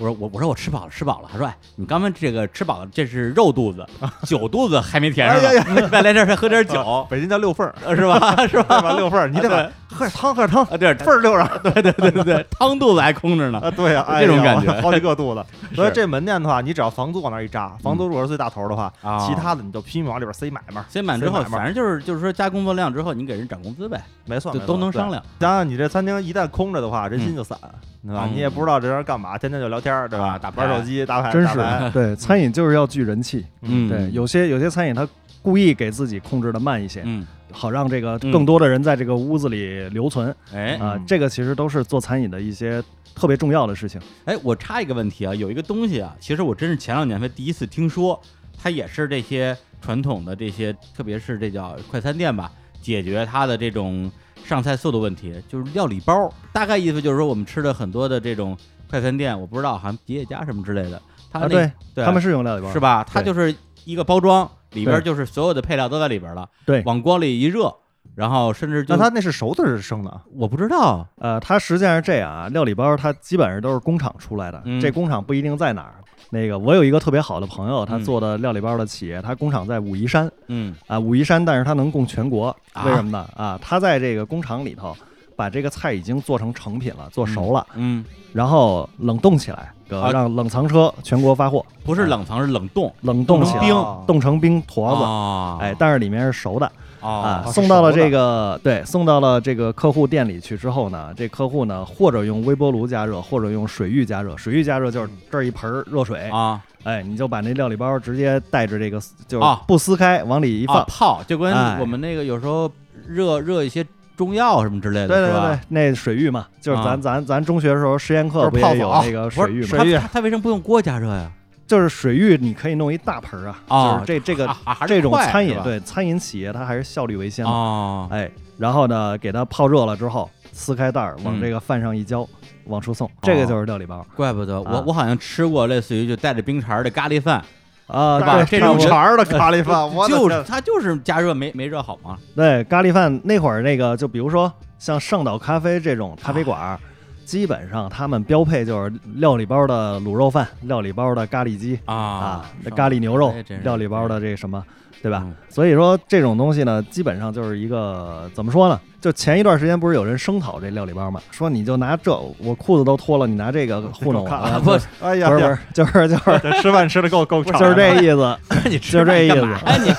Speaker 1: 我说我我说我吃饱了吃饱了，他说哎，你刚刚这个吃饱了，这是肉肚 子，酒肚子还没填上
Speaker 2: 哎呀
Speaker 1: 呢，再来这儿再喝点酒
Speaker 2: 啊北京叫六份儿，
Speaker 1: 是吧？ 是吧？
Speaker 2: 对吧？六份儿，你得把喝点汤，喝点汤，
Speaker 1: 啊，对
Speaker 2: 份儿溜上
Speaker 1: 对对对对对，汤肚子还空着呢。
Speaker 2: 啊，对呀，哎
Speaker 1: 这种
Speaker 2: 呀
Speaker 1: 感觉
Speaker 2: 好几个 肚子。所以
Speaker 1: 是
Speaker 2: 这门店的话，你只要房租往那儿一扎，房租如果是最大头儿的话，
Speaker 1: 啊
Speaker 2: 其他的你就拼命往里边塞买卖儿，
Speaker 1: 先满之后，
Speaker 2: 塞买卖
Speaker 1: 反正
Speaker 2: 儿
Speaker 1: 就是就是说加工作量之后，你给人涨工资呗，
Speaker 2: 没算
Speaker 1: 就都能商。
Speaker 2: 没错
Speaker 1: 量。
Speaker 2: 对想想你这餐厅一旦空着的话，人心就散，对吧？
Speaker 1: 嗯
Speaker 2: 你也不知道这人干嘛，天天就聊天儿，对吧
Speaker 1: 啊打？牌
Speaker 2: 玩手机、打牌，
Speaker 3: 真
Speaker 2: 打
Speaker 3: 是
Speaker 2: 牌
Speaker 3: 的对，餐饮就是要聚人气。
Speaker 1: 嗯，
Speaker 3: 对，有些有些餐饮它故意给自己控制的慢一些，
Speaker 1: 嗯，
Speaker 3: 好让这个
Speaker 1: 嗯
Speaker 3: 更多的人在这个屋子里留存
Speaker 1: 哎
Speaker 3: 啊
Speaker 2: 嗯。
Speaker 3: 这个其实都是做餐饮的一些特别重要的事情。
Speaker 1: 哎，我插一个问题啊，有一个东西啊，其实我真是前两年才第一次听说，它也是这些传统的这些，特别是这叫快餐店吧，解决它的这种上菜速度问题，就是料理包。大概意思就是说，我们吃的很多的这种快餐店，我不知道好像吉野家什么之类的，它那、
Speaker 3: 啊，对，
Speaker 1: 对
Speaker 3: 他们是用料理包，
Speaker 1: 是吧？它就是一个包装，里边
Speaker 3: 对
Speaker 1: 就是所有的配料都在里边了，
Speaker 3: 对
Speaker 1: 往锅里一热，然后甚至就
Speaker 2: 那他那是熟的，是生的啊？
Speaker 1: 我不知道，
Speaker 3: 呃，它实际上是这样啊，料理包它基本上都是工厂出来的，
Speaker 1: 嗯
Speaker 3: 这工厂不一定在哪儿。那个我有一个特别好的朋友，他
Speaker 1: 嗯
Speaker 3: 做的料理包的企业，他工厂在武夷山
Speaker 1: 嗯
Speaker 3: 啊，武夷山，但是它能供全国，
Speaker 1: 啊
Speaker 3: 为什么呢？啊，他在这个工厂里头把这个菜已经做成成品了，做熟了，
Speaker 1: 嗯，
Speaker 3: 然后冷冻起来，呃
Speaker 1: 啊
Speaker 3: 让冷藏车全国发货，
Speaker 1: 不是冷藏，是冷冻
Speaker 3: 冷冻起
Speaker 1: 成
Speaker 3: 来，
Speaker 1: 冰
Speaker 3: 冻成冰坨子，
Speaker 1: 哦
Speaker 3: 哎，但是里面是熟的啊，
Speaker 1: 哦
Speaker 2: 是
Speaker 3: 送到了
Speaker 2: 熟的
Speaker 3: 这个对，送到了这个客户店里去之后呢，这客户呢或者用微波炉加热，或者用水浴加热，水浴加热就是这儿一盆儿热水，
Speaker 1: 啊
Speaker 3: 哎，你就把那料理包直接带着这个就是
Speaker 1: 啊
Speaker 3: 不撕开往里一
Speaker 1: 啊
Speaker 3: 放，
Speaker 1: 泡，就跟
Speaker 3: 哎
Speaker 1: 我们那个有时候热热一些中药什么之类的，
Speaker 3: 对对
Speaker 1: 是
Speaker 3: 对
Speaker 1: 吧？，
Speaker 3: 那水浴嘛，就是咱、
Speaker 1: 啊
Speaker 3: 咱咱中学的时候实验课不
Speaker 2: 就是泡
Speaker 3: 也有
Speaker 2: 澡
Speaker 3: 那个
Speaker 1: 不
Speaker 3: 水
Speaker 1: 是
Speaker 3: 浴嘛？
Speaker 2: 水浴
Speaker 1: 它它它为什么不用锅加热呀？
Speaker 3: 就是水浴，你可以弄一大盆儿啊，
Speaker 1: 哦
Speaker 3: 就是这这个、
Speaker 1: 啊还是
Speaker 3: 这种
Speaker 1: 快
Speaker 3: 餐
Speaker 1: 是
Speaker 3: 饮
Speaker 1: 吧
Speaker 3: 对餐饮企业它还是效率为先嘛，
Speaker 1: 哦，
Speaker 3: 哎，然后呢给它泡热了之后，撕开袋儿往
Speaker 1: 嗯哦
Speaker 3: 这个饭上一浇，往出送，这个就是料理包
Speaker 1: 怪不得我
Speaker 3: 啊
Speaker 1: 我好像吃过类似于就带着冰碴儿的咖喱饭，
Speaker 3: 啊，
Speaker 1: 是吧
Speaker 3: 对
Speaker 1: 这
Speaker 3: 差
Speaker 1: 种
Speaker 3: 不多
Speaker 2: 肠儿的咖 喱饭，我的
Speaker 1: 就是
Speaker 2: 天
Speaker 1: 它就是加热没没热好嘛，
Speaker 3: 对咖喱饭那会儿那个就比如说像上岛咖啡这种咖啡馆
Speaker 1: 啊
Speaker 3: 儿。基本上他们标配就是料理包的卤肉饭、料理包的咖喱鸡，啊，那咖喱牛肉
Speaker 1: 哎真是
Speaker 3: 料理包的这什么，对吧
Speaker 1: 嗯？
Speaker 3: 所以说这种东西呢，基本上就是一个怎么说呢？就前一段时间不是有人声讨这料理包嘛，说你就拿这，我裤子都脱了，你拿这个糊弄我
Speaker 1: 啊
Speaker 3: 啊，
Speaker 1: 不
Speaker 3: 不
Speaker 1: 是
Speaker 3: 是
Speaker 2: 哎呀，
Speaker 3: 不是不是，就是
Speaker 1: 哎
Speaker 3: 就是
Speaker 2: 这吃饭吃的够够
Speaker 1: 不
Speaker 2: 长，
Speaker 3: 就是这意思，
Speaker 1: 你
Speaker 3: 就
Speaker 1: 吃
Speaker 3: 这
Speaker 1: 饭
Speaker 3: 意
Speaker 1: 干
Speaker 3: 思
Speaker 1: 嘛呀哎你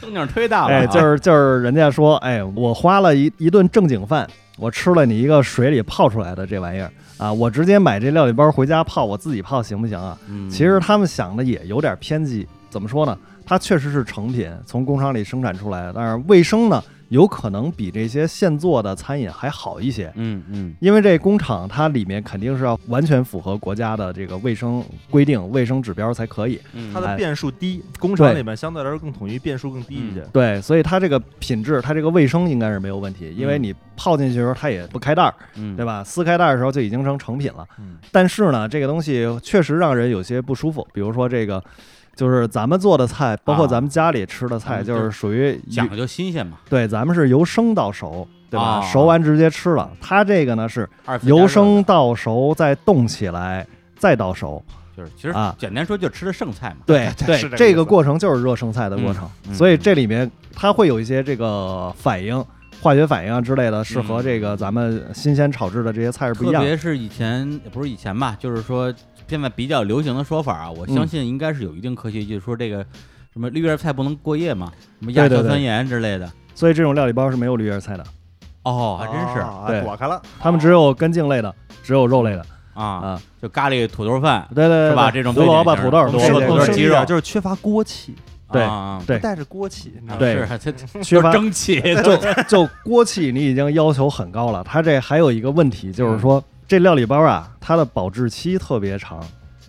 Speaker 1: 动静儿忒大了啊，
Speaker 3: 哎，就是就是人家说，哎，我花了一一顿正经饭，我吃了你一个水里泡出来的这玩意儿啊，我直接买这料理包回家泡，我自己泡行不行啊？
Speaker 1: 嗯
Speaker 3: 其实他们想的也有点偏激，怎么说呢？它确实是成品，从工厂里生产出来的，但是卫生呢有可能比这些现做的餐饮还好一些。
Speaker 1: 嗯嗯
Speaker 3: 因为这工厂它里面肯定是要完全符合国家的这个卫生规定、卫生指标才可以。
Speaker 1: 嗯，
Speaker 2: 它
Speaker 1: 嗯
Speaker 2: 的
Speaker 3: 哎
Speaker 2: 变数低，工厂
Speaker 3: 对
Speaker 2: 里面相对来说更统一，变数更低
Speaker 1: 嗯
Speaker 2: 一些。
Speaker 3: 对，所以它这个品质、它这个卫生应该是没有问题，因为
Speaker 1: 嗯
Speaker 3: 你泡进去的时候它也不开袋儿，
Speaker 1: 嗯
Speaker 3: 对吧？撕开袋儿的时候就已经成成品了。
Speaker 2: 嗯，
Speaker 3: 但是呢，这个东西确实让人有些不舒服，比如说这个。就是咱们做的菜，包括
Speaker 1: 啊
Speaker 3: 咱们家里吃
Speaker 1: 咱
Speaker 3: 的菜，
Speaker 1: 们
Speaker 3: 就
Speaker 1: 就是
Speaker 3: 属于
Speaker 1: 讲究新鲜嘛，
Speaker 3: 对，咱们是由生到熟，对吧？
Speaker 1: 啊
Speaker 3: 熟完直接吃了。它这个呢是
Speaker 1: 二次加热
Speaker 3: 由生
Speaker 1: 的
Speaker 3: 到熟，再冻起来，再到熟。
Speaker 1: 就是其实
Speaker 3: 啊
Speaker 1: 简单说就吃的剩菜嘛，
Speaker 3: 对对
Speaker 2: 是这个意思
Speaker 3: 这个过程就是热剩菜的过程，
Speaker 1: 嗯嗯
Speaker 3: 所以这里面它会有一些这个反应。化学反应啊之类的，是和这个咱们新鲜炒制的这些菜是不一
Speaker 1: 嗯特
Speaker 3: 样的。
Speaker 1: 别是以前不是以前吧，就是说现在比较流行的说法啊，我
Speaker 3: 嗯
Speaker 1: 相信应该是有一定科学依据，说这个什么绿叶菜不能过夜嘛，什么亚
Speaker 3: 对对
Speaker 1: 硝
Speaker 3: 对
Speaker 1: 酸盐之类的。
Speaker 3: 所以这种料理包是没有绿叶菜的，
Speaker 1: 哦，还真是
Speaker 2: 啊
Speaker 3: 对
Speaker 2: 躲开了。
Speaker 3: 他们只有根茎类的，只有肉类的
Speaker 1: 啊，
Speaker 3: 啊。
Speaker 1: 就咖喱土豆饭
Speaker 3: 对对对，
Speaker 1: 是吧这
Speaker 3: 对
Speaker 1: 种
Speaker 3: 胡萝卜、
Speaker 1: 背景
Speaker 3: 土豆
Speaker 1: 我，们
Speaker 3: 对
Speaker 1: 说
Speaker 3: 对
Speaker 1: 的都
Speaker 3: 对
Speaker 1: 是
Speaker 3: 对
Speaker 1: 鸡肉
Speaker 2: 就是缺乏锅气，
Speaker 3: 对
Speaker 1: 啊
Speaker 3: 对
Speaker 2: 不带着锅气，你知道吗
Speaker 3: 对
Speaker 1: 是它它
Speaker 3: 缺乏
Speaker 1: 就是蒸 汽，
Speaker 3: 就就锅气，你已经要求很高了。它这还有一个问题，就是说
Speaker 1: 嗯
Speaker 3: 这料理包啊，它的保质期特别长。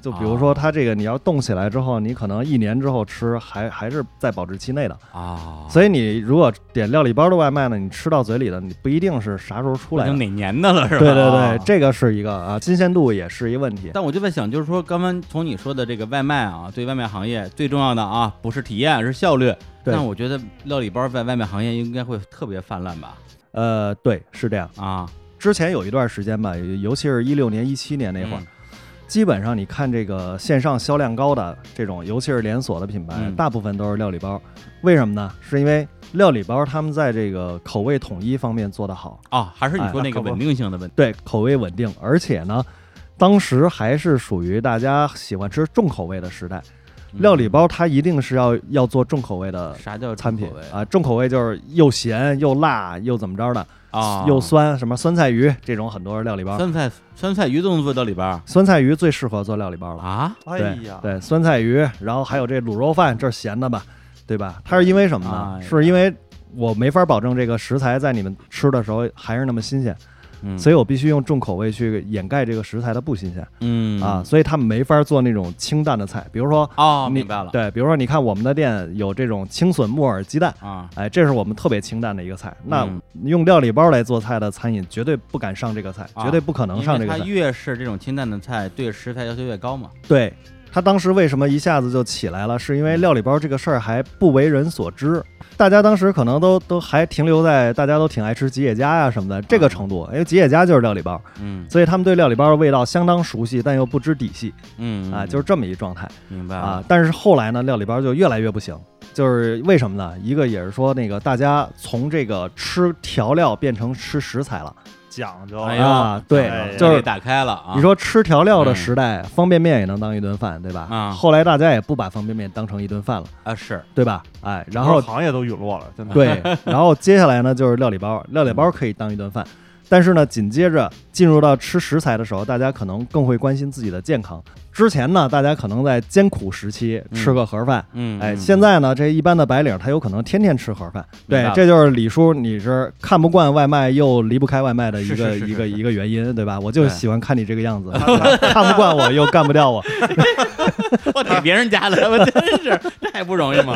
Speaker 3: 就比如说，
Speaker 1: 哦
Speaker 3: 它这个你要冻起来之后，你可能一年之后吃还还是在保质期内的。
Speaker 1: 啊，
Speaker 3: 所以你如果点料理包的外卖呢，你吃到嘴里的你不一定是啥时候出
Speaker 1: 已
Speaker 3: 来
Speaker 1: 经
Speaker 3: 的。
Speaker 1: 哪年的了是吧？
Speaker 3: 对对
Speaker 1: 啊
Speaker 3: 对，这个是一个啊，新鲜度也是一问题。
Speaker 1: 但我就在想，就是说，刚刚从你说的这个外卖啊，对外卖行业最重要的啊，不是体验，是效率。
Speaker 3: 对
Speaker 1: 但我觉得料理包在外卖行业应该会特别泛滥吧？
Speaker 3: 呃，对，是这样。
Speaker 1: 啊，
Speaker 3: 之前有一段时间吧，尤其是一六年、一七年那会儿，
Speaker 1: 嗯
Speaker 3: 基本上你看这个线上销量高的这种，尤其是连锁的品牌，
Speaker 1: 嗯
Speaker 3: 大部分都是料理包。为什么呢？是因为料理包他们在这个口味统一方面做得好，
Speaker 1: 哦，还是你说那个
Speaker 3: 哎那可不
Speaker 1: 稳定性的问题
Speaker 3: 对口味稳定，而且呢，当时还是属于大家喜欢吃重口味的时代。料理、包它一定是要要做嗯重口味的
Speaker 1: 嗯啥叫
Speaker 3: 产品
Speaker 1: 重口味
Speaker 3: 啊，重口味就是又咸又辣又怎么着的，
Speaker 1: 啊？
Speaker 3: 又酸什么酸菜鱼这种很多是料理包。
Speaker 1: 酸菜酸菜鱼都能做到里边儿
Speaker 3: 酸菜鱼最适合做料理包了。
Speaker 1: 啊？
Speaker 2: 哎
Speaker 3: 对
Speaker 2: 呀，
Speaker 3: 对，酸菜鱼，然后还有这卤肉饭，这是咸的吧，对吧？它是因为什么呢？
Speaker 1: 哎呀
Speaker 3: 是因为我没法保证这个食材在你们吃的时候还是那么新鲜，
Speaker 1: 嗯，
Speaker 3: 所
Speaker 1: 以
Speaker 3: 以我必须用重口味去掩盖这个食材的不新鲜、
Speaker 1: 嗯
Speaker 3: 啊，所以他们没法做那种清淡的菜，比如说
Speaker 1: 哦，
Speaker 3: 你
Speaker 1: 明白了，
Speaker 3: 对，比如说你看我们的店有这种青笋木耳鸡蛋。
Speaker 1: 啊，
Speaker 3: 哎，这是我们特别清淡的一个菜。那
Speaker 1: 嗯
Speaker 3: 用料理包来做菜的餐饮，绝对不敢上这个菜，
Speaker 1: 啊
Speaker 3: 绝对不可能上
Speaker 1: 因
Speaker 3: 这
Speaker 1: 为
Speaker 3: 个菜
Speaker 1: 它。越是这种清淡的菜，对食材要求越高嘛。
Speaker 3: 对他当时为什么一下子就起来了，是因为料理包这个事儿还不为人所知，大家当时可能都都还停留在大家都挺爱吃吉野家呀、什么的这个程度，因为吉野家就是料理包，
Speaker 1: 嗯
Speaker 3: 所以他们对料理包的味道相当熟悉，但又不知底细
Speaker 1: 嗯
Speaker 3: 啊，
Speaker 1: 嗯
Speaker 3: 就是这么一状态
Speaker 1: 明白
Speaker 3: 啊
Speaker 1: 了。
Speaker 3: 但是后来呢，料理包就越来越不行。就是为什么呢？一个也是说那个大家从这个吃调料变成吃食材了
Speaker 2: 讲究
Speaker 1: 哎呦
Speaker 3: 啊，对
Speaker 2: 哎呀，
Speaker 3: 就是
Speaker 1: 被打开了啊。嗯
Speaker 3: 你说吃调料的时代，方便面也能当一顿饭，对吧？
Speaker 1: 啊
Speaker 3: 后来大家也不把方便面当成一顿饭了，
Speaker 1: 啊是
Speaker 3: 对吧？哎，然后
Speaker 2: 行业都陨落了，真 的。
Speaker 3: 对，然后接下来呢就是料理包，料理包可以当一顿饭，但是呢，紧接着进入到吃食材的时候，大家可能更会关心自己的健康。之前呢，大家可能在艰苦时期吃个盒饭。
Speaker 1: 嗯，
Speaker 3: 哎，
Speaker 1: 嗯
Speaker 3: 现在呢，这一般的白领他有可能天天吃盒饭，
Speaker 1: 明白
Speaker 3: 对
Speaker 1: 了，
Speaker 3: 这就是李叔你是看不惯外卖又离不开外卖的一
Speaker 1: 是
Speaker 3: 个
Speaker 1: 是是
Speaker 3: 一个
Speaker 1: 是是
Speaker 3: 一个原因，对吧？我就
Speaker 1: 对
Speaker 3: 喜欢看你这个样子， 看不惯我又干不掉我，
Speaker 1: 我给别人家的，我真是这还不容易吗？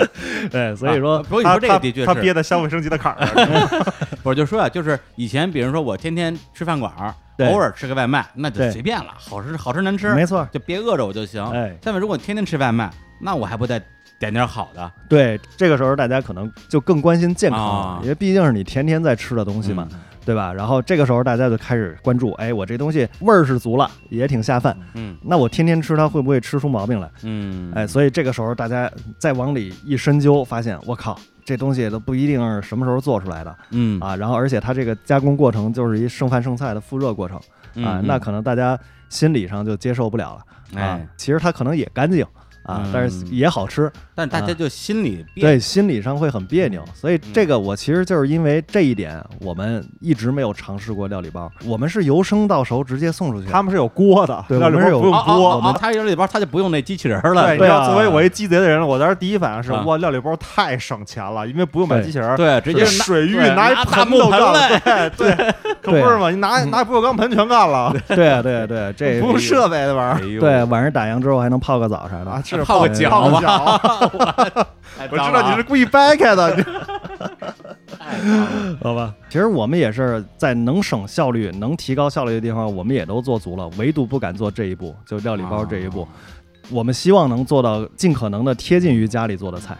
Speaker 3: 对，所以说
Speaker 1: 啊，所以
Speaker 2: 他
Speaker 1: 说这个的确
Speaker 2: 他他
Speaker 1: 是，
Speaker 2: 憋在消费升级的坎 儿上，
Speaker 1: 我就说啊，就是以前比如说我天天吃饭馆儿，
Speaker 3: 对
Speaker 1: 偶尔吃个外卖，那就
Speaker 3: 对
Speaker 1: 随便了，好吃好吃难吃，
Speaker 3: 没错，
Speaker 1: 就别饿着我就行。
Speaker 3: 哎，
Speaker 1: 但是如果天天吃外卖，那我还不得点点好的？
Speaker 3: 对，这个时候大家可能就更关心健康了，
Speaker 1: 啊嗯
Speaker 3: 因为毕竟是你天天在吃的东西嘛，对吧？然后这个时候大家就开始关注，哎，我这东西味儿是足了，也挺下饭，
Speaker 1: 嗯
Speaker 3: 那我天天吃它会不会吃出毛病来？
Speaker 1: 嗯，
Speaker 3: 哎，所以这个时候大家再往里一深究，发现我靠，这东西都不一定是什么时候做出来的
Speaker 1: 嗯
Speaker 3: 啊。然后而且它这个加工过程就是一剩饭剩菜的复热过程啊，
Speaker 1: 嗯
Speaker 3: 那可能大家心理上就接受不了了啊
Speaker 1: 哎。
Speaker 3: 其实它可能也干净啊
Speaker 1: 嗯，
Speaker 3: 但是也好吃，
Speaker 1: 但大家就心里别
Speaker 3: 对，心理上会很别扭。所以
Speaker 1: 嗯
Speaker 3: 这个我其实就是因为这一点，我们一直没有尝试过料理包，我们是由生到熟直接送出去的。
Speaker 2: 他们是有锅的，
Speaker 3: 对
Speaker 2: 料理
Speaker 3: 我们是有
Speaker 1: 哦
Speaker 2: 包不用
Speaker 1: 哦
Speaker 2: 锅。
Speaker 1: 哦哦他有里边他就不用那机器人了，
Speaker 2: 对，你
Speaker 3: 对
Speaker 2: 知道
Speaker 3: 啊嗯
Speaker 2: 作为我一鸡贼的人，我当时第一反应是
Speaker 1: 啊
Speaker 2: 哇，料理包太省钱了，因为不用买
Speaker 3: 对
Speaker 2: 机器人，
Speaker 1: 对，直接拿
Speaker 2: 水域
Speaker 1: 对
Speaker 2: 拿一
Speaker 1: 拿大
Speaker 2: 盆都
Speaker 1: 木盆
Speaker 2: 干了
Speaker 1: 来，
Speaker 2: 对对，可
Speaker 3: 对
Speaker 2: 不是嘛，你拿
Speaker 1: 嗯
Speaker 2: 拿不锈钢盆全干了，
Speaker 3: 对啊对啊对啊，这
Speaker 2: 不用设备那玩意
Speaker 1: 哎呦
Speaker 3: 对，晚上打烊之后还能泡个澡啥
Speaker 2: 儿
Speaker 3: 的
Speaker 2: 啊，。是
Speaker 1: 泡个
Speaker 2: 脚
Speaker 1: 脚
Speaker 2: 吧？
Speaker 1: 太
Speaker 2: 我
Speaker 1: 脏
Speaker 2: 知
Speaker 1: 了
Speaker 2: 道你
Speaker 1: 啊
Speaker 2: 是故意掰开的，你
Speaker 1: 太脏了
Speaker 3: 好吧，其实我们也是在能省效率、能提高效率的地方，我们也都做足了，唯独不敢做这一步，就料理包这一步。我们希望能做到尽可能的贴近于家里做的菜，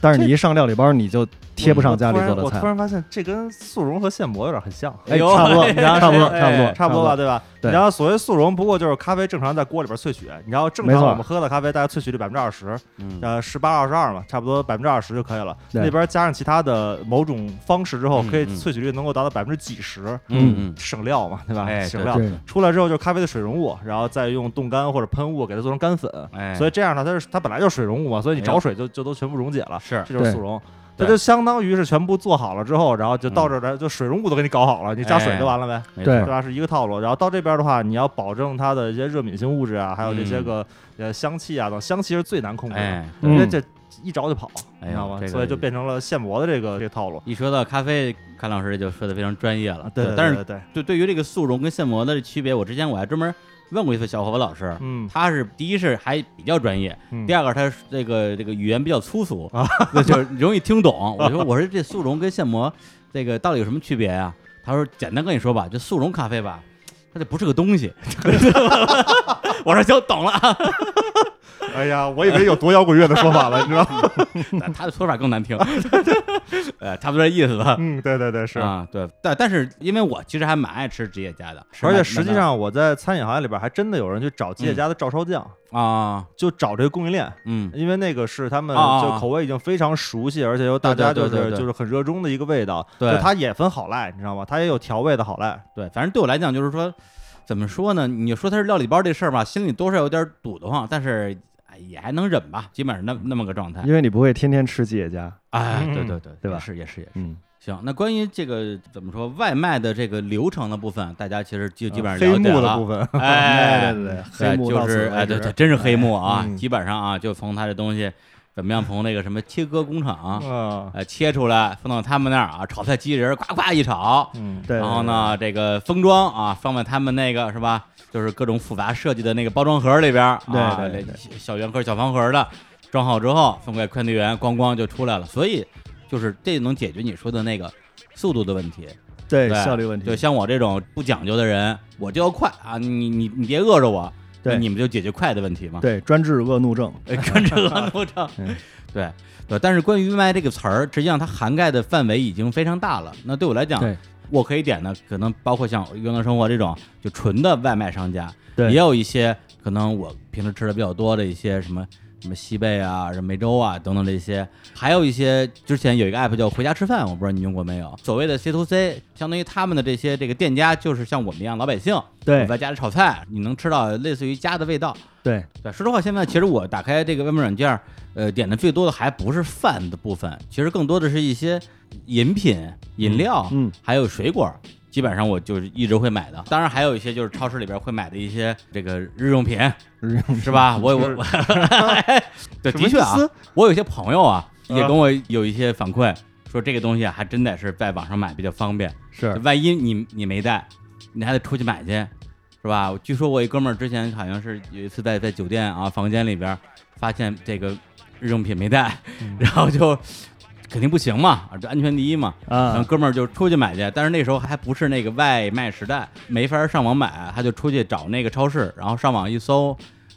Speaker 3: 但是你一上料理包，你就贴不上家里做
Speaker 2: 我突然
Speaker 3: 的
Speaker 2: 我突
Speaker 3: 菜。
Speaker 2: 然发现，这跟速溶和现磨有点很像。
Speaker 1: 哎
Speaker 3: 哎，
Speaker 1: 呦
Speaker 3: 差不多，
Speaker 1: 哎
Speaker 3: 你 差不多，
Speaker 1: 哎
Speaker 3: 差不多，
Speaker 2: 差不多吧，。对吧？
Speaker 3: 对
Speaker 2: 然后所谓速溶，不过就是咖啡正常在锅里边萃取，你知道正
Speaker 3: 没
Speaker 2: 常
Speaker 3: 错
Speaker 2: 我们喝的咖啡大概萃取率百分之二十，
Speaker 1: 嗯
Speaker 2: 呃，十八二十二嘛，差不多百分之二十就可以了。
Speaker 3: 对
Speaker 2: 那边加上其他的某种方式之后，
Speaker 1: 嗯
Speaker 2: 可以
Speaker 1: 嗯
Speaker 2: 萃取率能够达到百分之几十，
Speaker 1: 嗯
Speaker 2: 省料嘛，对吧？
Speaker 1: 哎
Speaker 2: 省
Speaker 1: 对
Speaker 2: 料。
Speaker 3: 对，
Speaker 2: 出来之后就是咖啡的水溶物，然后再用冻干或者喷雾给它做成干粉，
Speaker 1: 嗯，哎，
Speaker 2: 所
Speaker 1: 以
Speaker 2: 以这样呢，它是它本来就是水溶物嘛，所以你
Speaker 1: 哎呦
Speaker 2: 找水就就都全部溶解了，
Speaker 1: 是
Speaker 2: 这就是
Speaker 3: 对
Speaker 2: 速溶。
Speaker 1: 对
Speaker 2: 这就相当于是全部做好了之后，然后就到这儿来，就水溶物都给你搞好了，你加水就完了呗。
Speaker 1: 没
Speaker 3: 对
Speaker 1: 错
Speaker 2: 嗯哎对吧？是一个套路。然后到这边的话，你要保证它的一些热敏性物质啊，还有这些个呃香气啊等，香气是最难控制的，
Speaker 1: 哎，
Speaker 3: 嗯
Speaker 2: 因为这一着就跑，
Speaker 1: 哎
Speaker 2: 你
Speaker 1: 呦
Speaker 2: 知道吗
Speaker 1: 这？个
Speaker 2: 所以就变成了现磨的这个这个套路。
Speaker 1: 一说到咖啡，阚老师就说的非常专业了。
Speaker 2: 对，
Speaker 1: 但是
Speaker 2: 对对，
Speaker 1: 对对于这个速溶跟现磨的区别，我之前我还专门问过一次小伙伴老师，
Speaker 2: 嗯，
Speaker 1: 他是第一是还比较专业，
Speaker 2: 嗯啊
Speaker 1: 第二个他是这个这个语言比较粗俗， 对就是容易听 懂。我说我说这速溶跟现磨这个到底有什么区别啊？他说简单跟你说吧，这速溶咖啡吧。它就不是个东西， 我说行，懂了 啊。
Speaker 2: 哎呀，我以为有多摇滚乐的说法了，你知道？吗？
Speaker 1: 他的说法更难听， 呃，差不多这意思吧。
Speaker 2: 嗯，对对对，是。
Speaker 1: 啊，对，但但是因为我其实还蛮爱吃吉野家的，
Speaker 2: 而
Speaker 1: 蛮
Speaker 2: 且实际上，我在餐饮行业里边还真的有人去找吉野家的照烧酱，
Speaker 1: 蛮啊，
Speaker 2: 就找这个供应链，
Speaker 1: 嗯，
Speaker 2: 因为那个是他们
Speaker 1: 啊啊啊
Speaker 2: 就口味已经非常熟悉，而且又大家
Speaker 1: 对
Speaker 2: 就
Speaker 1: 对对
Speaker 2: 是
Speaker 1: 对对
Speaker 2: 就是很热衷的一个味道。
Speaker 1: 对
Speaker 2: 就它也分好赖，你知道吗？它也有调味的好赖。
Speaker 1: 对，反正对我来讲就是说，怎么说呢？你说它是料理包这事儿吧，心里多少有点堵得慌，但是哎也还能忍吧，基本上那那么个状态。
Speaker 3: 因为你不会天天吃吉野家，
Speaker 1: 哎，
Speaker 2: 嗯
Speaker 1: 对对对，
Speaker 3: 对吧
Speaker 1: 也是也是也是。
Speaker 3: 嗯，
Speaker 1: 行，那关于这个怎么说外卖的这个流程的部分，大家其实就基本上
Speaker 2: 啊黑
Speaker 1: 了解
Speaker 2: 幕的部
Speaker 1: 了。
Speaker 2: 分，
Speaker 1: 哎，
Speaker 3: 对对对，
Speaker 1: 对，
Speaker 3: 黑幕到
Speaker 1: 就
Speaker 3: 此
Speaker 1: 是
Speaker 3: 为
Speaker 1: 哎，
Speaker 3: 止
Speaker 1: 对对，真是黑幕啊！
Speaker 2: 嗯
Speaker 1: 基本上啊，就从他这东西怎么样，从那个什么切割工厂，
Speaker 3: 啊
Speaker 2: 嗯
Speaker 1: 呃，切出来放到他们那儿啊，炒菜机器人夸夸一炒，
Speaker 2: 嗯，
Speaker 3: 对，
Speaker 1: 然后呢，这个封装啊，放在他们那个是吧，就是各种复杂设计的那个包装盒里边儿
Speaker 3: 对
Speaker 1: 啊，
Speaker 3: 对
Speaker 1: 这
Speaker 3: 对
Speaker 1: 小圆盒、小方盒的，装好之后送给快递员，咣咣就出来了。所以就是这能解决你说的那个速度的问题。
Speaker 3: 对，
Speaker 1: 对啊
Speaker 3: 对效率问题，
Speaker 1: 就像我这种不讲究的人，我就要快啊，你你你别饿着我，
Speaker 3: 对
Speaker 1: 那你们就解决快的问题嘛。
Speaker 3: 对，专治恶怒症，
Speaker 1: 哎，跟这个怒 症
Speaker 3: 嗯，
Speaker 1: 对对，但是关于外卖这个词儿，实际上它涵盖的范围已经非常大了。那对我来讲
Speaker 3: 对，
Speaker 1: 我可以点的可能包括像云南生活这种就纯的外卖商家，
Speaker 3: 对，
Speaker 1: 也有一些可能我平时吃的比较多的一些什么。什么西贝啊、什么梅州啊等等这些，还有一些之前有一个 app 叫“回家吃饭”，我不知道你用过没有。所谓的 C to C，相当于他们的这些这个店家就是像我们一样老百姓，我
Speaker 3: 对
Speaker 1: 在家里炒菜，你能吃到类似于家的味道。
Speaker 3: 对
Speaker 1: 对，说实话，现在其实我打开这个外卖软件儿，呃，点的最多的还不是饭的部分，其实更多的是一些饮品、饮料，
Speaker 3: 嗯嗯
Speaker 1: 还有水果。基本上我就是一直会买的，当然还有一些就是超市里边会买的一些这个日用品，
Speaker 3: 日
Speaker 1: 是吧？我我我， 对，的确啊，我有些朋友啊也跟我有一些反馈，说这个东西啊还真得是在网上买比较方便，
Speaker 3: 是
Speaker 1: 万一你你没带，你还得出去买去，是吧？我据说我一哥们儿之前好像是有一次在在酒店啊房间里边儿发现这个日用品没带，
Speaker 2: 嗯
Speaker 1: 然后就肯定不行嘛，这安全第一嘛。然后
Speaker 3: 啊，
Speaker 1: 哥们儿就出去买去，但是那时候还不是那个外卖时代，没法上网买，他就出去找那个超市，然后上网一搜，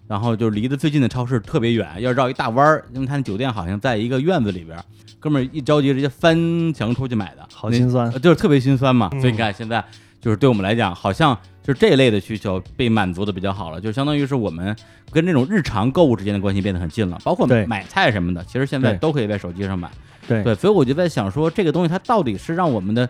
Speaker 1: 然后就离得最近的超市特别远，要绕一大弯儿，因为他那酒店好像在一个院子里边儿。哥们儿一着急，直接翻墙出去买的，
Speaker 3: 好
Speaker 1: 那
Speaker 3: 心酸
Speaker 1: 呃就是特别心酸嘛。
Speaker 2: 嗯
Speaker 1: 所以你看现在就是对我们来讲，好像就是这一类的需求被满足的比较好了，就相当于是我们跟这种日常购物之间的关系变得很近了，包括
Speaker 3: 对
Speaker 1: 买菜什么的，其实现在
Speaker 3: 对
Speaker 1: 都可以在手机上买。
Speaker 3: 对
Speaker 1: 对，所以我就在想说，这个东西它到底是让我们的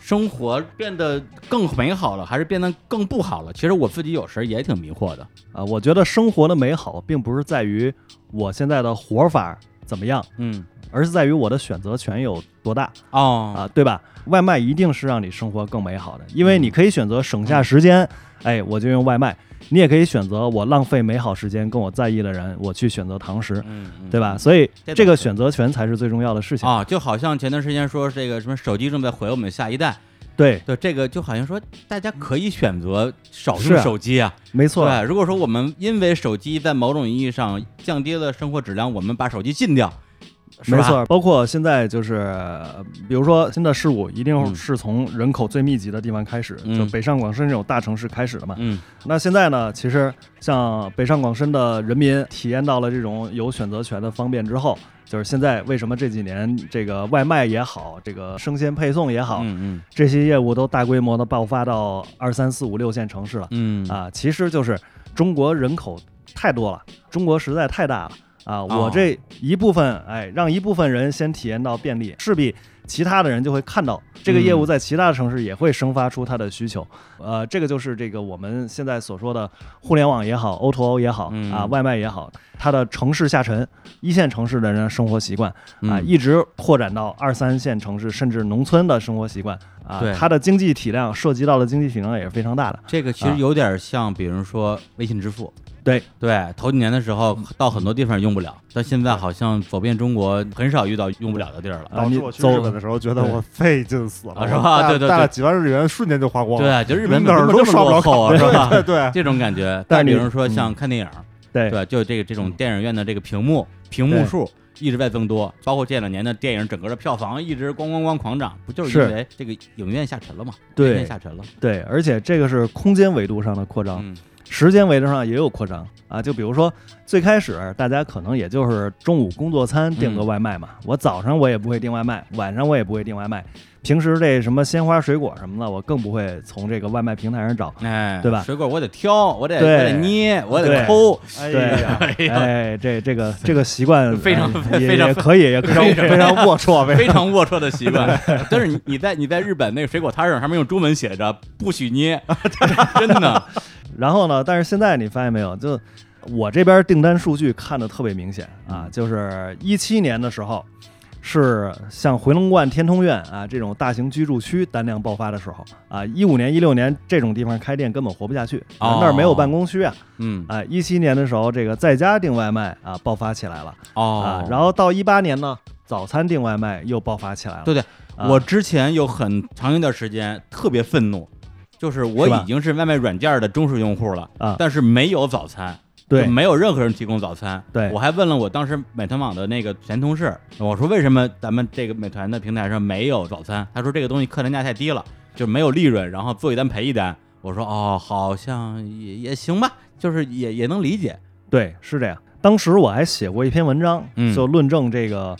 Speaker 1: 生活变得更美好了，还是变得更不好了？其实我自己有时候也挺迷惑的。
Speaker 3: 啊，我觉得生活的美好并不是在于我现在的活法怎么样，
Speaker 1: 嗯，
Speaker 3: 而是在于我的选择权有多大
Speaker 1: 哦，
Speaker 3: 啊，对吧？外卖一定是让你生活更美好的，
Speaker 1: 嗯
Speaker 3: 因为你可以选择省下时间，哎，我就用外卖；你也可以选择我浪费美好时间跟我在意的人，我去选择堂食，
Speaker 1: 嗯，嗯
Speaker 3: 对吧？？所以
Speaker 1: 这
Speaker 3: 这
Speaker 1: 倒
Speaker 3: 个
Speaker 1: 是
Speaker 3: 选择权才是最重要的事情。
Speaker 1: 啊、就好像前段时间说这个什么手机正在毁我们下一代，
Speaker 3: 对，
Speaker 1: 对这个就好像说大家可以选择少
Speaker 3: 是
Speaker 1: 用
Speaker 3: 啊
Speaker 1: 手机啊，
Speaker 3: 没错，
Speaker 1: 对，如果说我们因为手机在某种意义上降低了生活质量，我们把手机禁掉，是吧
Speaker 3: 没错，，包括现在就是，呃比如说新的事物一定
Speaker 1: 嗯
Speaker 3: 是从人口最密集的地方开始，
Speaker 1: 嗯
Speaker 3: 就北上广深这种大城市开始的嘛。
Speaker 1: 嗯
Speaker 3: 那现在呢，其实像北上广深的人民体验到了这种有选择权的方便之后，就是现在为什么这几年这个外卖也好，这个生鲜配送也好，
Speaker 1: 嗯
Speaker 3: 这些业务都大规模的爆发到二三四五六线城市了。
Speaker 1: 嗯嗯
Speaker 3: 啊，其实就是中国人口太多了，中国实在太大了啊！我
Speaker 1: 哦
Speaker 3: 这一部分，哎，让一部分人先体验到便利，势必其他的人就会看到这个业务
Speaker 1: 嗯
Speaker 3: 在其他城市也会生发出它的需求。呃，这个就是这个我们现在所说的互联网也好，O to O 也好
Speaker 1: 嗯
Speaker 3: 啊，外卖也好，它的城市下沉，一线城市的人的生活习惯啊，
Speaker 1: 嗯
Speaker 3: 一直拓展到二三线城市甚至农村的生活习惯啊
Speaker 1: 对，
Speaker 3: 它的经济体量涉及到的经济体量也是非常大的。
Speaker 1: 这个其实有点像，比如说微信支付。
Speaker 3: 啊对
Speaker 1: 对，头几年的时候到很多地方用不了，但现在好像走遍中国很少遇到用不了的地儿了。
Speaker 3: 啊
Speaker 2: 当时
Speaker 3: 你
Speaker 2: 我去
Speaker 3: 走
Speaker 2: 日本的时候，觉得
Speaker 3: 对
Speaker 2: 我费劲死了，
Speaker 1: 啊是吧
Speaker 2: 我带
Speaker 1: 对对
Speaker 2: 带
Speaker 1: 对
Speaker 2: 了几万日元，瞬间就花光了，
Speaker 1: 对，就日本
Speaker 2: 哪
Speaker 1: 怎
Speaker 2: 儿
Speaker 1: 么
Speaker 2: 都
Speaker 1: 这么
Speaker 2: 刷不
Speaker 1: 落
Speaker 2: 了
Speaker 1: 后啊，
Speaker 2: 卡，
Speaker 1: 是吧？
Speaker 2: 对对
Speaker 1: 这种感 觉。
Speaker 3: 但
Speaker 1: 再
Speaker 3: 是
Speaker 1: 比
Speaker 3: 你
Speaker 1: 如说像
Speaker 3: 嗯
Speaker 1: 看电影，
Speaker 3: 对
Speaker 1: 对，就这个这种电影院的这个屏幕屏幕
Speaker 3: 对
Speaker 1: 数一直在增多，包括这两年的电影整个的票房一直咣咣咣狂涨，不就是
Speaker 3: 是
Speaker 1: 因为这个影院下沉了嘛？
Speaker 3: 对
Speaker 1: 影院下沉了。
Speaker 3: 对，而且这个是空间维度上的扩张，
Speaker 1: 嗯
Speaker 3: 时间维度上也有扩张啊。就比如说最开始大家可能也就是中午工作餐订个
Speaker 1: 嗯
Speaker 3: 外卖嘛，我早上我也不会订外卖，晚上我也不会订外卖，平时这什么鲜花水果什么的，我更不会从这个外卖平台上找。
Speaker 1: 哎，
Speaker 3: 对吧
Speaker 1: 水果我得挑，我得我
Speaker 3: 对
Speaker 1: 得捏，我得
Speaker 3: 对
Speaker 1: 抠。
Speaker 3: 对
Speaker 2: 哎呀，
Speaker 1: 哎呀，
Speaker 3: 哎，这这 个这个习惯
Speaker 1: 非常
Speaker 3: 哎也
Speaker 1: 非常
Speaker 3: 也可以，也可
Speaker 2: 非
Speaker 3: 以
Speaker 2: 常非常龌龊，非
Speaker 1: 非常龌龊的习惯。 但是你你在你在日本那个水果摊上，上面用中文写着“不许 捏”，真的。
Speaker 3: 然后呢，但是现在你发现没有，就我这边订单数据看的特别明显
Speaker 1: 嗯
Speaker 3: 啊，就是一七年的时候。是像回龙观、天通苑啊这种大型居住区单量爆发的时候啊，一五年、一六年这种地方开店根本活不下去，
Speaker 1: 哦
Speaker 3: 啊那儿没有办公区啊。
Speaker 1: 嗯
Speaker 3: 啊，一七年的时候，这个在家订外卖啊爆发起来了啊
Speaker 1: 哦，，
Speaker 3: 然后到一八年呢，早餐订外卖又爆发起来了。
Speaker 1: 对对
Speaker 3: 啊，
Speaker 1: 我之前有很长一段时间特别愤怒，就是我
Speaker 3: 是吧
Speaker 1: 已经是外卖软件的忠实用户了
Speaker 3: 啊
Speaker 1: 但是没有早餐。
Speaker 3: 对
Speaker 1: 就没有任何人提供早餐。
Speaker 3: 对
Speaker 1: 我还问了我当时美团网的那个前同事，我说为什么咱们这个美团的平台上没有早餐？他说这个东西客单价太低了，就没有利润，然后做一单赔一单。我说哦，好像也也行吧，就是也也能理解。
Speaker 3: 对，是这样。当时我还写过一篇文章，
Speaker 1: 嗯
Speaker 3: 就论证这个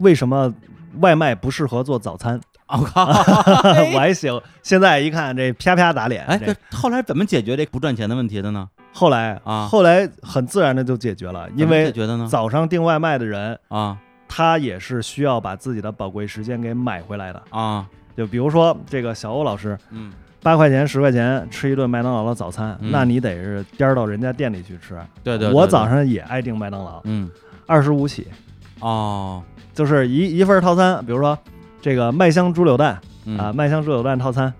Speaker 3: 为什么外卖不适合做早餐。
Speaker 1: 我、哦靠，
Speaker 3: 我还写，现在一看这啪啪打脸。
Speaker 1: 啊 哎，
Speaker 3: 这
Speaker 1: 这后来怎么解决这不赚钱的问题的呢？
Speaker 3: 后来
Speaker 1: 啊
Speaker 3: 后来很自然的就解决了，因
Speaker 1: 怎么解
Speaker 3: 为
Speaker 1: 决的呢
Speaker 3: 早上订外卖的人，
Speaker 1: 啊
Speaker 3: 他也是需要把自己的宝贵时间给买回来的。
Speaker 1: 啊，
Speaker 3: 就比如说这个小欧老师，
Speaker 1: 嗯
Speaker 3: 八块钱、十块钱吃一顿麦当劳的早餐，
Speaker 1: 嗯
Speaker 3: 那你得是颠儿到人家店里去吃。
Speaker 1: 对对对
Speaker 3: 我
Speaker 1: 对
Speaker 3: 早上也爱订麦当劳，
Speaker 1: 嗯
Speaker 3: 二十五起。
Speaker 1: 哦
Speaker 3: 就是一一份套餐，比如说这个麦香猪柳蛋
Speaker 1: 嗯
Speaker 3: 啊，麦香猪柳蛋套餐，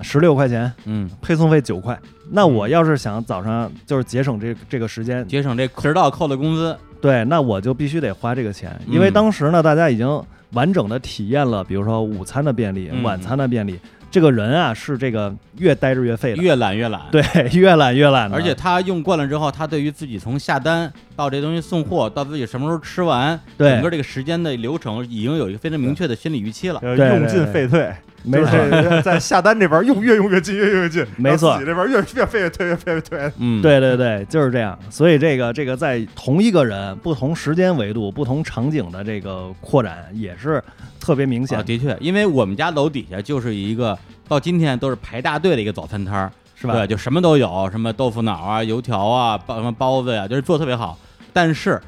Speaker 3: 十六块钱，
Speaker 1: 嗯，
Speaker 3: 配送费九块。那我要是想早上就是节省这这个时间，
Speaker 1: 节省这迟到扣的工资。
Speaker 3: 对，那我就必须得花这个钱，因为
Speaker 1: 嗯
Speaker 3: 当时呢，大家已经完整的体验了，比如说午餐的便利
Speaker 1: 嗯，
Speaker 3: 晚餐的便利。这个人啊，是这个越待着越废的，
Speaker 1: 越懒越懒，
Speaker 3: 对， 越懒越懒的，
Speaker 1: 而且他用惯了之后，他对于自己从下单到这东西送货到自己什么时候吃完，
Speaker 3: 对
Speaker 1: 整个这个时间的流程已经有一个非常明确的心理预期了。
Speaker 2: 常
Speaker 3: 对对
Speaker 2: 呃用进废退，
Speaker 3: 没
Speaker 2: 就
Speaker 3: 错，
Speaker 2: 是 在下单这边用越用越近，越用越近，
Speaker 3: 没错
Speaker 2: 然后自己这边越越费越退越费越退，
Speaker 1: 嗯，，
Speaker 3: 对对对，就是这样。所以这个这个在同一个人、不同时间维度、不同场景的这个扩展也是特别明显
Speaker 1: 啊，的确，因为我们家楼底下就是一个到今天都是排大队的一个早餐摊儿，
Speaker 3: 是吧
Speaker 1: 对，就什么都有，什么豆腐脑啊、油条啊、包什么包子呀、就是做得特别好。但是，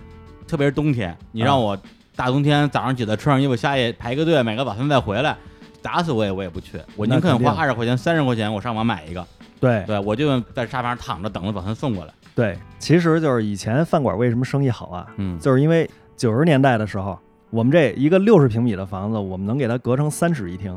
Speaker 1: 特别是冬天，你让我大冬天早上起来穿上衣服下去排个队买个早餐再回来，打死我也我也不去，我
Speaker 3: 那
Speaker 1: 宁肯
Speaker 3: 肯定
Speaker 1: 花二十块钱、三十块钱，我上网买一个，
Speaker 3: 对
Speaker 1: 对我就在沙发上躺着等着把它送过来。
Speaker 3: 对，其实就是以前饭馆为什么生意好啊，
Speaker 1: 嗯，
Speaker 3: 就是因为九十年代的时候，我们这一个六十平米的房子，我们能给它隔成三室一厅，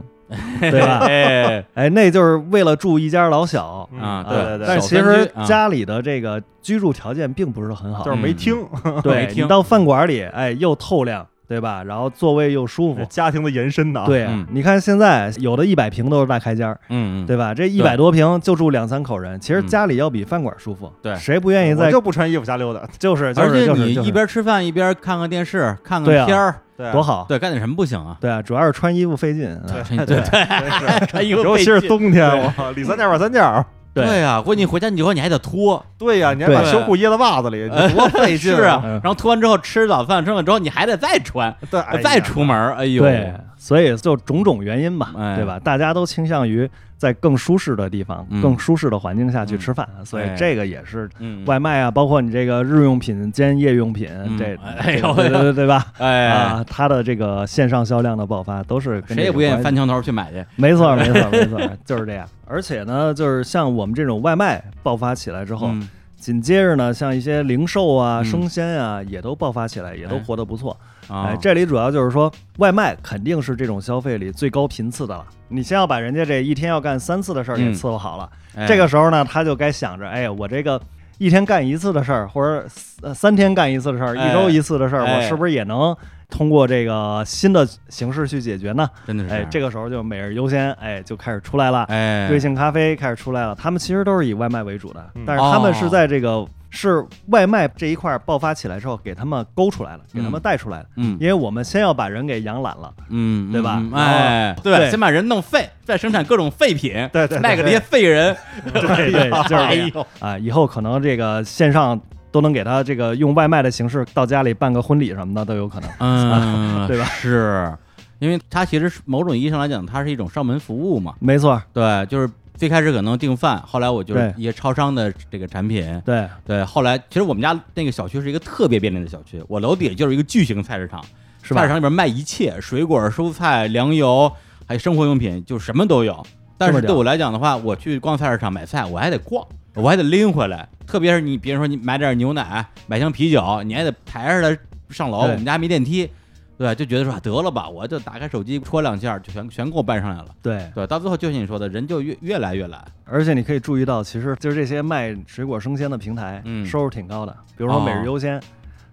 Speaker 3: 对吧？
Speaker 1: 哎，
Speaker 3: 哎，那就是为了住一家老小。
Speaker 1: 啊
Speaker 2: 对
Speaker 1: 对
Speaker 2: 对
Speaker 3: 但
Speaker 2: 对，
Speaker 3: 是其
Speaker 1: 小三
Speaker 3: 实
Speaker 1: 居啊
Speaker 3: 家里的这个居住条件并不是
Speaker 1: 啊
Speaker 3: 很好，
Speaker 2: 就是没听，，
Speaker 1: 没
Speaker 3: 对
Speaker 1: 听
Speaker 3: 你到饭馆里，哎，又透亮，对吧？然后座位又舒服
Speaker 2: 家庭的延伸呢。
Speaker 3: 对啊
Speaker 1: 嗯，
Speaker 3: 你看现在有的一百平都是大开间儿，
Speaker 1: 嗯嗯，
Speaker 3: 对吧？这一百多平就住两三口人，其实
Speaker 1: 嗯
Speaker 3: 家里要比饭馆舒服。
Speaker 1: 对
Speaker 3: 谁不愿意
Speaker 2: 我
Speaker 3: 在
Speaker 2: 就不穿衣服瞎溜达，
Speaker 3: 就是就
Speaker 1: 而
Speaker 3: 是
Speaker 1: 且
Speaker 3: 就是
Speaker 1: 你
Speaker 3: 就是
Speaker 1: 一边吃饭一边看看电视、看
Speaker 3: 对
Speaker 1: 看
Speaker 3: 啊
Speaker 1: 片儿，
Speaker 2: 对，
Speaker 3: 多好？
Speaker 1: 对，干点什么不行啊？
Speaker 3: 对啊，主要是穿衣服费劲。
Speaker 2: 对
Speaker 1: 对
Speaker 3: 啊
Speaker 1: 对，
Speaker 2: 真是
Speaker 1: 穿衣服
Speaker 2: 尤
Speaker 1: 费
Speaker 2: 其是
Speaker 1: 劲
Speaker 2: 冬天，
Speaker 1: 对
Speaker 2: 我靠里三件儿外三件儿。
Speaker 3: 对
Speaker 1: 对呀，关键你回家你以后你还得脱，
Speaker 2: 对呀，你还把
Speaker 1: 对
Speaker 2: 秋裤掖在袜子里，
Speaker 1: 呃
Speaker 2: 多费劲
Speaker 1: 是啊
Speaker 3: 嗯，
Speaker 1: 然后脱完之后吃早饭，吃完之后你还得再穿，
Speaker 2: 对，哎呀
Speaker 1: 再出门儿，哎呦，
Speaker 3: 对，所以就种种原因吧，
Speaker 1: 哎
Speaker 3: 对吧？大家都倾向于在更舒适的地方、
Speaker 1: 嗯
Speaker 3: 更舒适的环境下去吃饭，所
Speaker 1: 哎
Speaker 3: 以这个也是
Speaker 1: 嗯，
Speaker 3: 外卖啊，包括你这个日用品兼夜用品，这
Speaker 1: 哎
Speaker 3: 这个
Speaker 1: 呦
Speaker 3: 对对对对吧？
Speaker 1: 哎，
Speaker 3: 啊，它的这个线上销量的爆发都是跟
Speaker 1: 谁也
Speaker 3: 这个
Speaker 1: 不愿意
Speaker 3: 关
Speaker 1: 翻墙头去买去，
Speaker 3: 没错，没错，没错，就是这样。而且呢，就是像我们这种外卖爆发起来之后，
Speaker 1: 嗯
Speaker 3: 紧接着呢，像一些零售啊、
Speaker 1: 嗯
Speaker 3: 生鲜啊，也都爆发起来，也都
Speaker 1: 哎
Speaker 3: 活得不错。
Speaker 1: 啊
Speaker 3: 哎，，这里主要就是说，外卖肯定是这种消费里最高频次的了。你先要把人家这一天要干三次的事儿给
Speaker 1: 嗯
Speaker 3: 伺候好了，
Speaker 1: 哎
Speaker 3: 这个时候呢，他就该想着，哎呀，我这个。一天干一次的事儿，或者呃三天干一次的事儿，
Speaker 1: 哎
Speaker 3: 一周一次的事儿，我
Speaker 1: 哎
Speaker 3: 是不是也能通过这个新的形式去解决呢？
Speaker 1: 真的是
Speaker 3: 哎，这个时候就每日优先，哎，就开始出来了。
Speaker 1: 哎，
Speaker 3: 瑞幸咖啡开始出来了，他们其实都是以外卖为主的
Speaker 2: 嗯，
Speaker 3: 但是他们是在这个是外卖这一块爆发起来之后，给他们勾出来了，给他们带出来了。
Speaker 1: 嗯
Speaker 3: 因为我们先要把人给养懒了，
Speaker 1: 嗯，
Speaker 3: 对吧
Speaker 1: 嗯
Speaker 3: 然后
Speaker 1: 哎，
Speaker 3: 对
Speaker 1: 先把人弄废，再生产各种废品，
Speaker 2: 对对，
Speaker 1: 卖给这些废人，
Speaker 3: 对对，就是
Speaker 1: 哎
Speaker 3: 这 样
Speaker 1: 呦，
Speaker 3: 啊。以后可能这个线上都能给他这个用外卖的形式到家里办个婚礼什么的都有可能。
Speaker 1: 嗯，
Speaker 3: 对吧
Speaker 1: 是因为它其实是某种意义上来讲，它是一种上门服务嘛，
Speaker 3: 没错，
Speaker 1: 对，就是。最开始可能订饭，后来我就是
Speaker 3: 对
Speaker 1: 一些超商的这个产品，
Speaker 3: 对，
Speaker 1: 对，后来其实我们家那个小区是一个特别便利的小区，我楼底下就是一个巨型菜市场，
Speaker 3: 是
Speaker 1: 菜市
Speaker 3: 吧？
Speaker 1: 场里边卖一切，水果、蔬菜、粮油，还有生活用品，就什么都有。但是
Speaker 3: 这么
Speaker 1: 对
Speaker 3: 屌
Speaker 1: 我来讲的话，我去逛菜市场买菜，我还得逛，我还得拎回来。特别是你，比如说你买点牛奶，买箱啤酒，你还得抬着它上楼。我
Speaker 3: 对
Speaker 1: 们家没电梯，对，就觉得说啊得了吧，我就打开手机戳两下，就全全给我办上来了。
Speaker 3: 对，
Speaker 1: 对，到最后就像你说的，人就越越来越懒。
Speaker 3: 而且你可以注意到，其实就是这些卖水果生鲜的平台，
Speaker 1: 嗯
Speaker 3: 收入挺高的。比如说每
Speaker 1: 哦
Speaker 3: 日优鲜，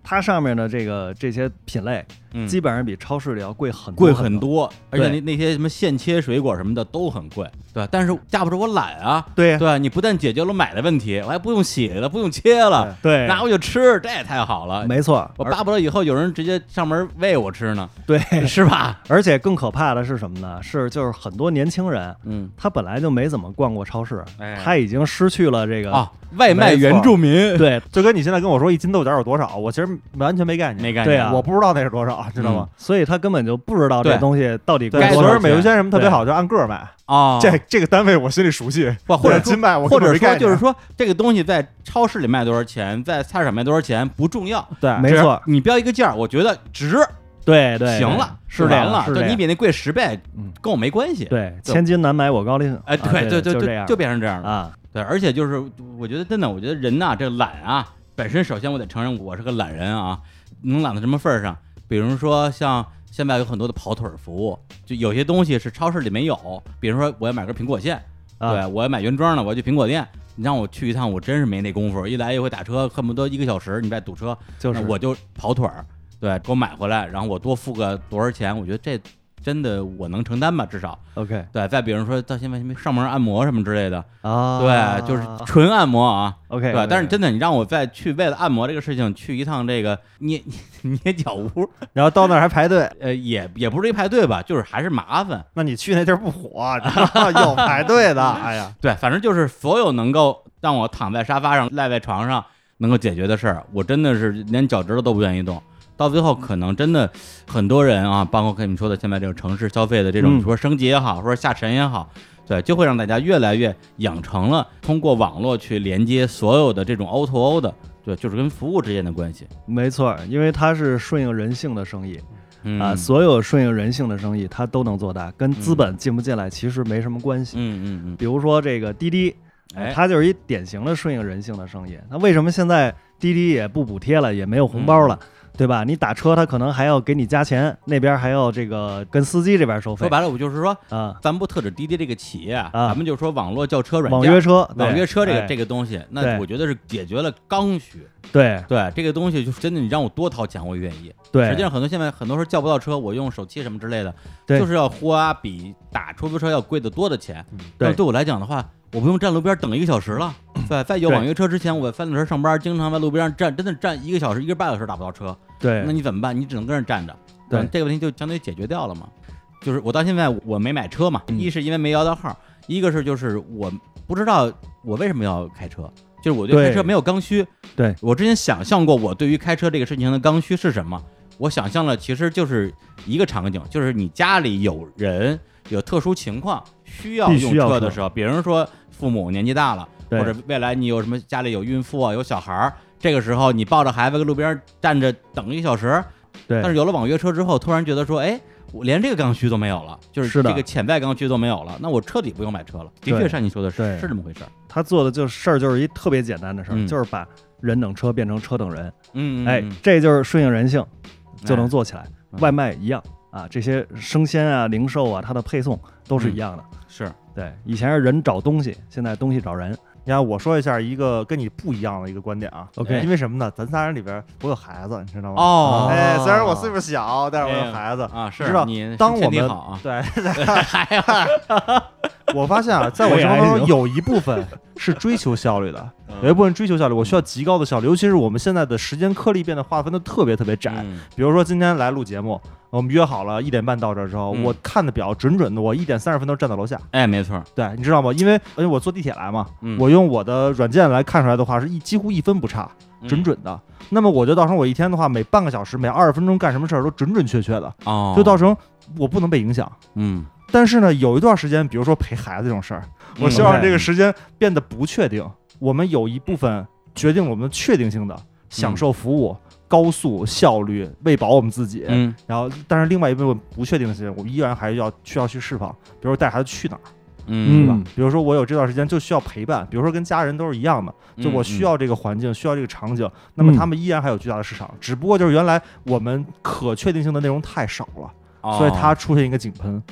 Speaker 3: 它上面的这个这些品类，
Speaker 1: 嗯，
Speaker 3: 基本上比超市里要贵很多
Speaker 1: 贵
Speaker 3: 很
Speaker 1: 很。多，而且那
Speaker 3: 对
Speaker 1: 那些什么现切水果什么的都很贵，对。但是架不住我懒啊，
Speaker 3: 对呀
Speaker 1: 对，你不但解决了买的问题，我还不用洗了，不用切了，
Speaker 3: 对
Speaker 1: 拿回去吃，这也太好了。
Speaker 3: 没错，
Speaker 1: 我
Speaker 3: 而
Speaker 1: 巴不得以后有人直接上门喂我吃呢，
Speaker 3: 对，
Speaker 1: 是吧？
Speaker 3: 而且更可怕的是什么呢？是就是很多年轻人，
Speaker 1: 嗯
Speaker 3: 他本来就没怎么逛过超市，
Speaker 1: 哎
Speaker 3: 他已经失去了这个、
Speaker 1: 啊，外卖
Speaker 2: 没错
Speaker 1: 原住民，
Speaker 3: 对
Speaker 2: 就跟你现在跟我说一斤豆角有多少，我其实完全没概念，
Speaker 1: 没概念，
Speaker 3: 对啊
Speaker 2: 我不知道那是多少， 知道吗？
Speaker 3: 所以他根本就不知道
Speaker 1: 嗯
Speaker 3: 这
Speaker 1: 对
Speaker 3: 东西到底贵
Speaker 1: 该
Speaker 2: 对，
Speaker 3: 多
Speaker 2: 所以
Speaker 3: 少
Speaker 1: 多
Speaker 2: 说
Speaker 1: 少
Speaker 2: 美
Speaker 1: 钱
Speaker 2: 油鲜什么特别好，就按个儿买。
Speaker 1: 啊，
Speaker 2: 这这个单位我心里熟悉，
Speaker 1: 不或者
Speaker 2: 对
Speaker 1: 说
Speaker 2: 金麦我
Speaker 1: 或
Speaker 2: 根本
Speaker 1: 者
Speaker 2: 没
Speaker 1: 说
Speaker 2: 概
Speaker 1: 就是
Speaker 2: 念
Speaker 1: 说这个东西在超市里卖多少钱，在菜市场卖多少钱不重要，
Speaker 2: 对
Speaker 3: 没
Speaker 1: 只
Speaker 3: 错，
Speaker 1: 你标一个价儿，我觉得值，
Speaker 3: 对对，
Speaker 1: 行
Speaker 3: 对
Speaker 1: 了，
Speaker 3: 是
Speaker 1: 就
Speaker 3: 这
Speaker 1: 完
Speaker 3: 样
Speaker 1: 了，
Speaker 3: 是
Speaker 1: 就
Speaker 3: 这
Speaker 1: 你
Speaker 3: 样
Speaker 1: 比那贵十倍
Speaker 3: 嗯，
Speaker 1: 跟我没关系。
Speaker 3: 对千金难买我高兴，
Speaker 1: 哎，
Speaker 3: 啊
Speaker 1: 对对，
Speaker 3: 对就这
Speaker 1: 就
Speaker 3: 样
Speaker 1: 就变成这样了。
Speaker 3: 啊，
Speaker 1: 对，而且就是我觉得真的，我觉得人呐，这懒啊，本身首先我得承认我是个懒人啊，能懒到什么份儿上？比如说像现在有很多的跑腿儿服务，就有些东西是超市里没有，比如说我要买根苹果线，
Speaker 3: 啊
Speaker 1: 对我要买原装的，我要去苹果店。你让我去一趟，我真是没那功夫，一来一回打车，恨不得一个小时，你再堵车，
Speaker 3: 就是
Speaker 1: 那我就跑腿儿，对，给我买回来，然后我多付个多少钱，我觉得这真的我能承担吧，至少
Speaker 3: OK
Speaker 1: 对。再比如说到现在什么上门按摩什么之类的，
Speaker 3: 啊，
Speaker 1: 对，就是纯按摩啊。
Speaker 3: OK，
Speaker 1: 对，但是真的，你让我再去为了按摩这个事情去一趟这个捏捏脚屋，
Speaker 2: 然后到那儿还排队，
Speaker 1: 呃，也也不是一排队吧，就是还是麻烦。
Speaker 2: 那你去那地儿不
Speaker 1: 啊
Speaker 2: 火，
Speaker 3: 啊
Speaker 2: 你知道 吗有排队的，哎呀，
Speaker 1: 对，反正就是所有能够让我躺在沙发上、赖在床上能够解决的事儿，我真的是连脚趾头都不愿意动。到最后，可能真的很多人啊，包括跟你们说的现在这种城市消费的这种，
Speaker 3: 嗯
Speaker 1: 你说升级也好，或者下沉也好，对，就会让大家越来越养成了通过网络去连接所有的这种 O to O 的，对，就是跟服务之间的关系。
Speaker 3: 没错，因为它是顺应人性的生意。
Speaker 1: 嗯
Speaker 3: 啊，所有顺应人性的生意，它都能做大，跟资本进不进来其实没什么关系。
Speaker 1: 嗯嗯嗯，
Speaker 3: 比如说这个滴滴，
Speaker 1: 哎，
Speaker 3: 它就是一典型的顺应人性的生意。那为什么现在滴滴也不补贴了，也没有红包了，
Speaker 1: 嗯
Speaker 3: 对吧？你打车，它可能还要给你加钱，那边还要这个跟司机这边收费
Speaker 1: 说白了，我就是说，
Speaker 3: 啊。
Speaker 1: 咱不特指滴滴这个企业，啊咱们就说网络叫车软件，
Speaker 3: 网约车，对
Speaker 1: 网约车这个
Speaker 3: 哎
Speaker 1: 这个东西，那
Speaker 3: 对
Speaker 1: 我觉得是解决了刚需。
Speaker 3: 对
Speaker 1: 对这个东西，就是真的，你让我多掏钱，我愿意。
Speaker 3: 对，
Speaker 1: 实际上，很多现在很多时候叫不到车，我用手机什么之类的，
Speaker 3: 对嗯
Speaker 1: 就是要花比打出租车要贵得多的钱。
Speaker 3: 对
Speaker 1: 那对我来讲的话，我不用站路边等一个小时了。在在有
Speaker 3: 对
Speaker 1: 网约车之前，我翻轮车上班，经常在路边上站，真的站一个小时、一个半小时打不到车，
Speaker 3: 对，
Speaker 1: 那你怎么办？你只能跟人站着。
Speaker 3: 对
Speaker 1: 嗯这个问题就相当于解决掉了嘛。就是我到现在我没买车嘛，
Speaker 3: 嗯
Speaker 1: 一是因为没摇到号，一个是就是我不知道我为什么要开车，就是我
Speaker 3: 对
Speaker 1: 开车没有刚需。
Speaker 3: 对
Speaker 1: 我之前想象过我对于开车这个事情的刚需是什么，我想象了其实就是一个场景，就是你家里有人有特殊情况需要
Speaker 3: 必须
Speaker 1: 用
Speaker 3: 要
Speaker 1: 车的
Speaker 3: 车
Speaker 1: 时候，比如说父母年纪大了，
Speaker 3: 对
Speaker 1: 或者未来你有什么家里有孕妇啊有小孩儿，这个时候你抱着孩子跟路边站着等一小时，
Speaker 3: 对，
Speaker 1: 但是有了网约车之后，突然觉得说，哎，我连这个刚需都没有了，就是
Speaker 3: 是的
Speaker 1: 这个潜在刚需都没有了，那我彻底不用买车了。的确，
Speaker 3: 对
Speaker 1: 像你说的是
Speaker 3: 对
Speaker 1: 是这么回事
Speaker 2: 哎
Speaker 1: 儿。
Speaker 3: 他做的就是事儿，就是一特别简单的事儿，
Speaker 1: 嗯
Speaker 3: 就是把人等车变成车等人，
Speaker 1: 嗯，嗯
Speaker 3: 哎
Speaker 1: 嗯，
Speaker 3: 这就是顺应人性，就能做起来。
Speaker 1: 嗯
Speaker 3: 外卖一样啊，这些生鲜啊、零售啊，它的配送都是一样的。
Speaker 1: 嗯是
Speaker 3: 对，以前是人找东西，现在东西 找人。
Speaker 2: 你看，我说一下一个跟你不一样的一个观点啊。
Speaker 1: OK
Speaker 2: 因为什么呢？咱仨人里边，我有孩子，你知道吗？
Speaker 1: 哦
Speaker 2: 哎，虽然我岁数小，但是我有孩子。
Speaker 1: 啊，是
Speaker 2: 知道
Speaker 1: 你
Speaker 2: 当
Speaker 1: 身
Speaker 2: 我
Speaker 1: 体
Speaker 2: 们
Speaker 1: 好啊，
Speaker 2: 对，哎
Speaker 1: 还好
Speaker 2: 我发现啊，在我生活当中有一部分是追求效率
Speaker 1: 嗯
Speaker 2: 的，有一部分追求效率，我需要极高的效率，尤其是我们现在的时间颗粒变得划分的特别特别窄。
Speaker 1: 嗯
Speaker 2: 比如说今天来录节目，我们约好了一点半到这儿之后，
Speaker 1: 嗯
Speaker 2: 我看的表准准的，我一点三十分都站到楼下。
Speaker 1: 哎，没错儿，
Speaker 2: 对，你知道吗？因为因为我坐地铁来嘛，
Speaker 1: 嗯
Speaker 2: 我用我的软件来看出来的话，是一几乎一分不差，
Speaker 1: 嗯
Speaker 2: 准准的。那么我就到时候我一天的话，每半个小时、每二十分钟干什么事儿都准准确确的，
Speaker 1: 嗯哦，
Speaker 2: 就到时候我不能被影响。
Speaker 1: 嗯
Speaker 2: 但是呢，有一段时间，比如说陪孩子这种事儿，我
Speaker 1: 嗯
Speaker 2: 希望
Speaker 3: OK
Speaker 2: 这个时间变得不确定。我们有一部分决定我们确定性的
Speaker 1: 嗯
Speaker 2: 享受服务、高速、效率，喂饱我们自己。
Speaker 1: 嗯
Speaker 2: 然后，但是另外一部分不确定性，我们依然还要需要去释放。比如说带孩子去哪儿，对
Speaker 1: 嗯
Speaker 2: 吧？
Speaker 3: 嗯
Speaker 2: 比如说我有这段时间就需要陪伴，比如说跟家人都是一样的，
Speaker 1: 嗯
Speaker 2: 就我需要这个环境，需要这个场景。那么
Speaker 3: 嗯
Speaker 2: 他们依然还有巨大的市场，只不过就是原来我们可确定性的内容太少了，
Speaker 1: 哦
Speaker 2: 所以它出现一个井喷。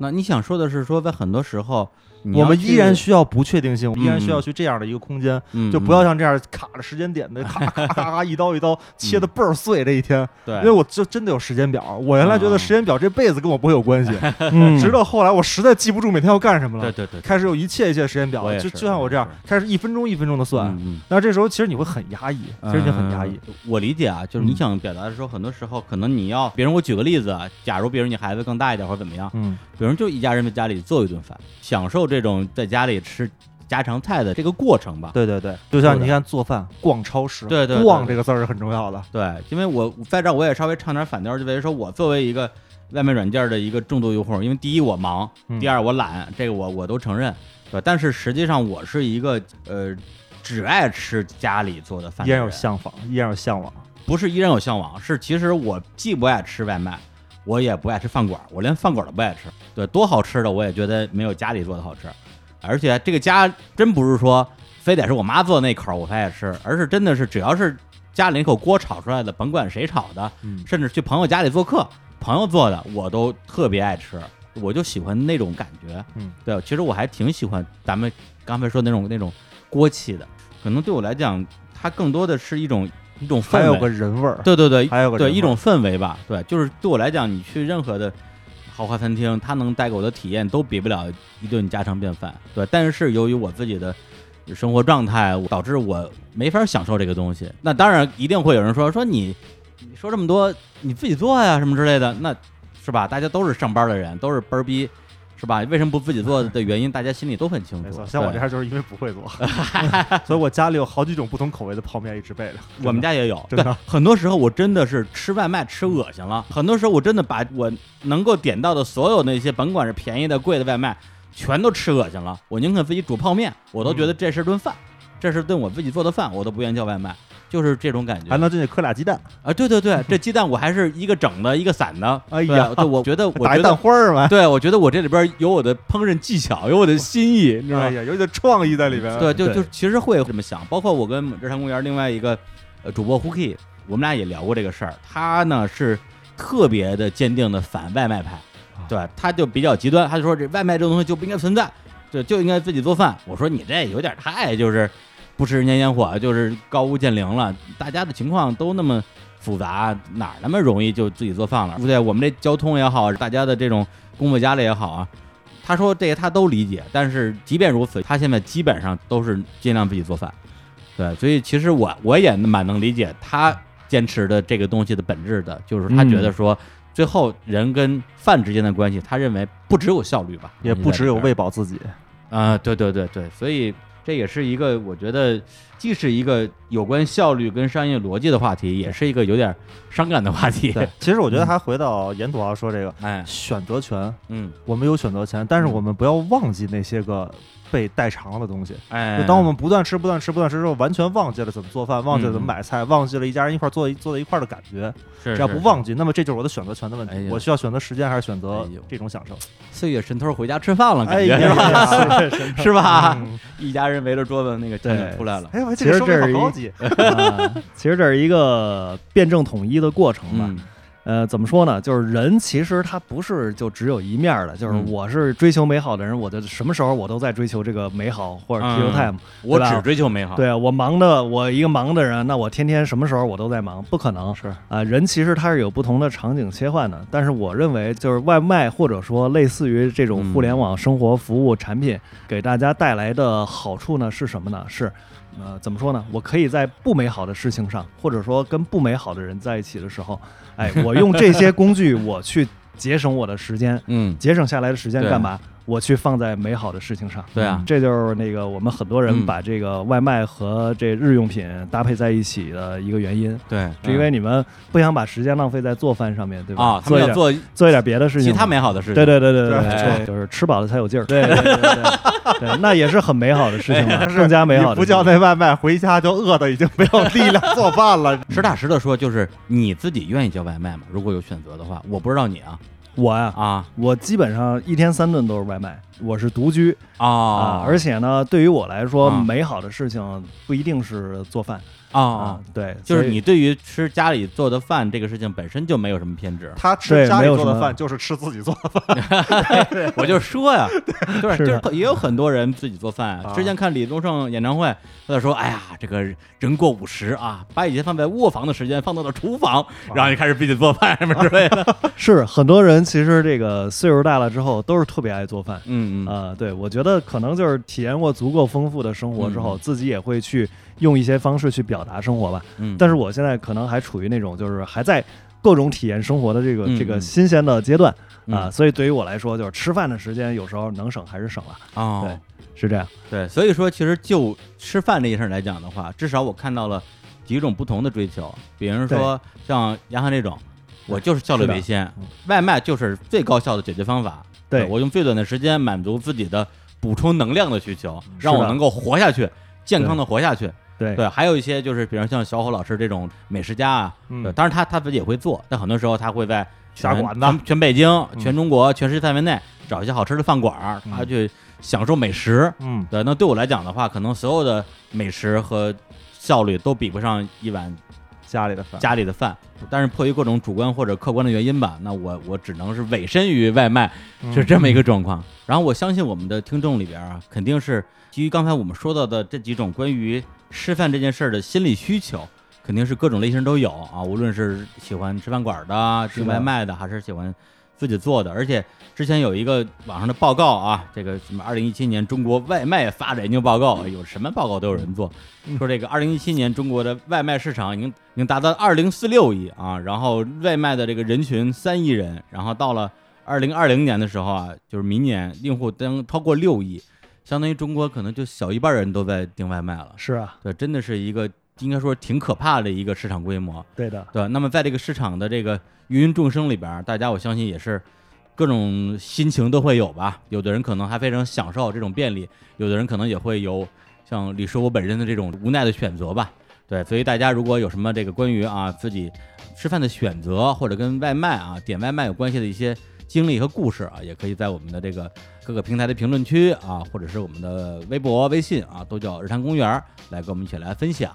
Speaker 1: 那你想说的是说，在很多时候你
Speaker 2: 我
Speaker 1: 要
Speaker 2: 们
Speaker 1: 去
Speaker 2: 依然需要不确定性，我们依然
Speaker 1: 嗯
Speaker 2: 需要去这样的一个空间，
Speaker 1: 嗯
Speaker 2: 就不
Speaker 1: 嗯
Speaker 2: 要像这样卡着时间点的，咔咔咔咔咔一 刀一刀切的倍儿碎。这一天，因为
Speaker 1: 对
Speaker 2: 我就真的有时间表，我原来觉得
Speaker 1: 啊
Speaker 2: 时间表这辈子跟我不会有关 系，
Speaker 3: 嗯
Speaker 2: 直到后来我实在记不住每天要干什么
Speaker 1: 对
Speaker 2: 了，
Speaker 1: 对对，
Speaker 2: 开始有一切一切的时间表
Speaker 1: 我，也
Speaker 2: 就是就像我这样
Speaker 1: 我也，
Speaker 2: 开始一分钟一分钟的算。
Speaker 1: 嗯
Speaker 2: 那这时候其实你会很压抑，其实你很压抑。
Speaker 1: 嗯我理解啊，就是你
Speaker 2: 嗯
Speaker 1: 想表达的时候，很多时候可能你要，比啊如我举个例子啊，假如比如你孩子更大一点或者怎么样，
Speaker 2: 嗯
Speaker 1: 比如就一家人在家里做一顿饭，享受这种在家里吃家常菜的这个过程吧。
Speaker 2: 对对对，就像
Speaker 1: 对
Speaker 2: 你
Speaker 1: 的
Speaker 2: 看做饭、逛超市，
Speaker 1: 对对对
Speaker 2: 逛
Speaker 1: 对
Speaker 2: 这个字儿是很重要的。
Speaker 1: 对，因为我在这儿我也稍微唱点反调，就等于说我作为一个外卖软件的一个重度用户，因为第一我忙，
Speaker 2: 嗯
Speaker 1: 第二我懒，这个我我都承认，对。但是实际上我是一个呃，只爱吃家里做的饭
Speaker 2: 依
Speaker 1: 的人，
Speaker 2: 然有向往，依然有向往。
Speaker 1: 不是依然有向往，是其实我既不爱吃外卖，我也不爱吃饭馆，我连饭馆都不爱吃。对，多好吃的我也觉得没有家里做的好吃，而且这个家真不是说非得是我妈做的那口儿我才爱吃，而是真的是只要是家里那口锅炒出来的，甭管谁炒的，
Speaker 2: 嗯，
Speaker 1: 甚至去朋友家里做客，朋友做的我都特别爱吃，我就喜欢那种感觉。
Speaker 2: 嗯，
Speaker 1: 对，其实我还挺喜欢咱们刚才说的那种那种锅气的，可能对我来讲，它更多的是一种一种氛
Speaker 2: 还
Speaker 1: 围，
Speaker 2: 有个人味儿，
Speaker 1: 对对对
Speaker 2: 还有个
Speaker 1: 对
Speaker 2: 人
Speaker 1: 一
Speaker 2: 味儿
Speaker 1: 种氛围吧，对，就是对我来讲，你去任何的豪华餐厅，它能带给我的体验都比不了一顿家常便饭，对。但是由于我自己的生活状态，我导致我没法享受这个东西。那当然一定会有人说说你你说这么多，你自己做呀什么之类的，那是吧？大家都是上班的人，都是班儿逼。是吧？为什么不自己做的原因，大家心里都很清
Speaker 2: 没
Speaker 1: 楚
Speaker 2: 错，。像我
Speaker 1: 对
Speaker 2: 这，样就是因为不会做， 所以我家里有好几种不同口味的泡面一直备着。
Speaker 1: 我们家也有。
Speaker 2: 真的
Speaker 1: 对，很多时候我真的是吃外卖吃恶心了，很多时候我真的把我能够点到的所有那些，甭管是便宜的、贵的外卖，全都吃恶心
Speaker 2: 嗯
Speaker 1: 了。我宁肯自己煮泡面，我都觉得这是顿饭，这是顿我自己做的饭，我都不愿意叫外卖。就是这种感觉。
Speaker 2: 还能进去磕俩鸡蛋，
Speaker 1: 啊，对对对，这鸡蛋我还是一个整的，一个散的。
Speaker 2: 哎
Speaker 1: 对
Speaker 2: 呀
Speaker 3: 啊
Speaker 1: 对，我觉 得我
Speaker 2: 打
Speaker 1: 觉
Speaker 2: 一蛋
Speaker 1: 得，
Speaker 2: 花儿嘛，
Speaker 1: 对我觉得我这里边有我的烹饪技巧，有我的心意，你知道
Speaker 2: 哎
Speaker 1: 吗？
Speaker 2: 呀，有点创意在里边。
Speaker 1: 对，就
Speaker 3: 对
Speaker 1: 就其实会这么想。包括我跟日坛公园另外一个呃主播胡 k 我们俩也聊过这个事儿。他呢是特别的坚定的反外卖派，对，他就比较极端，他就说这外卖这种东西就不应该存在，对，就应该自己做饭。我说你这有点太就是不食人间烟火，就是高屋建瓴了。大家的情况都那么复杂，哪儿那么容易就自己做饭了？对，我们这交通也好，大家的这种工作压力也好啊，他说这些他都理解，但是即便如此，他现在基本上都是尽量自己做饭。对，所以其实我我也蛮能理解他坚持的这个东西的本质的，就是他觉得说，最后人跟饭之间的关系，他认为不只有效率吧，
Speaker 2: 也不只有
Speaker 1: 味。
Speaker 2: 喂饱自己，
Speaker 1: 啊、对对对对，所以这也是一个我觉得既是一个有关效率跟商业逻辑的话题，也是一个有点伤感的话题。
Speaker 2: 对，，其实我觉得还回到严土豪说这个
Speaker 1: 哎，
Speaker 2: 选择权，
Speaker 1: 嗯，
Speaker 2: 我们有选择权，但是我们不要忘记那些个被代偿的东西。
Speaker 1: 哎，
Speaker 2: 就当我们不断吃、不断吃、不断吃之后，完全忘记了怎么做饭，忘记了怎么买菜，忘记了一家人一块儿坐坐在一块儿的感觉。
Speaker 1: 是
Speaker 2: 只要不
Speaker 1: 是
Speaker 2: 忘记，那么这就是我的选择权的问
Speaker 1: 哎
Speaker 2: 题。
Speaker 1: 呀
Speaker 2: 我需要选择时间还是选择
Speaker 1: 哎呦
Speaker 2: 这种享受？哎
Speaker 1: 岁月神偷回家吃饭了，感觉、
Speaker 2: 呀
Speaker 1: 是吧？
Speaker 2: 呀，
Speaker 1: 是吧？
Speaker 2: 嗯
Speaker 1: 一家人围着桌子那个场景出来了。
Speaker 2: 哎呦，
Speaker 3: 其
Speaker 2: 这个
Speaker 3: 实
Speaker 2: 说法
Speaker 3: 这是一
Speaker 2: 好高级。
Speaker 3: 啊 其实这是一个辩证统一的过程吧。
Speaker 1: 嗯，
Speaker 3: 呃，怎么说呢？就是人其实他不是就只有一面儿的，就是
Speaker 1: 嗯
Speaker 3: 我是追求美好的人，我就什么时候我都在追求这个美好或者
Speaker 1: 嗯
Speaker 3: kill time。
Speaker 1: 我
Speaker 3: 对吧
Speaker 1: 只追求美好。，
Speaker 3: 对啊我忙的，我一个忙的人，那我天天什么时候我都在忙，不可能。
Speaker 2: 是
Speaker 3: 啊、人其实他是有不同的场景切换的，但是我认为就是外卖或者说类似于这种互联网生活服务产品给大家带来的好处呢是什么呢？是，呃，怎么说呢？我可以在不美好的事情上，或者说跟不美好的人在一起的时候，哎，我用这些工具我去节省我的时间，
Speaker 1: 嗯，
Speaker 3: 节省下来的时间
Speaker 1: 对
Speaker 3: 干嘛？我去放在美好的事情上。
Speaker 1: 对啊
Speaker 3: 嗯这就是那个我们很多
Speaker 1: 嗯
Speaker 3: 人把这个外卖和这日用品搭配在一起的一个原因。
Speaker 1: 对，嗯
Speaker 3: 是因为你们不想把时间浪费在做饭上面，对吧？
Speaker 1: 啊，他
Speaker 3: 做
Speaker 1: 们
Speaker 3: 一
Speaker 1: 要
Speaker 3: 点
Speaker 1: 做
Speaker 3: 做一点别的事情。
Speaker 1: 其他美好的事情。
Speaker 3: 对对对对
Speaker 2: 对
Speaker 1: 没错
Speaker 3: 对，就是吃饱了才有劲儿。
Speaker 2: 对对对对
Speaker 3: 对，那也是很美好的事情嘛，
Speaker 2: 是
Speaker 3: 哎 更加美好
Speaker 2: 你
Speaker 3: 的
Speaker 2: 不
Speaker 3: 事情。
Speaker 2: 叫那外卖，回家就饿的已经没有力量做饭了。。
Speaker 1: 实打实的说，就是你自己愿意叫外卖吗？如果有选择的话，我不知道你啊
Speaker 3: 我呀，
Speaker 1: 啊
Speaker 3: 我基本上一天三顿都是外卖，我是独居
Speaker 1: 啊
Speaker 3: 啊，而且呢，对于我来说，
Speaker 1: 啊
Speaker 3: 美好的事情不一定是做饭
Speaker 1: 啊
Speaker 3: 啊
Speaker 1: 啊，，
Speaker 3: 对，
Speaker 1: 就是
Speaker 3: 所以
Speaker 1: 你对于吃家里做的饭这个事情本身就没有什么偏执
Speaker 2: 他吃
Speaker 3: 对
Speaker 2: 家
Speaker 3: 没
Speaker 2: 里
Speaker 3: 有
Speaker 2: 做
Speaker 3: 什
Speaker 2: 的
Speaker 3: 么
Speaker 2: 饭就是吃自己做的，
Speaker 1: 我就说呀，对，
Speaker 3: 是
Speaker 1: 就
Speaker 3: 的
Speaker 1: 是也有很多人自己做饭。
Speaker 2: 啊
Speaker 1: 之前看李宗盛演唱会，他就说：“哎呀，这个人过五十啊，把以前放在卧房的时间放到了厨房，然后就开始自己做饭什么之类的。
Speaker 3: 是很多人其实这个岁数大了之后都是特别爱做饭”。
Speaker 1: 嗯嗯，
Speaker 3: 啊、对，我觉得可能就是体验过足够丰富的生活之后，
Speaker 1: 嗯
Speaker 3: 自己也会去用一些方式去表达生活吧。
Speaker 1: 嗯
Speaker 3: 但是我现在可能还处于那种就是还在各种体验生活的这个、这
Speaker 1: 嗯嗯
Speaker 3: 个新鲜的阶段啊、
Speaker 1: 嗯
Speaker 3: 所以对于我来说，就是吃饭的时间有时候能省还是省了，
Speaker 1: 哦
Speaker 3: 对，是这样。
Speaker 1: 对，所以说其实就吃饭这件事儿来讲的话，至少我看到了几种不同的追求，比如说像杨涵这种，我就是效率为先
Speaker 3: 嗯，
Speaker 1: 外卖就是最高效的解决方法。
Speaker 3: 对
Speaker 1: 我用最短的时间满足自己的补充能量的需求，
Speaker 3: 是
Speaker 1: 让我
Speaker 3: 的
Speaker 1: 能够活下去，健康的活下去。
Speaker 3: 对
Speaker 1: 对，还有一些就是，比如像小虎老师这种美食家啊，
Speaker 2: 嗯
Speaker 1: 对，当然他他自己也会做，但很多时候他会在全
Speaker 2: 下馆子
Speaker 1: 全全北京、全中国、全世界范围内找一些好吃的饭馆儿，
Speaker 2: 嗯
Speaker 1: 他去享受美食。
Speaker 2: 嗯，
Speaker 1: 对，那对我来讲的话，可能所有的美食和效率都比不上一碗
Speaker 2: 家里的饭。
Speaker 1: 家里的饭。但是迫于各种主观或者客观的原因吧，那我我只能是委身于外卖，是这么一个状况。然后我相信我们的听众里边啊，肯定是基于刚才我们说到的这几种关于吃饭这件事儿的心理需求，肯定是各种类型都有啊，无论是喜欢吃饭馆的、
Speaker 3: 是
Speaker 1: 订
Speaker 3: 的
Speaker 1: 外卖的，还是喜欢自己做的。而且之前有一个网上的报告啊，这个什么二零一七年中国外卖发展研究报告，有什么报告都有人做，说这个二零一七年中国的外卖市场已经已经达到二零四六亿啊，然后外卖的这个人群三亿人，然后到了二零二零年的时候啊，就是明年用户将超过六亿，相当于中国可能就小一半人都在订外卖了。
Speaker 3: 是啊，
Speaker 1: 对，真的是一个应该说挺可怕的一个市场规模。
Speaker 3: 对的，
Speaker 1: 对，那么在这个市场的这个芸芸众生里边儿，大家我相信也是各种心情都会有吧。有的人可能还非常享受这种便利，有的人可能也会有像李叔我本人的这种无奈的选择吧。对，所以大家如果有什么这个关于啊自己吃饭的选择，或者跟外卖啊点外卖有关系的一些经历和故事啊，也可以在我们的这个各个平台的评论区啊，或者是我们的微博、微信啊，都叫日坛公园儿来跟我们一起来分享。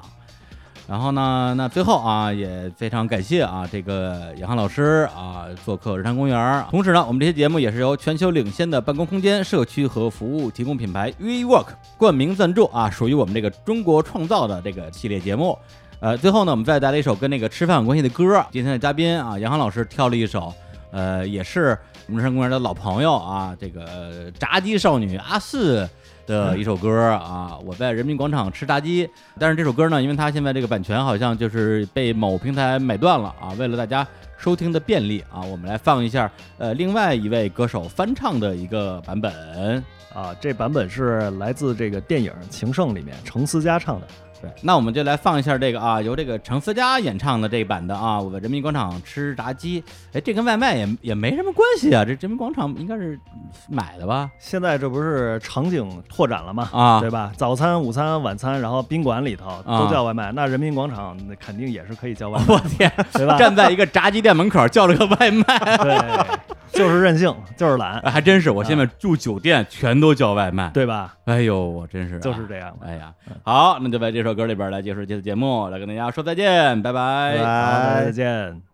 Speaker 1: 然后呢，那最后啊，也非常感谢啊，这个杨航老师啊，做客日坛公园儿。同时呢，我们这期节目也是由全球领先的办公空间、社区和服务提供品牌 WeWork 冠名赞助啊，属于我们这个中国创造的这个系列节目。呃，最后呢，我们再带来一首跟那个吃饭有关系的歌儿。今天的嘉宾啊，杨航老师挑了一首，呃，也是我们日坛公园的老朋友啊，这个呃炸鸡少女阿四。的一首歌啊，我在人民广场吃炸鸡。但是这首歌呢，因为它现在这个版权好像就是被某平台买断了啊。为了大家收听的便利啊，我们来放一下呃另外一位歌手翻唱的一个版本。
Speaker 3: 啊，这版本是来自这个电影《情圣》里面程思佳唱的。
Speaker 1: 对，那我们就来放一下这个啊，由这个程思佳演唱的这一版的啊，我在人民广场吃炸鸡。哎，这跟外卖也也没什么关系啊，这人民广场应该是买的吧？
Speaker 3: 现在这不是场景拓展了吗？
Speaker 1: 啊
Speaker 3: 对吧？早餐、午餐、晚餐，然后宾馆里头
Speaker 1: 啊
Speaker 3: 都叫外卖，那人民广场那肯定也是可以叫外 卖，
Speaker 1: 我天，
Speaker 3: 对吧？
Speaker 1: 站在一个炸鸡店门口叫了个外卖。
Speaker 3: 对，就是任性，就是懒，
Speaker 1: 哎还真是，我现在住酒店全都叫外卖。，
Speaker 3: 对吧？
Speaker 1: 哎呦，我真是、
Speaker 3: 就是。这样。
Speaker 1: 哎呀，哎好，那就在这首歌里边来结束这次节目，来跟大家说再见，拜拜
Speaker 3: 好，再见。